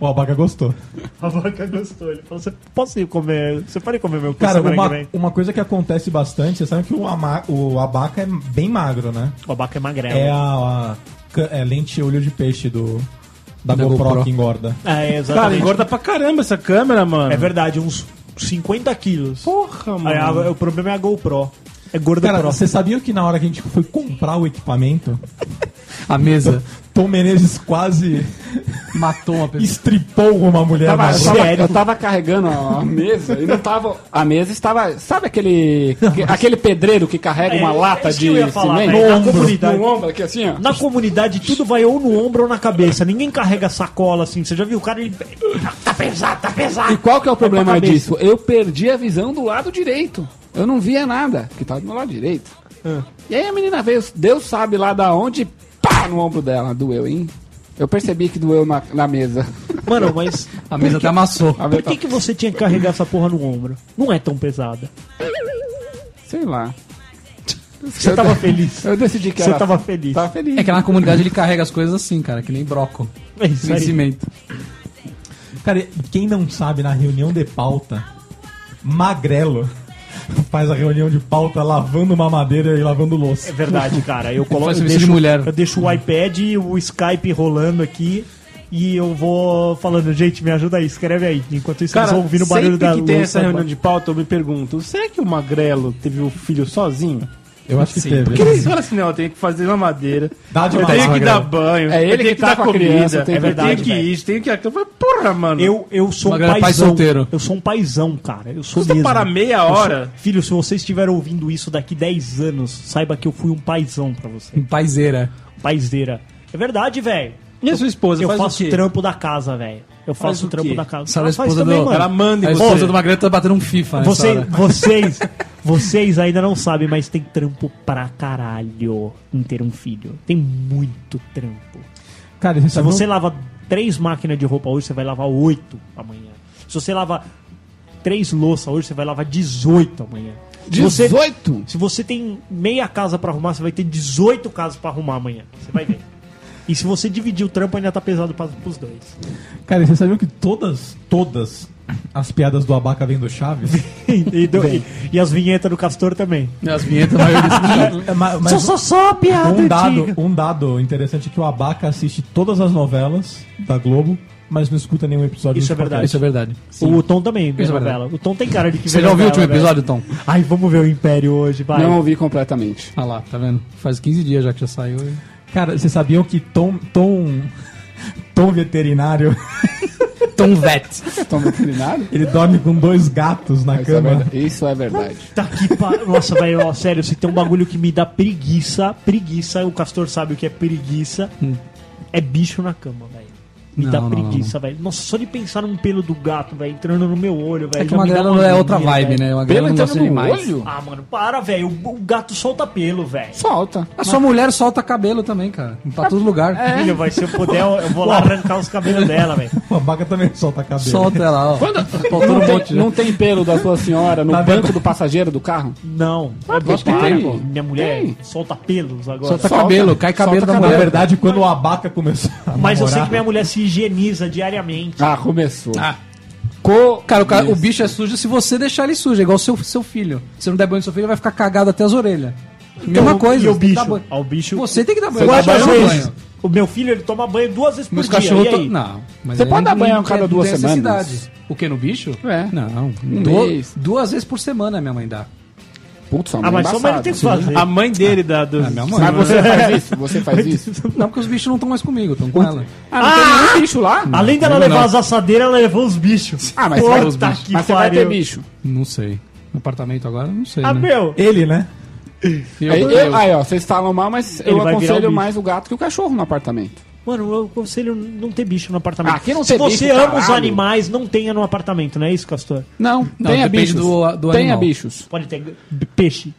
O Abaca gostou.
A vaca gostou. Ele falou: você posso ir comer? Você pode comer meu cu
Cara,
semana
uma,
que vem?
uma coisa que acontece bastante, vocês sabem que o, ama- o Abaca é bem magro, né?
O abaca é magrelo.
É a, a ca- é lente olho de peixe do, da, GoPro, que engorda.
Ah, é,
Cara,
exatamente.
Tá, engorda pra caramba essa câmera, mano.
É verdade, uns 50 quilos.
Porra,
Aí, a-
mano.
o problema é a GoPro. É gorda
Cara,
pro.
você sabia que na hora que a gente foi comprar o equipamento,
A mesa
Tom Menezes quase
matou uma pessoa.
estripou uma mulher
Tava- eu,
mais
tava,
velha.
eu tava carregando a mesa e não tava. A mesa estava. Sabe aquele. que- aquele pedreiro que carrega
É,
uma lata
é isso que eu
de
ia falar,
cimento?
velho. Na
ombro.
comunidade.
No ombro, aqui assim, ó.
Na comunidade, tudo vai ou no ombro ou na cabeça. Ninguém carrega sacola assim. Você já viu o cara? Ele. Tá pesado, tá pesado.
E qual que é o
pra
problema
cabeça.
disso? Eu perdi a visão do lado direito. Eu não via nada que tava do meu lado direito.
É.
E aí a menina veio, Deus sabe lá da onde, pá, no ombro dela. Doeu, hein? Eu percebi que doeu na, na mesa.
Mano, mas
A mesa até amassou.
A
por
mesa
que,
tá-
que você tinha que carregar essa porra no ombro? Não é tão pesada.
Sei lá.
Você tava feliz.
Eu decidi que
Você
era.
tava feliz.
Tava feliz.
É que lá na comunidade ele carrega as coisas assim, cara, que nem broco.
É isso
Sem
aí.
cimento.
Cara, e quem não sabe, na reunião de pauta, Magrelo faz a reunião de pauta lavando uma madeira e lavando
É
louça.
verdade, cara. Eu coloco.
Faz
Eu
serviço
deixo,
de mulher.
eu deixo o iPad e o Skype rolando aqui. E eu vou falando, gente, me ajuda aí, escreve aí. Enquanto isso, vocês
Cara,
vão ouvindo o barulho
sempre
da
que tem
louça.
essa reunião de pauta, eu me pergunto, será que o Magrelo teve o filho sozinho?
Eu acho que
Sim,
teve.
Porque ele fala assim, não, eu tenho que fazer uma madeira,
Dá de
eu
mamar,
tenho que
Magrelo.
dar banho,
É ele
eu tenho
que tá
dar
com a criança, tem
eu
verdade,
tenho que
velho.
isso, tenho que aquilo. Eu falei, Porra, mano.
Eu, eu sou um
Magrelo é
paizão.
pai solteiro.
Eu sou um paizão, cara. Eu sou
Custa
mesmo.
parar meia
Eu sou-
hora?
Filho, se vocês estiverem ouvindo isso daqui 10 anos, saiba que eu fui um paizão pra você.
Em paizeira.
Paizeira. É verdade, velho.
E a sua esposa,
Eu
faz
faço
o quê?
trampo da casa, velho. Eu faço
o
o trampo
quê?
da casa.
Sabe a
Ah, faz
esposa
também,
do.
mano.
Ela manda em
a
você.
esposa do Magrelo tá batendo um FIFA, né?
Você- vocês, vocês ainda não sabem, mas tem trampo pra caralho em ter um filho. Tem muito trampo.
Cara, você
Se
sabe
você lava três máquinas de roupa hoje, você vai lavar oito amanhã. Se você lava três louças hoje, você vai lavar 18 amanhã. Se você-
é
18?
se você tem meia casa pra arrumar, você vai ter 18 casas pra arrumar amanhã. Você vai ver. E se você dividir o trampo, ainda tá pesado pra, pros dois.
Cara, vocês sabiam que todas, todas As piadas do Abaca vêm do Chaves?
e, do- e- e as vinhetas do Castor também.
As vinhetas da maioria dos
É, ma- mas
Sou, sou, sou, piada
um dado,
antiga.
um dado interessante é que o Abaca assiste todas as novelas da Globo, mas não escuta nenhum episódio
Isso
do
é verdade.
podcast.
Isso é verdade.
Sim.
O Tom também vê
Isso é
novela.
verdade.
O Tom tem cara de que
Você
vê
já ouviu
novela,
o último
velho.
episódio, Tom?
Ai, vamos ver o Império hoje, vai.
Não
ouvi completamente.
Ah lá, tá vendo? Faz 15 dias já que já saiu. É hein?
Cara, vocês sabiam que Tom. Tom. Tom veterinário.
Tom Vet.
Tom veterinário?
Ele dorme com dois gatos na
Isso é
cama.
verdade. Isso é verdade.
Tá que pa... Nossa, velho, ó, sério, se tem um bagulho que me dá preguiça, preguiça, o Castor sabe o que é preguiça, é bicho na cama, velho. Me
Hum. Não,
dá
não,
preguiça, velho. Nossa, só de pensar num pelo do gato, velho, entrando no meu olho, velho.
É que
já
uma
me dá
grana
uma
é outra
agonia,
vibe,
velho.
né? Uma grana não gosta
tá
de animais.
Ah, mano, para, velho. O o gato solta pelo, velho.
Solta.
A sua mulher solta cabelo também, cara. Pra todo lugar.
Filha, vai, se eu puder, eu eu vou lá arrancar os cabelos dela, velho.
O Abaca também solta cabelo.
Solta ela, ó.
Quando-
Faltou
não,
um
tem,
monte, né?
não tem pelo da sua senhora no
Na
banco
verdade-
do passageiro do carro?
Não.
Ah,
É
lógico que
para,
tem.
pô. Minha mulher
Tem.
solta pelos agora.
Solta cabelo, cai cabelo da mulher.
Na É verdade, quando o Abaca começou a
Mas eu sei
namorar-
que minha mulher se higieniza diariamente.
Ah, começou.
Cara, o, cara- o bicho é sujo se você deixar ele sujo, é igual seu, seu filho. Se não der banho no seu filho, ele vai ficar cagado até as orelhas. Mesma
Então,
coisa.
E o
você tem que dar
bicho?
banho.
Ao bicho.
Você tem que dar banho.
Eu
Você
acho
dá
às
banho.
vezes. O meu filho, ele toma banho duas vezes
Mas
por dia.
cachorro
e aí?
to- Não. Mas
Você
aí
pode dar banho a
não
cada
tem-
duas
tem
semanas?
necessidade. O que, no bicho?
É.
Não.
Um
Du-
mês.
Duas vezes por semana minha mãe dá. Ah,
Putz, sua
Ah, mas sua mãe não
embaçada.
tem o que fazer.
A mãe dele da. Do...
minha mãe.
Mas você faz isso? Você faz isso?
Não, porque os bichos não estão mais comigo, estão com ela.
Ah, não tem nenhum bicho lá?
Além dela levar as assadeiras, ela levou os bichos.
Ah, mas,
Ah, Puta
vai,
que
mas você vai ter
pariu.
bicho.
Não sei. No apartamento agora, não sei.
Ah,
né?
meu.
Ele, né?
Eu-
aí,
eu-
eu- aí, ó, vocês falam mal, mas
Ele
eu
vai virar o
aconselho
bicho.
mais o gato que o cachorro no apartamento.
Mano, eu aconselho não ter bicho no apartamento.
Ah, que não
Se
ter
você
bicho,
ama os
caralho.
animais, não tenha no apartamento, não é isso, Castor?
Não,
Não,
tenha
depende
bichos.
do- do
tenha
animal.
bichos.
Pode ter b- peixe.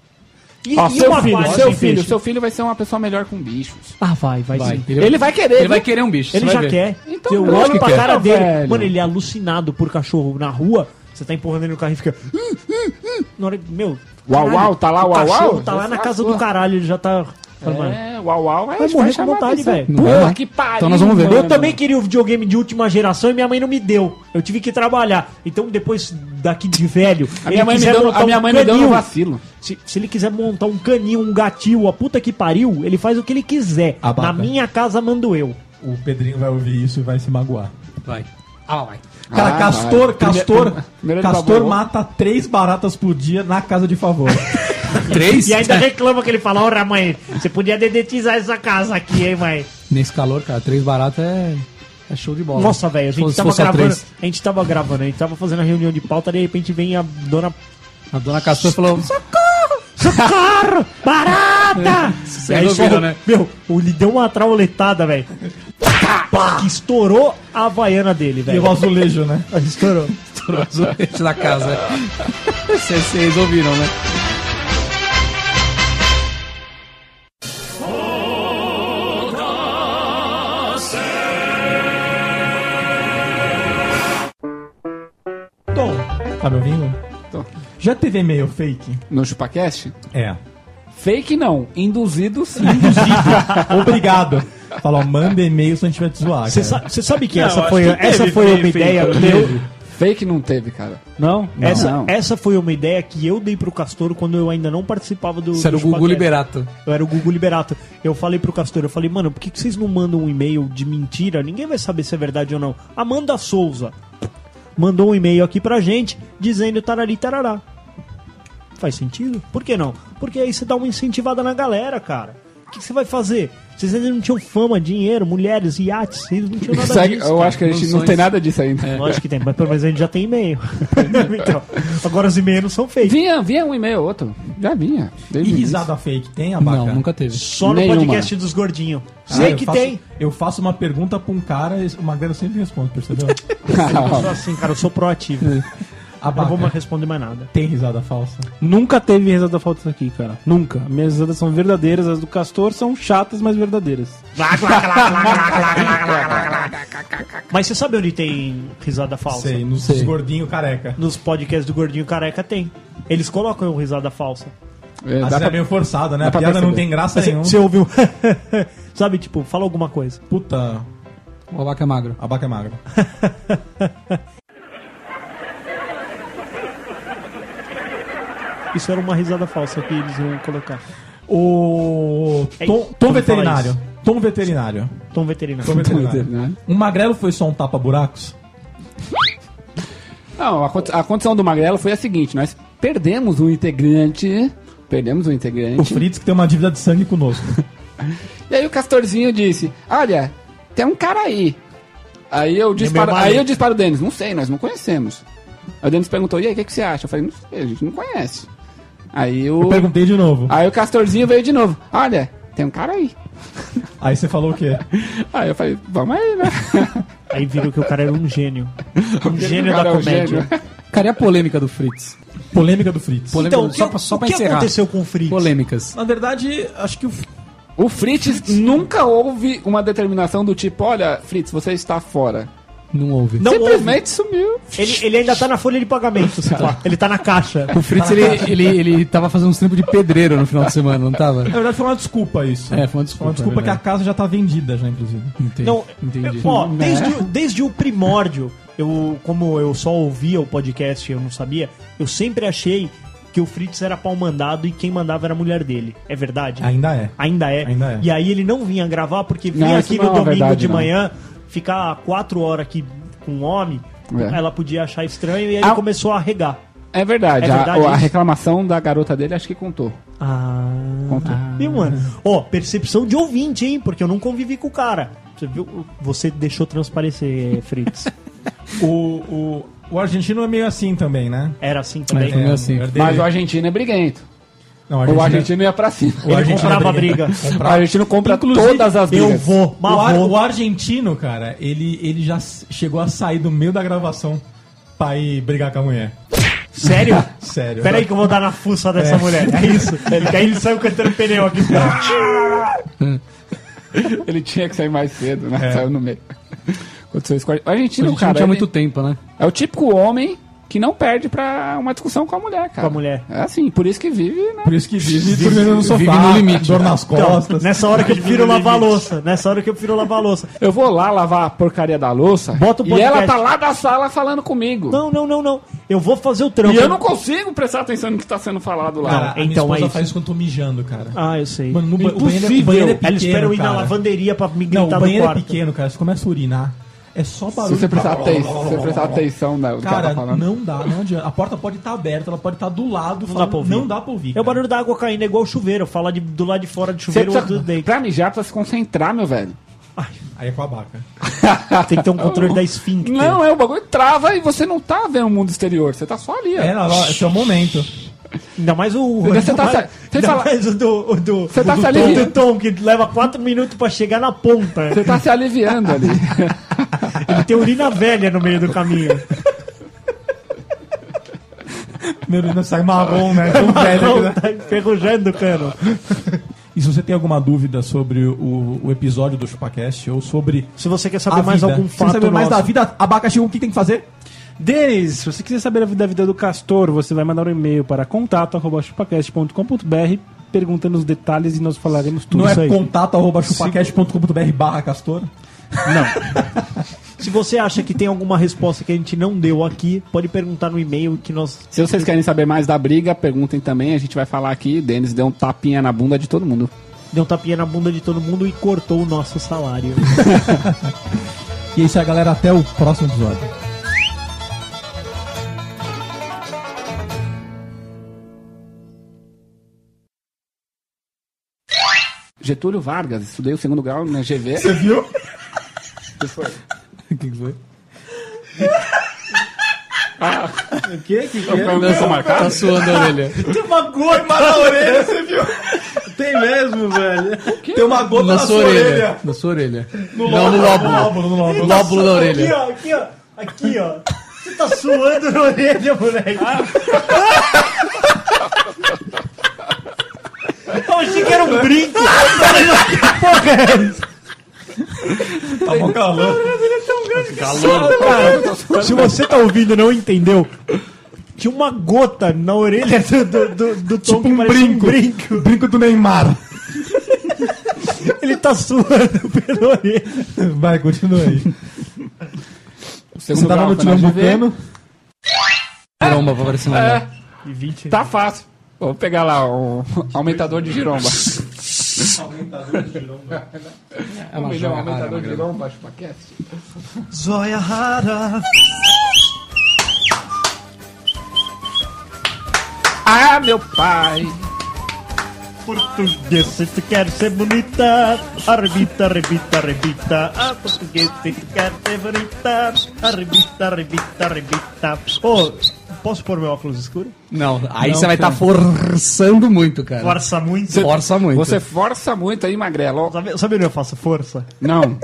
E,
Ó,
e
seu
uma
filho,
parte
seu
sem
filho,
peixe?
seu filho vai ser uma pessoa melhor com bichos.
Ah, vai, vai,
Vai.
sim.
Ele,
Ele vai querer.
ele vai
viu?
querer um bicho.
Ele
você
já
vai ver.
quer.
Então,
eu
lógico
olho
que
pra
quer.
cara
Ah,
dele.
velho.
Mano, ele é alucinado por cachorro na rua. Você tá empurrando ele no carro e fica. "Hum, hum, hum". Na hora, meu.
Uau,
caralho,
uau, tá lá,
o
uau,
cachorro
uau?
Tá lá
Você
na
tá
casa
sua.
do caralho, ele já tá. Fala, mano,
É, uau, uau, vai,
Vai
vai
morrer com
chamar
vontade,
atenção.
velho.
Porra, que pariu.
Então nós vamos ver.
mano.
Eu também queria o videogame de última geração e minha mãe não me deu. Eu tive que trabalhar. Então depois daqui de velho,
A minha, mãe me,
quiser
deu,
montar
a minha
um
mãe me deu no
canil.
vacilo.
Se, se ele quiser montar um canil, um gatil, a puta que pariu, ele faz o que ele quiser.
Abaca.
Na minha casa mando eu.
O Pedrinho vai ouvir isso e vai se magoar.
Vai. Ah, vai.
Cara,
Ah,
Castor,
vai.
Castor,
Primeiro- primeiro ele
Castor
babou.
mata três baratas por dia na casa de favor.
Três?
E ainda reclama que ele fala, ora mãe, você podia dedetizar essa casa aqui, hein, mãe?
Nesse calor, cara, três baratas é, é show de bola.
Nossa, velho, a
Se
gente
fosse-
tava
fosse a
gravando.
três.
A gente tava gravando, a gente tava fazendo a reunião de pauta, de repente vem a dona.
A dona Castor falou.
Socorro! Barata!
Vocês ouviram,
só-
né?
Meu, ele deu uma trauletada, velho. Que estourou a havaiana dele,
E
velho.
o azulejo, né?
Estourou.
Sorvete da casa. Vocês- Vocês ouviram, né?
Tom, tá me ouvindo?
Tô.
Já teve e-mail fake?
No ChupaCast?
É.
Fake não, induzido sim.
Obrigado. Fala, ó, manda e-mail se a gente vai te zoar.
Você
cara.
sa- você sabe que
Não,
essa
acho
foi,
que teve
essa foi
meio
uma ideia
feito.
meu.
Fake não teve, cara.
Não, Essa,
Não.
essa foi uma ideia que eu dei pro Castor quando eu ainda não participava do.
Isso era
do
o Gugu
Chupacast.
Liberato.
Eu era o Gugu Liberato. Eu falei pro Castor, eu falei, mano, por que, que vocês não mandam um e-mail de mentira? Ninguém vai saber se é verdade ou não. Amanda Souza mandou um e-mail aqui pra gente dizendo tarari tarará. Faz sentido? Por que não? Porque aí você dá uma incentivada na galera, cara. O que, que você vai fazer? Vocês ainda não tinham fama, dinheiro, mulheres, iates, vocês não tinham nada
Segue-
disso.
eu
cara.
acho que a gente É. não
Mansões.
tem nada disso ainda.
Lógico que tem, mas pelo menos a gente já tem e-mail. então, agora os e-mails não são feitos.
Vinha, vinha um e-mail, outro. Já vinha.
E
desde o
risada fake tem, Abaca?
Não, nunca teve.
Só no
Nenhuma.
podcast dos gordinhos.
Ah,
Sei
eu
que
faço-
tem.
Eu faço uma pergunta pra um cara e o Magrelo sempre responde, percebeu?
Eu sou assim, cara, eu sou proativo. Eu não
É. Abaca,
vou mais responder mais nada.
tem risada falsa?
Nunca teve risada falsa aqui, cara. Nunca. Minhas risadas são verdadeiras, as do Castor são chatas, mas verdadeiras.
Mas você sabe onde tem risada falsa?
Sei, nos
Sei.
gordinho careca.
Nos podcasts do Gordinho Careca tem. Eles colocam risada falsa.
Às
É, dá
vezes
pra-
é meio forçado, né?
dá
A
pra
piada não
perceber.
tem graça
Você,
nenhuma.
você ouviu? sabe, tipo, fala alguma coisa.
Puta,
O abaca é magro.
Abaca é magro.
Isso era uma risada falsa que eles iam colocar.
O
É
Tom,
isso.
tom
Como fala
veterinário.
isso?
Tom veterinário.
Tom veterinário.
Tom
né?
né?
veterinário. Um magrelo foi só um tapa-buracos?
Não, a, condi- a condição do Magrelo foi a seguinte: nós perdemos um integrante. Perdemos um integrante.
O Fritz que tem uma dívida de sangue conosco.
E aí o Castorzinho disse: Olha, tem um cara aí. Aí eu disparo,
maluco.
aí eu disparo o Denis, não sei, nós não conhecemos. Aí o Denis perguntou, e aí, o que, que você acha? Eu falei, não sei, a gente não conhece. Aí o.
Eu perguntei de novo.
Aí o Castorzinho veio de novo. Olha, tem um cara aí.
Aí você falou o quê?
Aí eu falei, vamos aí, né?
Aí viram que o cara era um gênio. Um gênio da
cara é um
comédia.
gênio.
Cara, e a polêmica do Fritz?
Polêmica do Fritz.
Polêmica
Então,
então,
o que-
só, pra- só
o
pra
que
encerrar.
aconteceu com o Fritz?
Polêmicas.
Na verdade, acho que o.
O Fritz nunca houve uma determinação do tipo, olha, Fritz, você está fora.
Não houve.
Não
Simplesmente sumiu.
Ele, ele ainda tá na folha de pagamento, sei lá. Ele tá na caixa.
O Fritz,
Tá na
ele,
caixa.
ele, ele tava fazendo uns trampos de pedreiro no final de semana, não tava?
Na verdade, foi uma desculpa isso.
É, foi uma desculpa,
Uma desculpa
é
que a
verdade.
casa já tá vendida, já, inclusive.
Entendi.
Não,
entendi.
eu- ó,
Né?
desde, o- desde o primórdio, eu, como eu só ouvia o podcast e eu não sabia, eu sempre achei que o Fritz era pau mandado e quem mandava era a mulher dele. É verdade?
Ainda é.
Ainda é.
Ainda é.
E aí ele não vinha gravar porque vinha
Não, isso
aqui
não
no
é uma
domingo
verdade,
de
não.
manhã, ficar quatro horas aqui com um homem,
É.
ela podia achar estranho e aí
Ah.
ele começou a regar.
É verdade,
É
a-
verdade
a,
isso?
reclamação da garota dele acho que contou.
Ah.
Contou.
Viu, mano? Ó, percepção de ouvinte, hein? Porque eu não convivi com o cara. Você viu? Você deixou transparecer, Fritz.
O, o, o argentino é meio assim também, né?
Era assim também.
É,
assim.
o
Mas
dele-
o argentino é briguento.
Não,
O
é-
argentino ia pra cima.
o
Ele
argentino é
comprava a briga.
O
Comprava.
argentino compra todas as
Eu
brigas.
vou, mas
O, ar-
vou.
o argentino, cara, ele, ele já s- chegou a sair do meio da gravação pra ir brigar com a mulher.
Sério?
Sério.
Pera aí que eu vou dar na fuça dessa mulher. É isso. Que aí ele saiu cantando pneu aqui.
Ele tinha que sair mais cedo, né?
É.
Saiu no meio. Aconteceu isso com a- O argentino,
a gente
cara,
não tinha
ele
muito tempo, né?
é o típico homem que não perde pra uma discussão com a mulher, cara.
Com a mulher.
É assim, por isso que vive, né?
Por isso que vive né? dormindo no sofá,
vive no limite.
dor nas
Então,
costas.
nessa hora que eu prefiro lavar a louça. Nessa hora que eu prefiro lavar a louça.
Eu vou lá lavar a porcaria da louça
Bota o
e
podcast.
ela tá lá da sala falando comigo.
Não, não, não, não. Eu vou fazer o trampo.
E eu não consigo prestar atenção no que tá sendo falado lá.
Cara, a minha
então
esposa
é isso.
faz isso quando eu tô mijando, cara.
Ah, eu sei.
Mano, no ba- o banheiro, é- o
Impossível.
banheiro é pequeno,
Ela espera eu ir na
cara.
lavanderia pra
Não,
me gritar
o
no
banheiro é
quarto.
pequeno, cara. Você começa a urinar, é só
Se
barulho.
você prestar, aten- se você prestar atenção no que ela tá
Cara,
falando.
não dá, não adianta. A porta pode estar aberta, ela pode estar do lado,
Não
falando-
dá pra ouvir.
não dá pra ouvir.
É o
cara.
barulho da água caindo, é igual chuveiro. Fala de- do lado de fora do
Você
chuveiro ou do
precisa,
dentro.
pra mijar, precisa se concentrar, meu velho.
Aí é com a vaca.
Tem que ter um controle da esfíncter.
Não, é o bagulho trava e você não tá vendo o mundo exterior, você tá só ali, ó.
É, não, não, esse é o momento.
Ainda mais o.
Você tá
ainda
sa- você
ainda
fala-
mais o do. o do
Você tá
o do
se
tom,
aliviando.
do tom, que leva 4 minutos pra chegar na ponta.
Você tá se aliviando ali.
Ele tem urina velha no meio do caminho.
Meu Deus, sai marrom, né? Tão velho que, né?
Não, tá enferrujando o cano.
E se você tem alguma dúvida sobre o, o episódio do ChupaCast ou sobre
Se você quer
a
saber mais
vida,
algum
se você
fato.
saber mais da
nosso-
vida, abacaxi, o que tem que fazer?
Denis, se você quiser saber a vida- da vida do Castor, você vai mandar um e-mail para contato.chupacast.com.br perguntando os detalhes e nós falaremos tudo
Não
isso
é
aí.
contato arroba chupacast.com.br barra castor?
Se você acha que tem alguma resposta que a gente não deu aqui, pode perguntar no e-mail que nós.
Se vocês querem saber mais da briga, perguntem também, a gente vai falar aqui. Denis deu um tapinha na bunda de todo mundo.
Deu um tapinha na bunda de todo mundo e cortou o nosso salário.
E é isso aí, galera. Até o próximo episódio.
Getúlio Vargas, estudei o segundo grau na GV.
Viu?
O que que foi?
Perguntou marcado?
Tá suando a orelha.
Tem uma gota na orelha, você viu? Tem mesmo, velho. Tem uma gota na, sua orelha.
Na sua orelha. Não, no lóbulo.
no lóbulo.
No lóbulo da orelha.
Aqui, ó. Aqui, ó. Aqui, ó. Você tá suando na orelha, moleque.
Ah.
Eu achei que era um brinco.
é Tá bom calor.
Se você tá ouvindo e não entendeu, tinha uma gota na orelha do, do, do, do Tom
Tipo um
parecia
brinco. O brinco do Neymar.
Ele tá suando pela orelha.
Vai, continua aí.
O
Você
segundo
tava
grau
no
foi na GV.
Tirambucano.
É.
Tromba pra aparecer na orelha.
Tá fácil. Vou pegar lá um aumentador de giromba.
Aumentador de giromba.
É um milhão, aumentador de giromba, é chupaquete.
Zóia rara.
Ah, meu pai.
Portuguesa, se quer ser bonita, arrebita, arrebita, arrebita. Ah, portuguesa, se quer ser bonita, arrebita, arrebita, arrebita. Ô, posso pôr meu óculos escuro?
Não, aí
Não,
você vai estar
tá
cara.
forçando muito, cara.
Força muito?
Você- força muito.
Você força muito aí, magrelo.
Sabe, sabe onde eu faço força?
Não.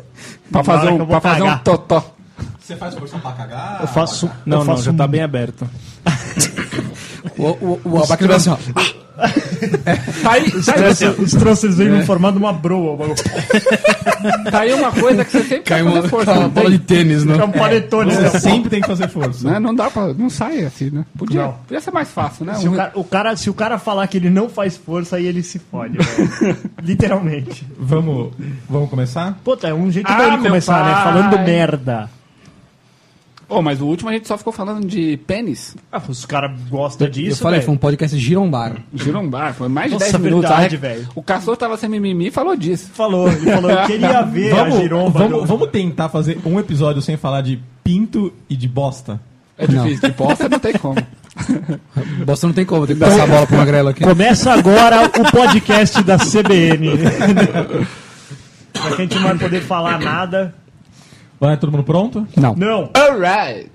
pra fazer um, pra fazer um totó.
Você faz força pra cagar?
Eu faço. Não,
Eu
não,
faço
já tá
um-
bem aberto.
O, o, o abacate vai assim, ó.
Tá aí,
Os
tá aí,
troços-
você-
Os troços vêm
É.
no formato de uma broa. mano.
Tá aí uma coisa que você sempre
Cai
tem que fazer
uma-
força.
cai uma
não tem?
bola de tênis, né? É um
paletone,
Não,
né?
não.
Sempre tem que fazer força.
Não, não dá pra. Não sai assim, né? Podia,
Não.
podia ser mais fácil, né?
Se o,
Um-
cara, o cara- se o cara falar que ele não faz força, aí ele se fode, velho. Literalmente.
Vamos, vamos começar?
Puta, é um jeito
Ah,
bom de
meu
começar, né?
pai.
Falando merda.
Ô, mas o último a gente só ficou falando de pênis.
Ah, os caras gostam
Eu
disso,
falei,
velho.
foi um podcast girombar.
Uhum. Girombar, foi mais de
Nossa,
10 minutos.
verdade,
Ah,
velho.
O Castor tava sem mimimi e falou disso.
Falou, ele falou, eu queria ver
vamos,
a giromba.
vamos,
do-
vamos tentar fazer um episódio sem falar de pinto e de bosta?
É difícil, de bosta não tem como.
Bosta não tem como, tem que passar a bola pro Magrelo aqui.
Começa agora o podcast da CBN. Já que a gente não vai poder falar nada.
Vai, todo mundo pronto?
Não.
Não.
Alright.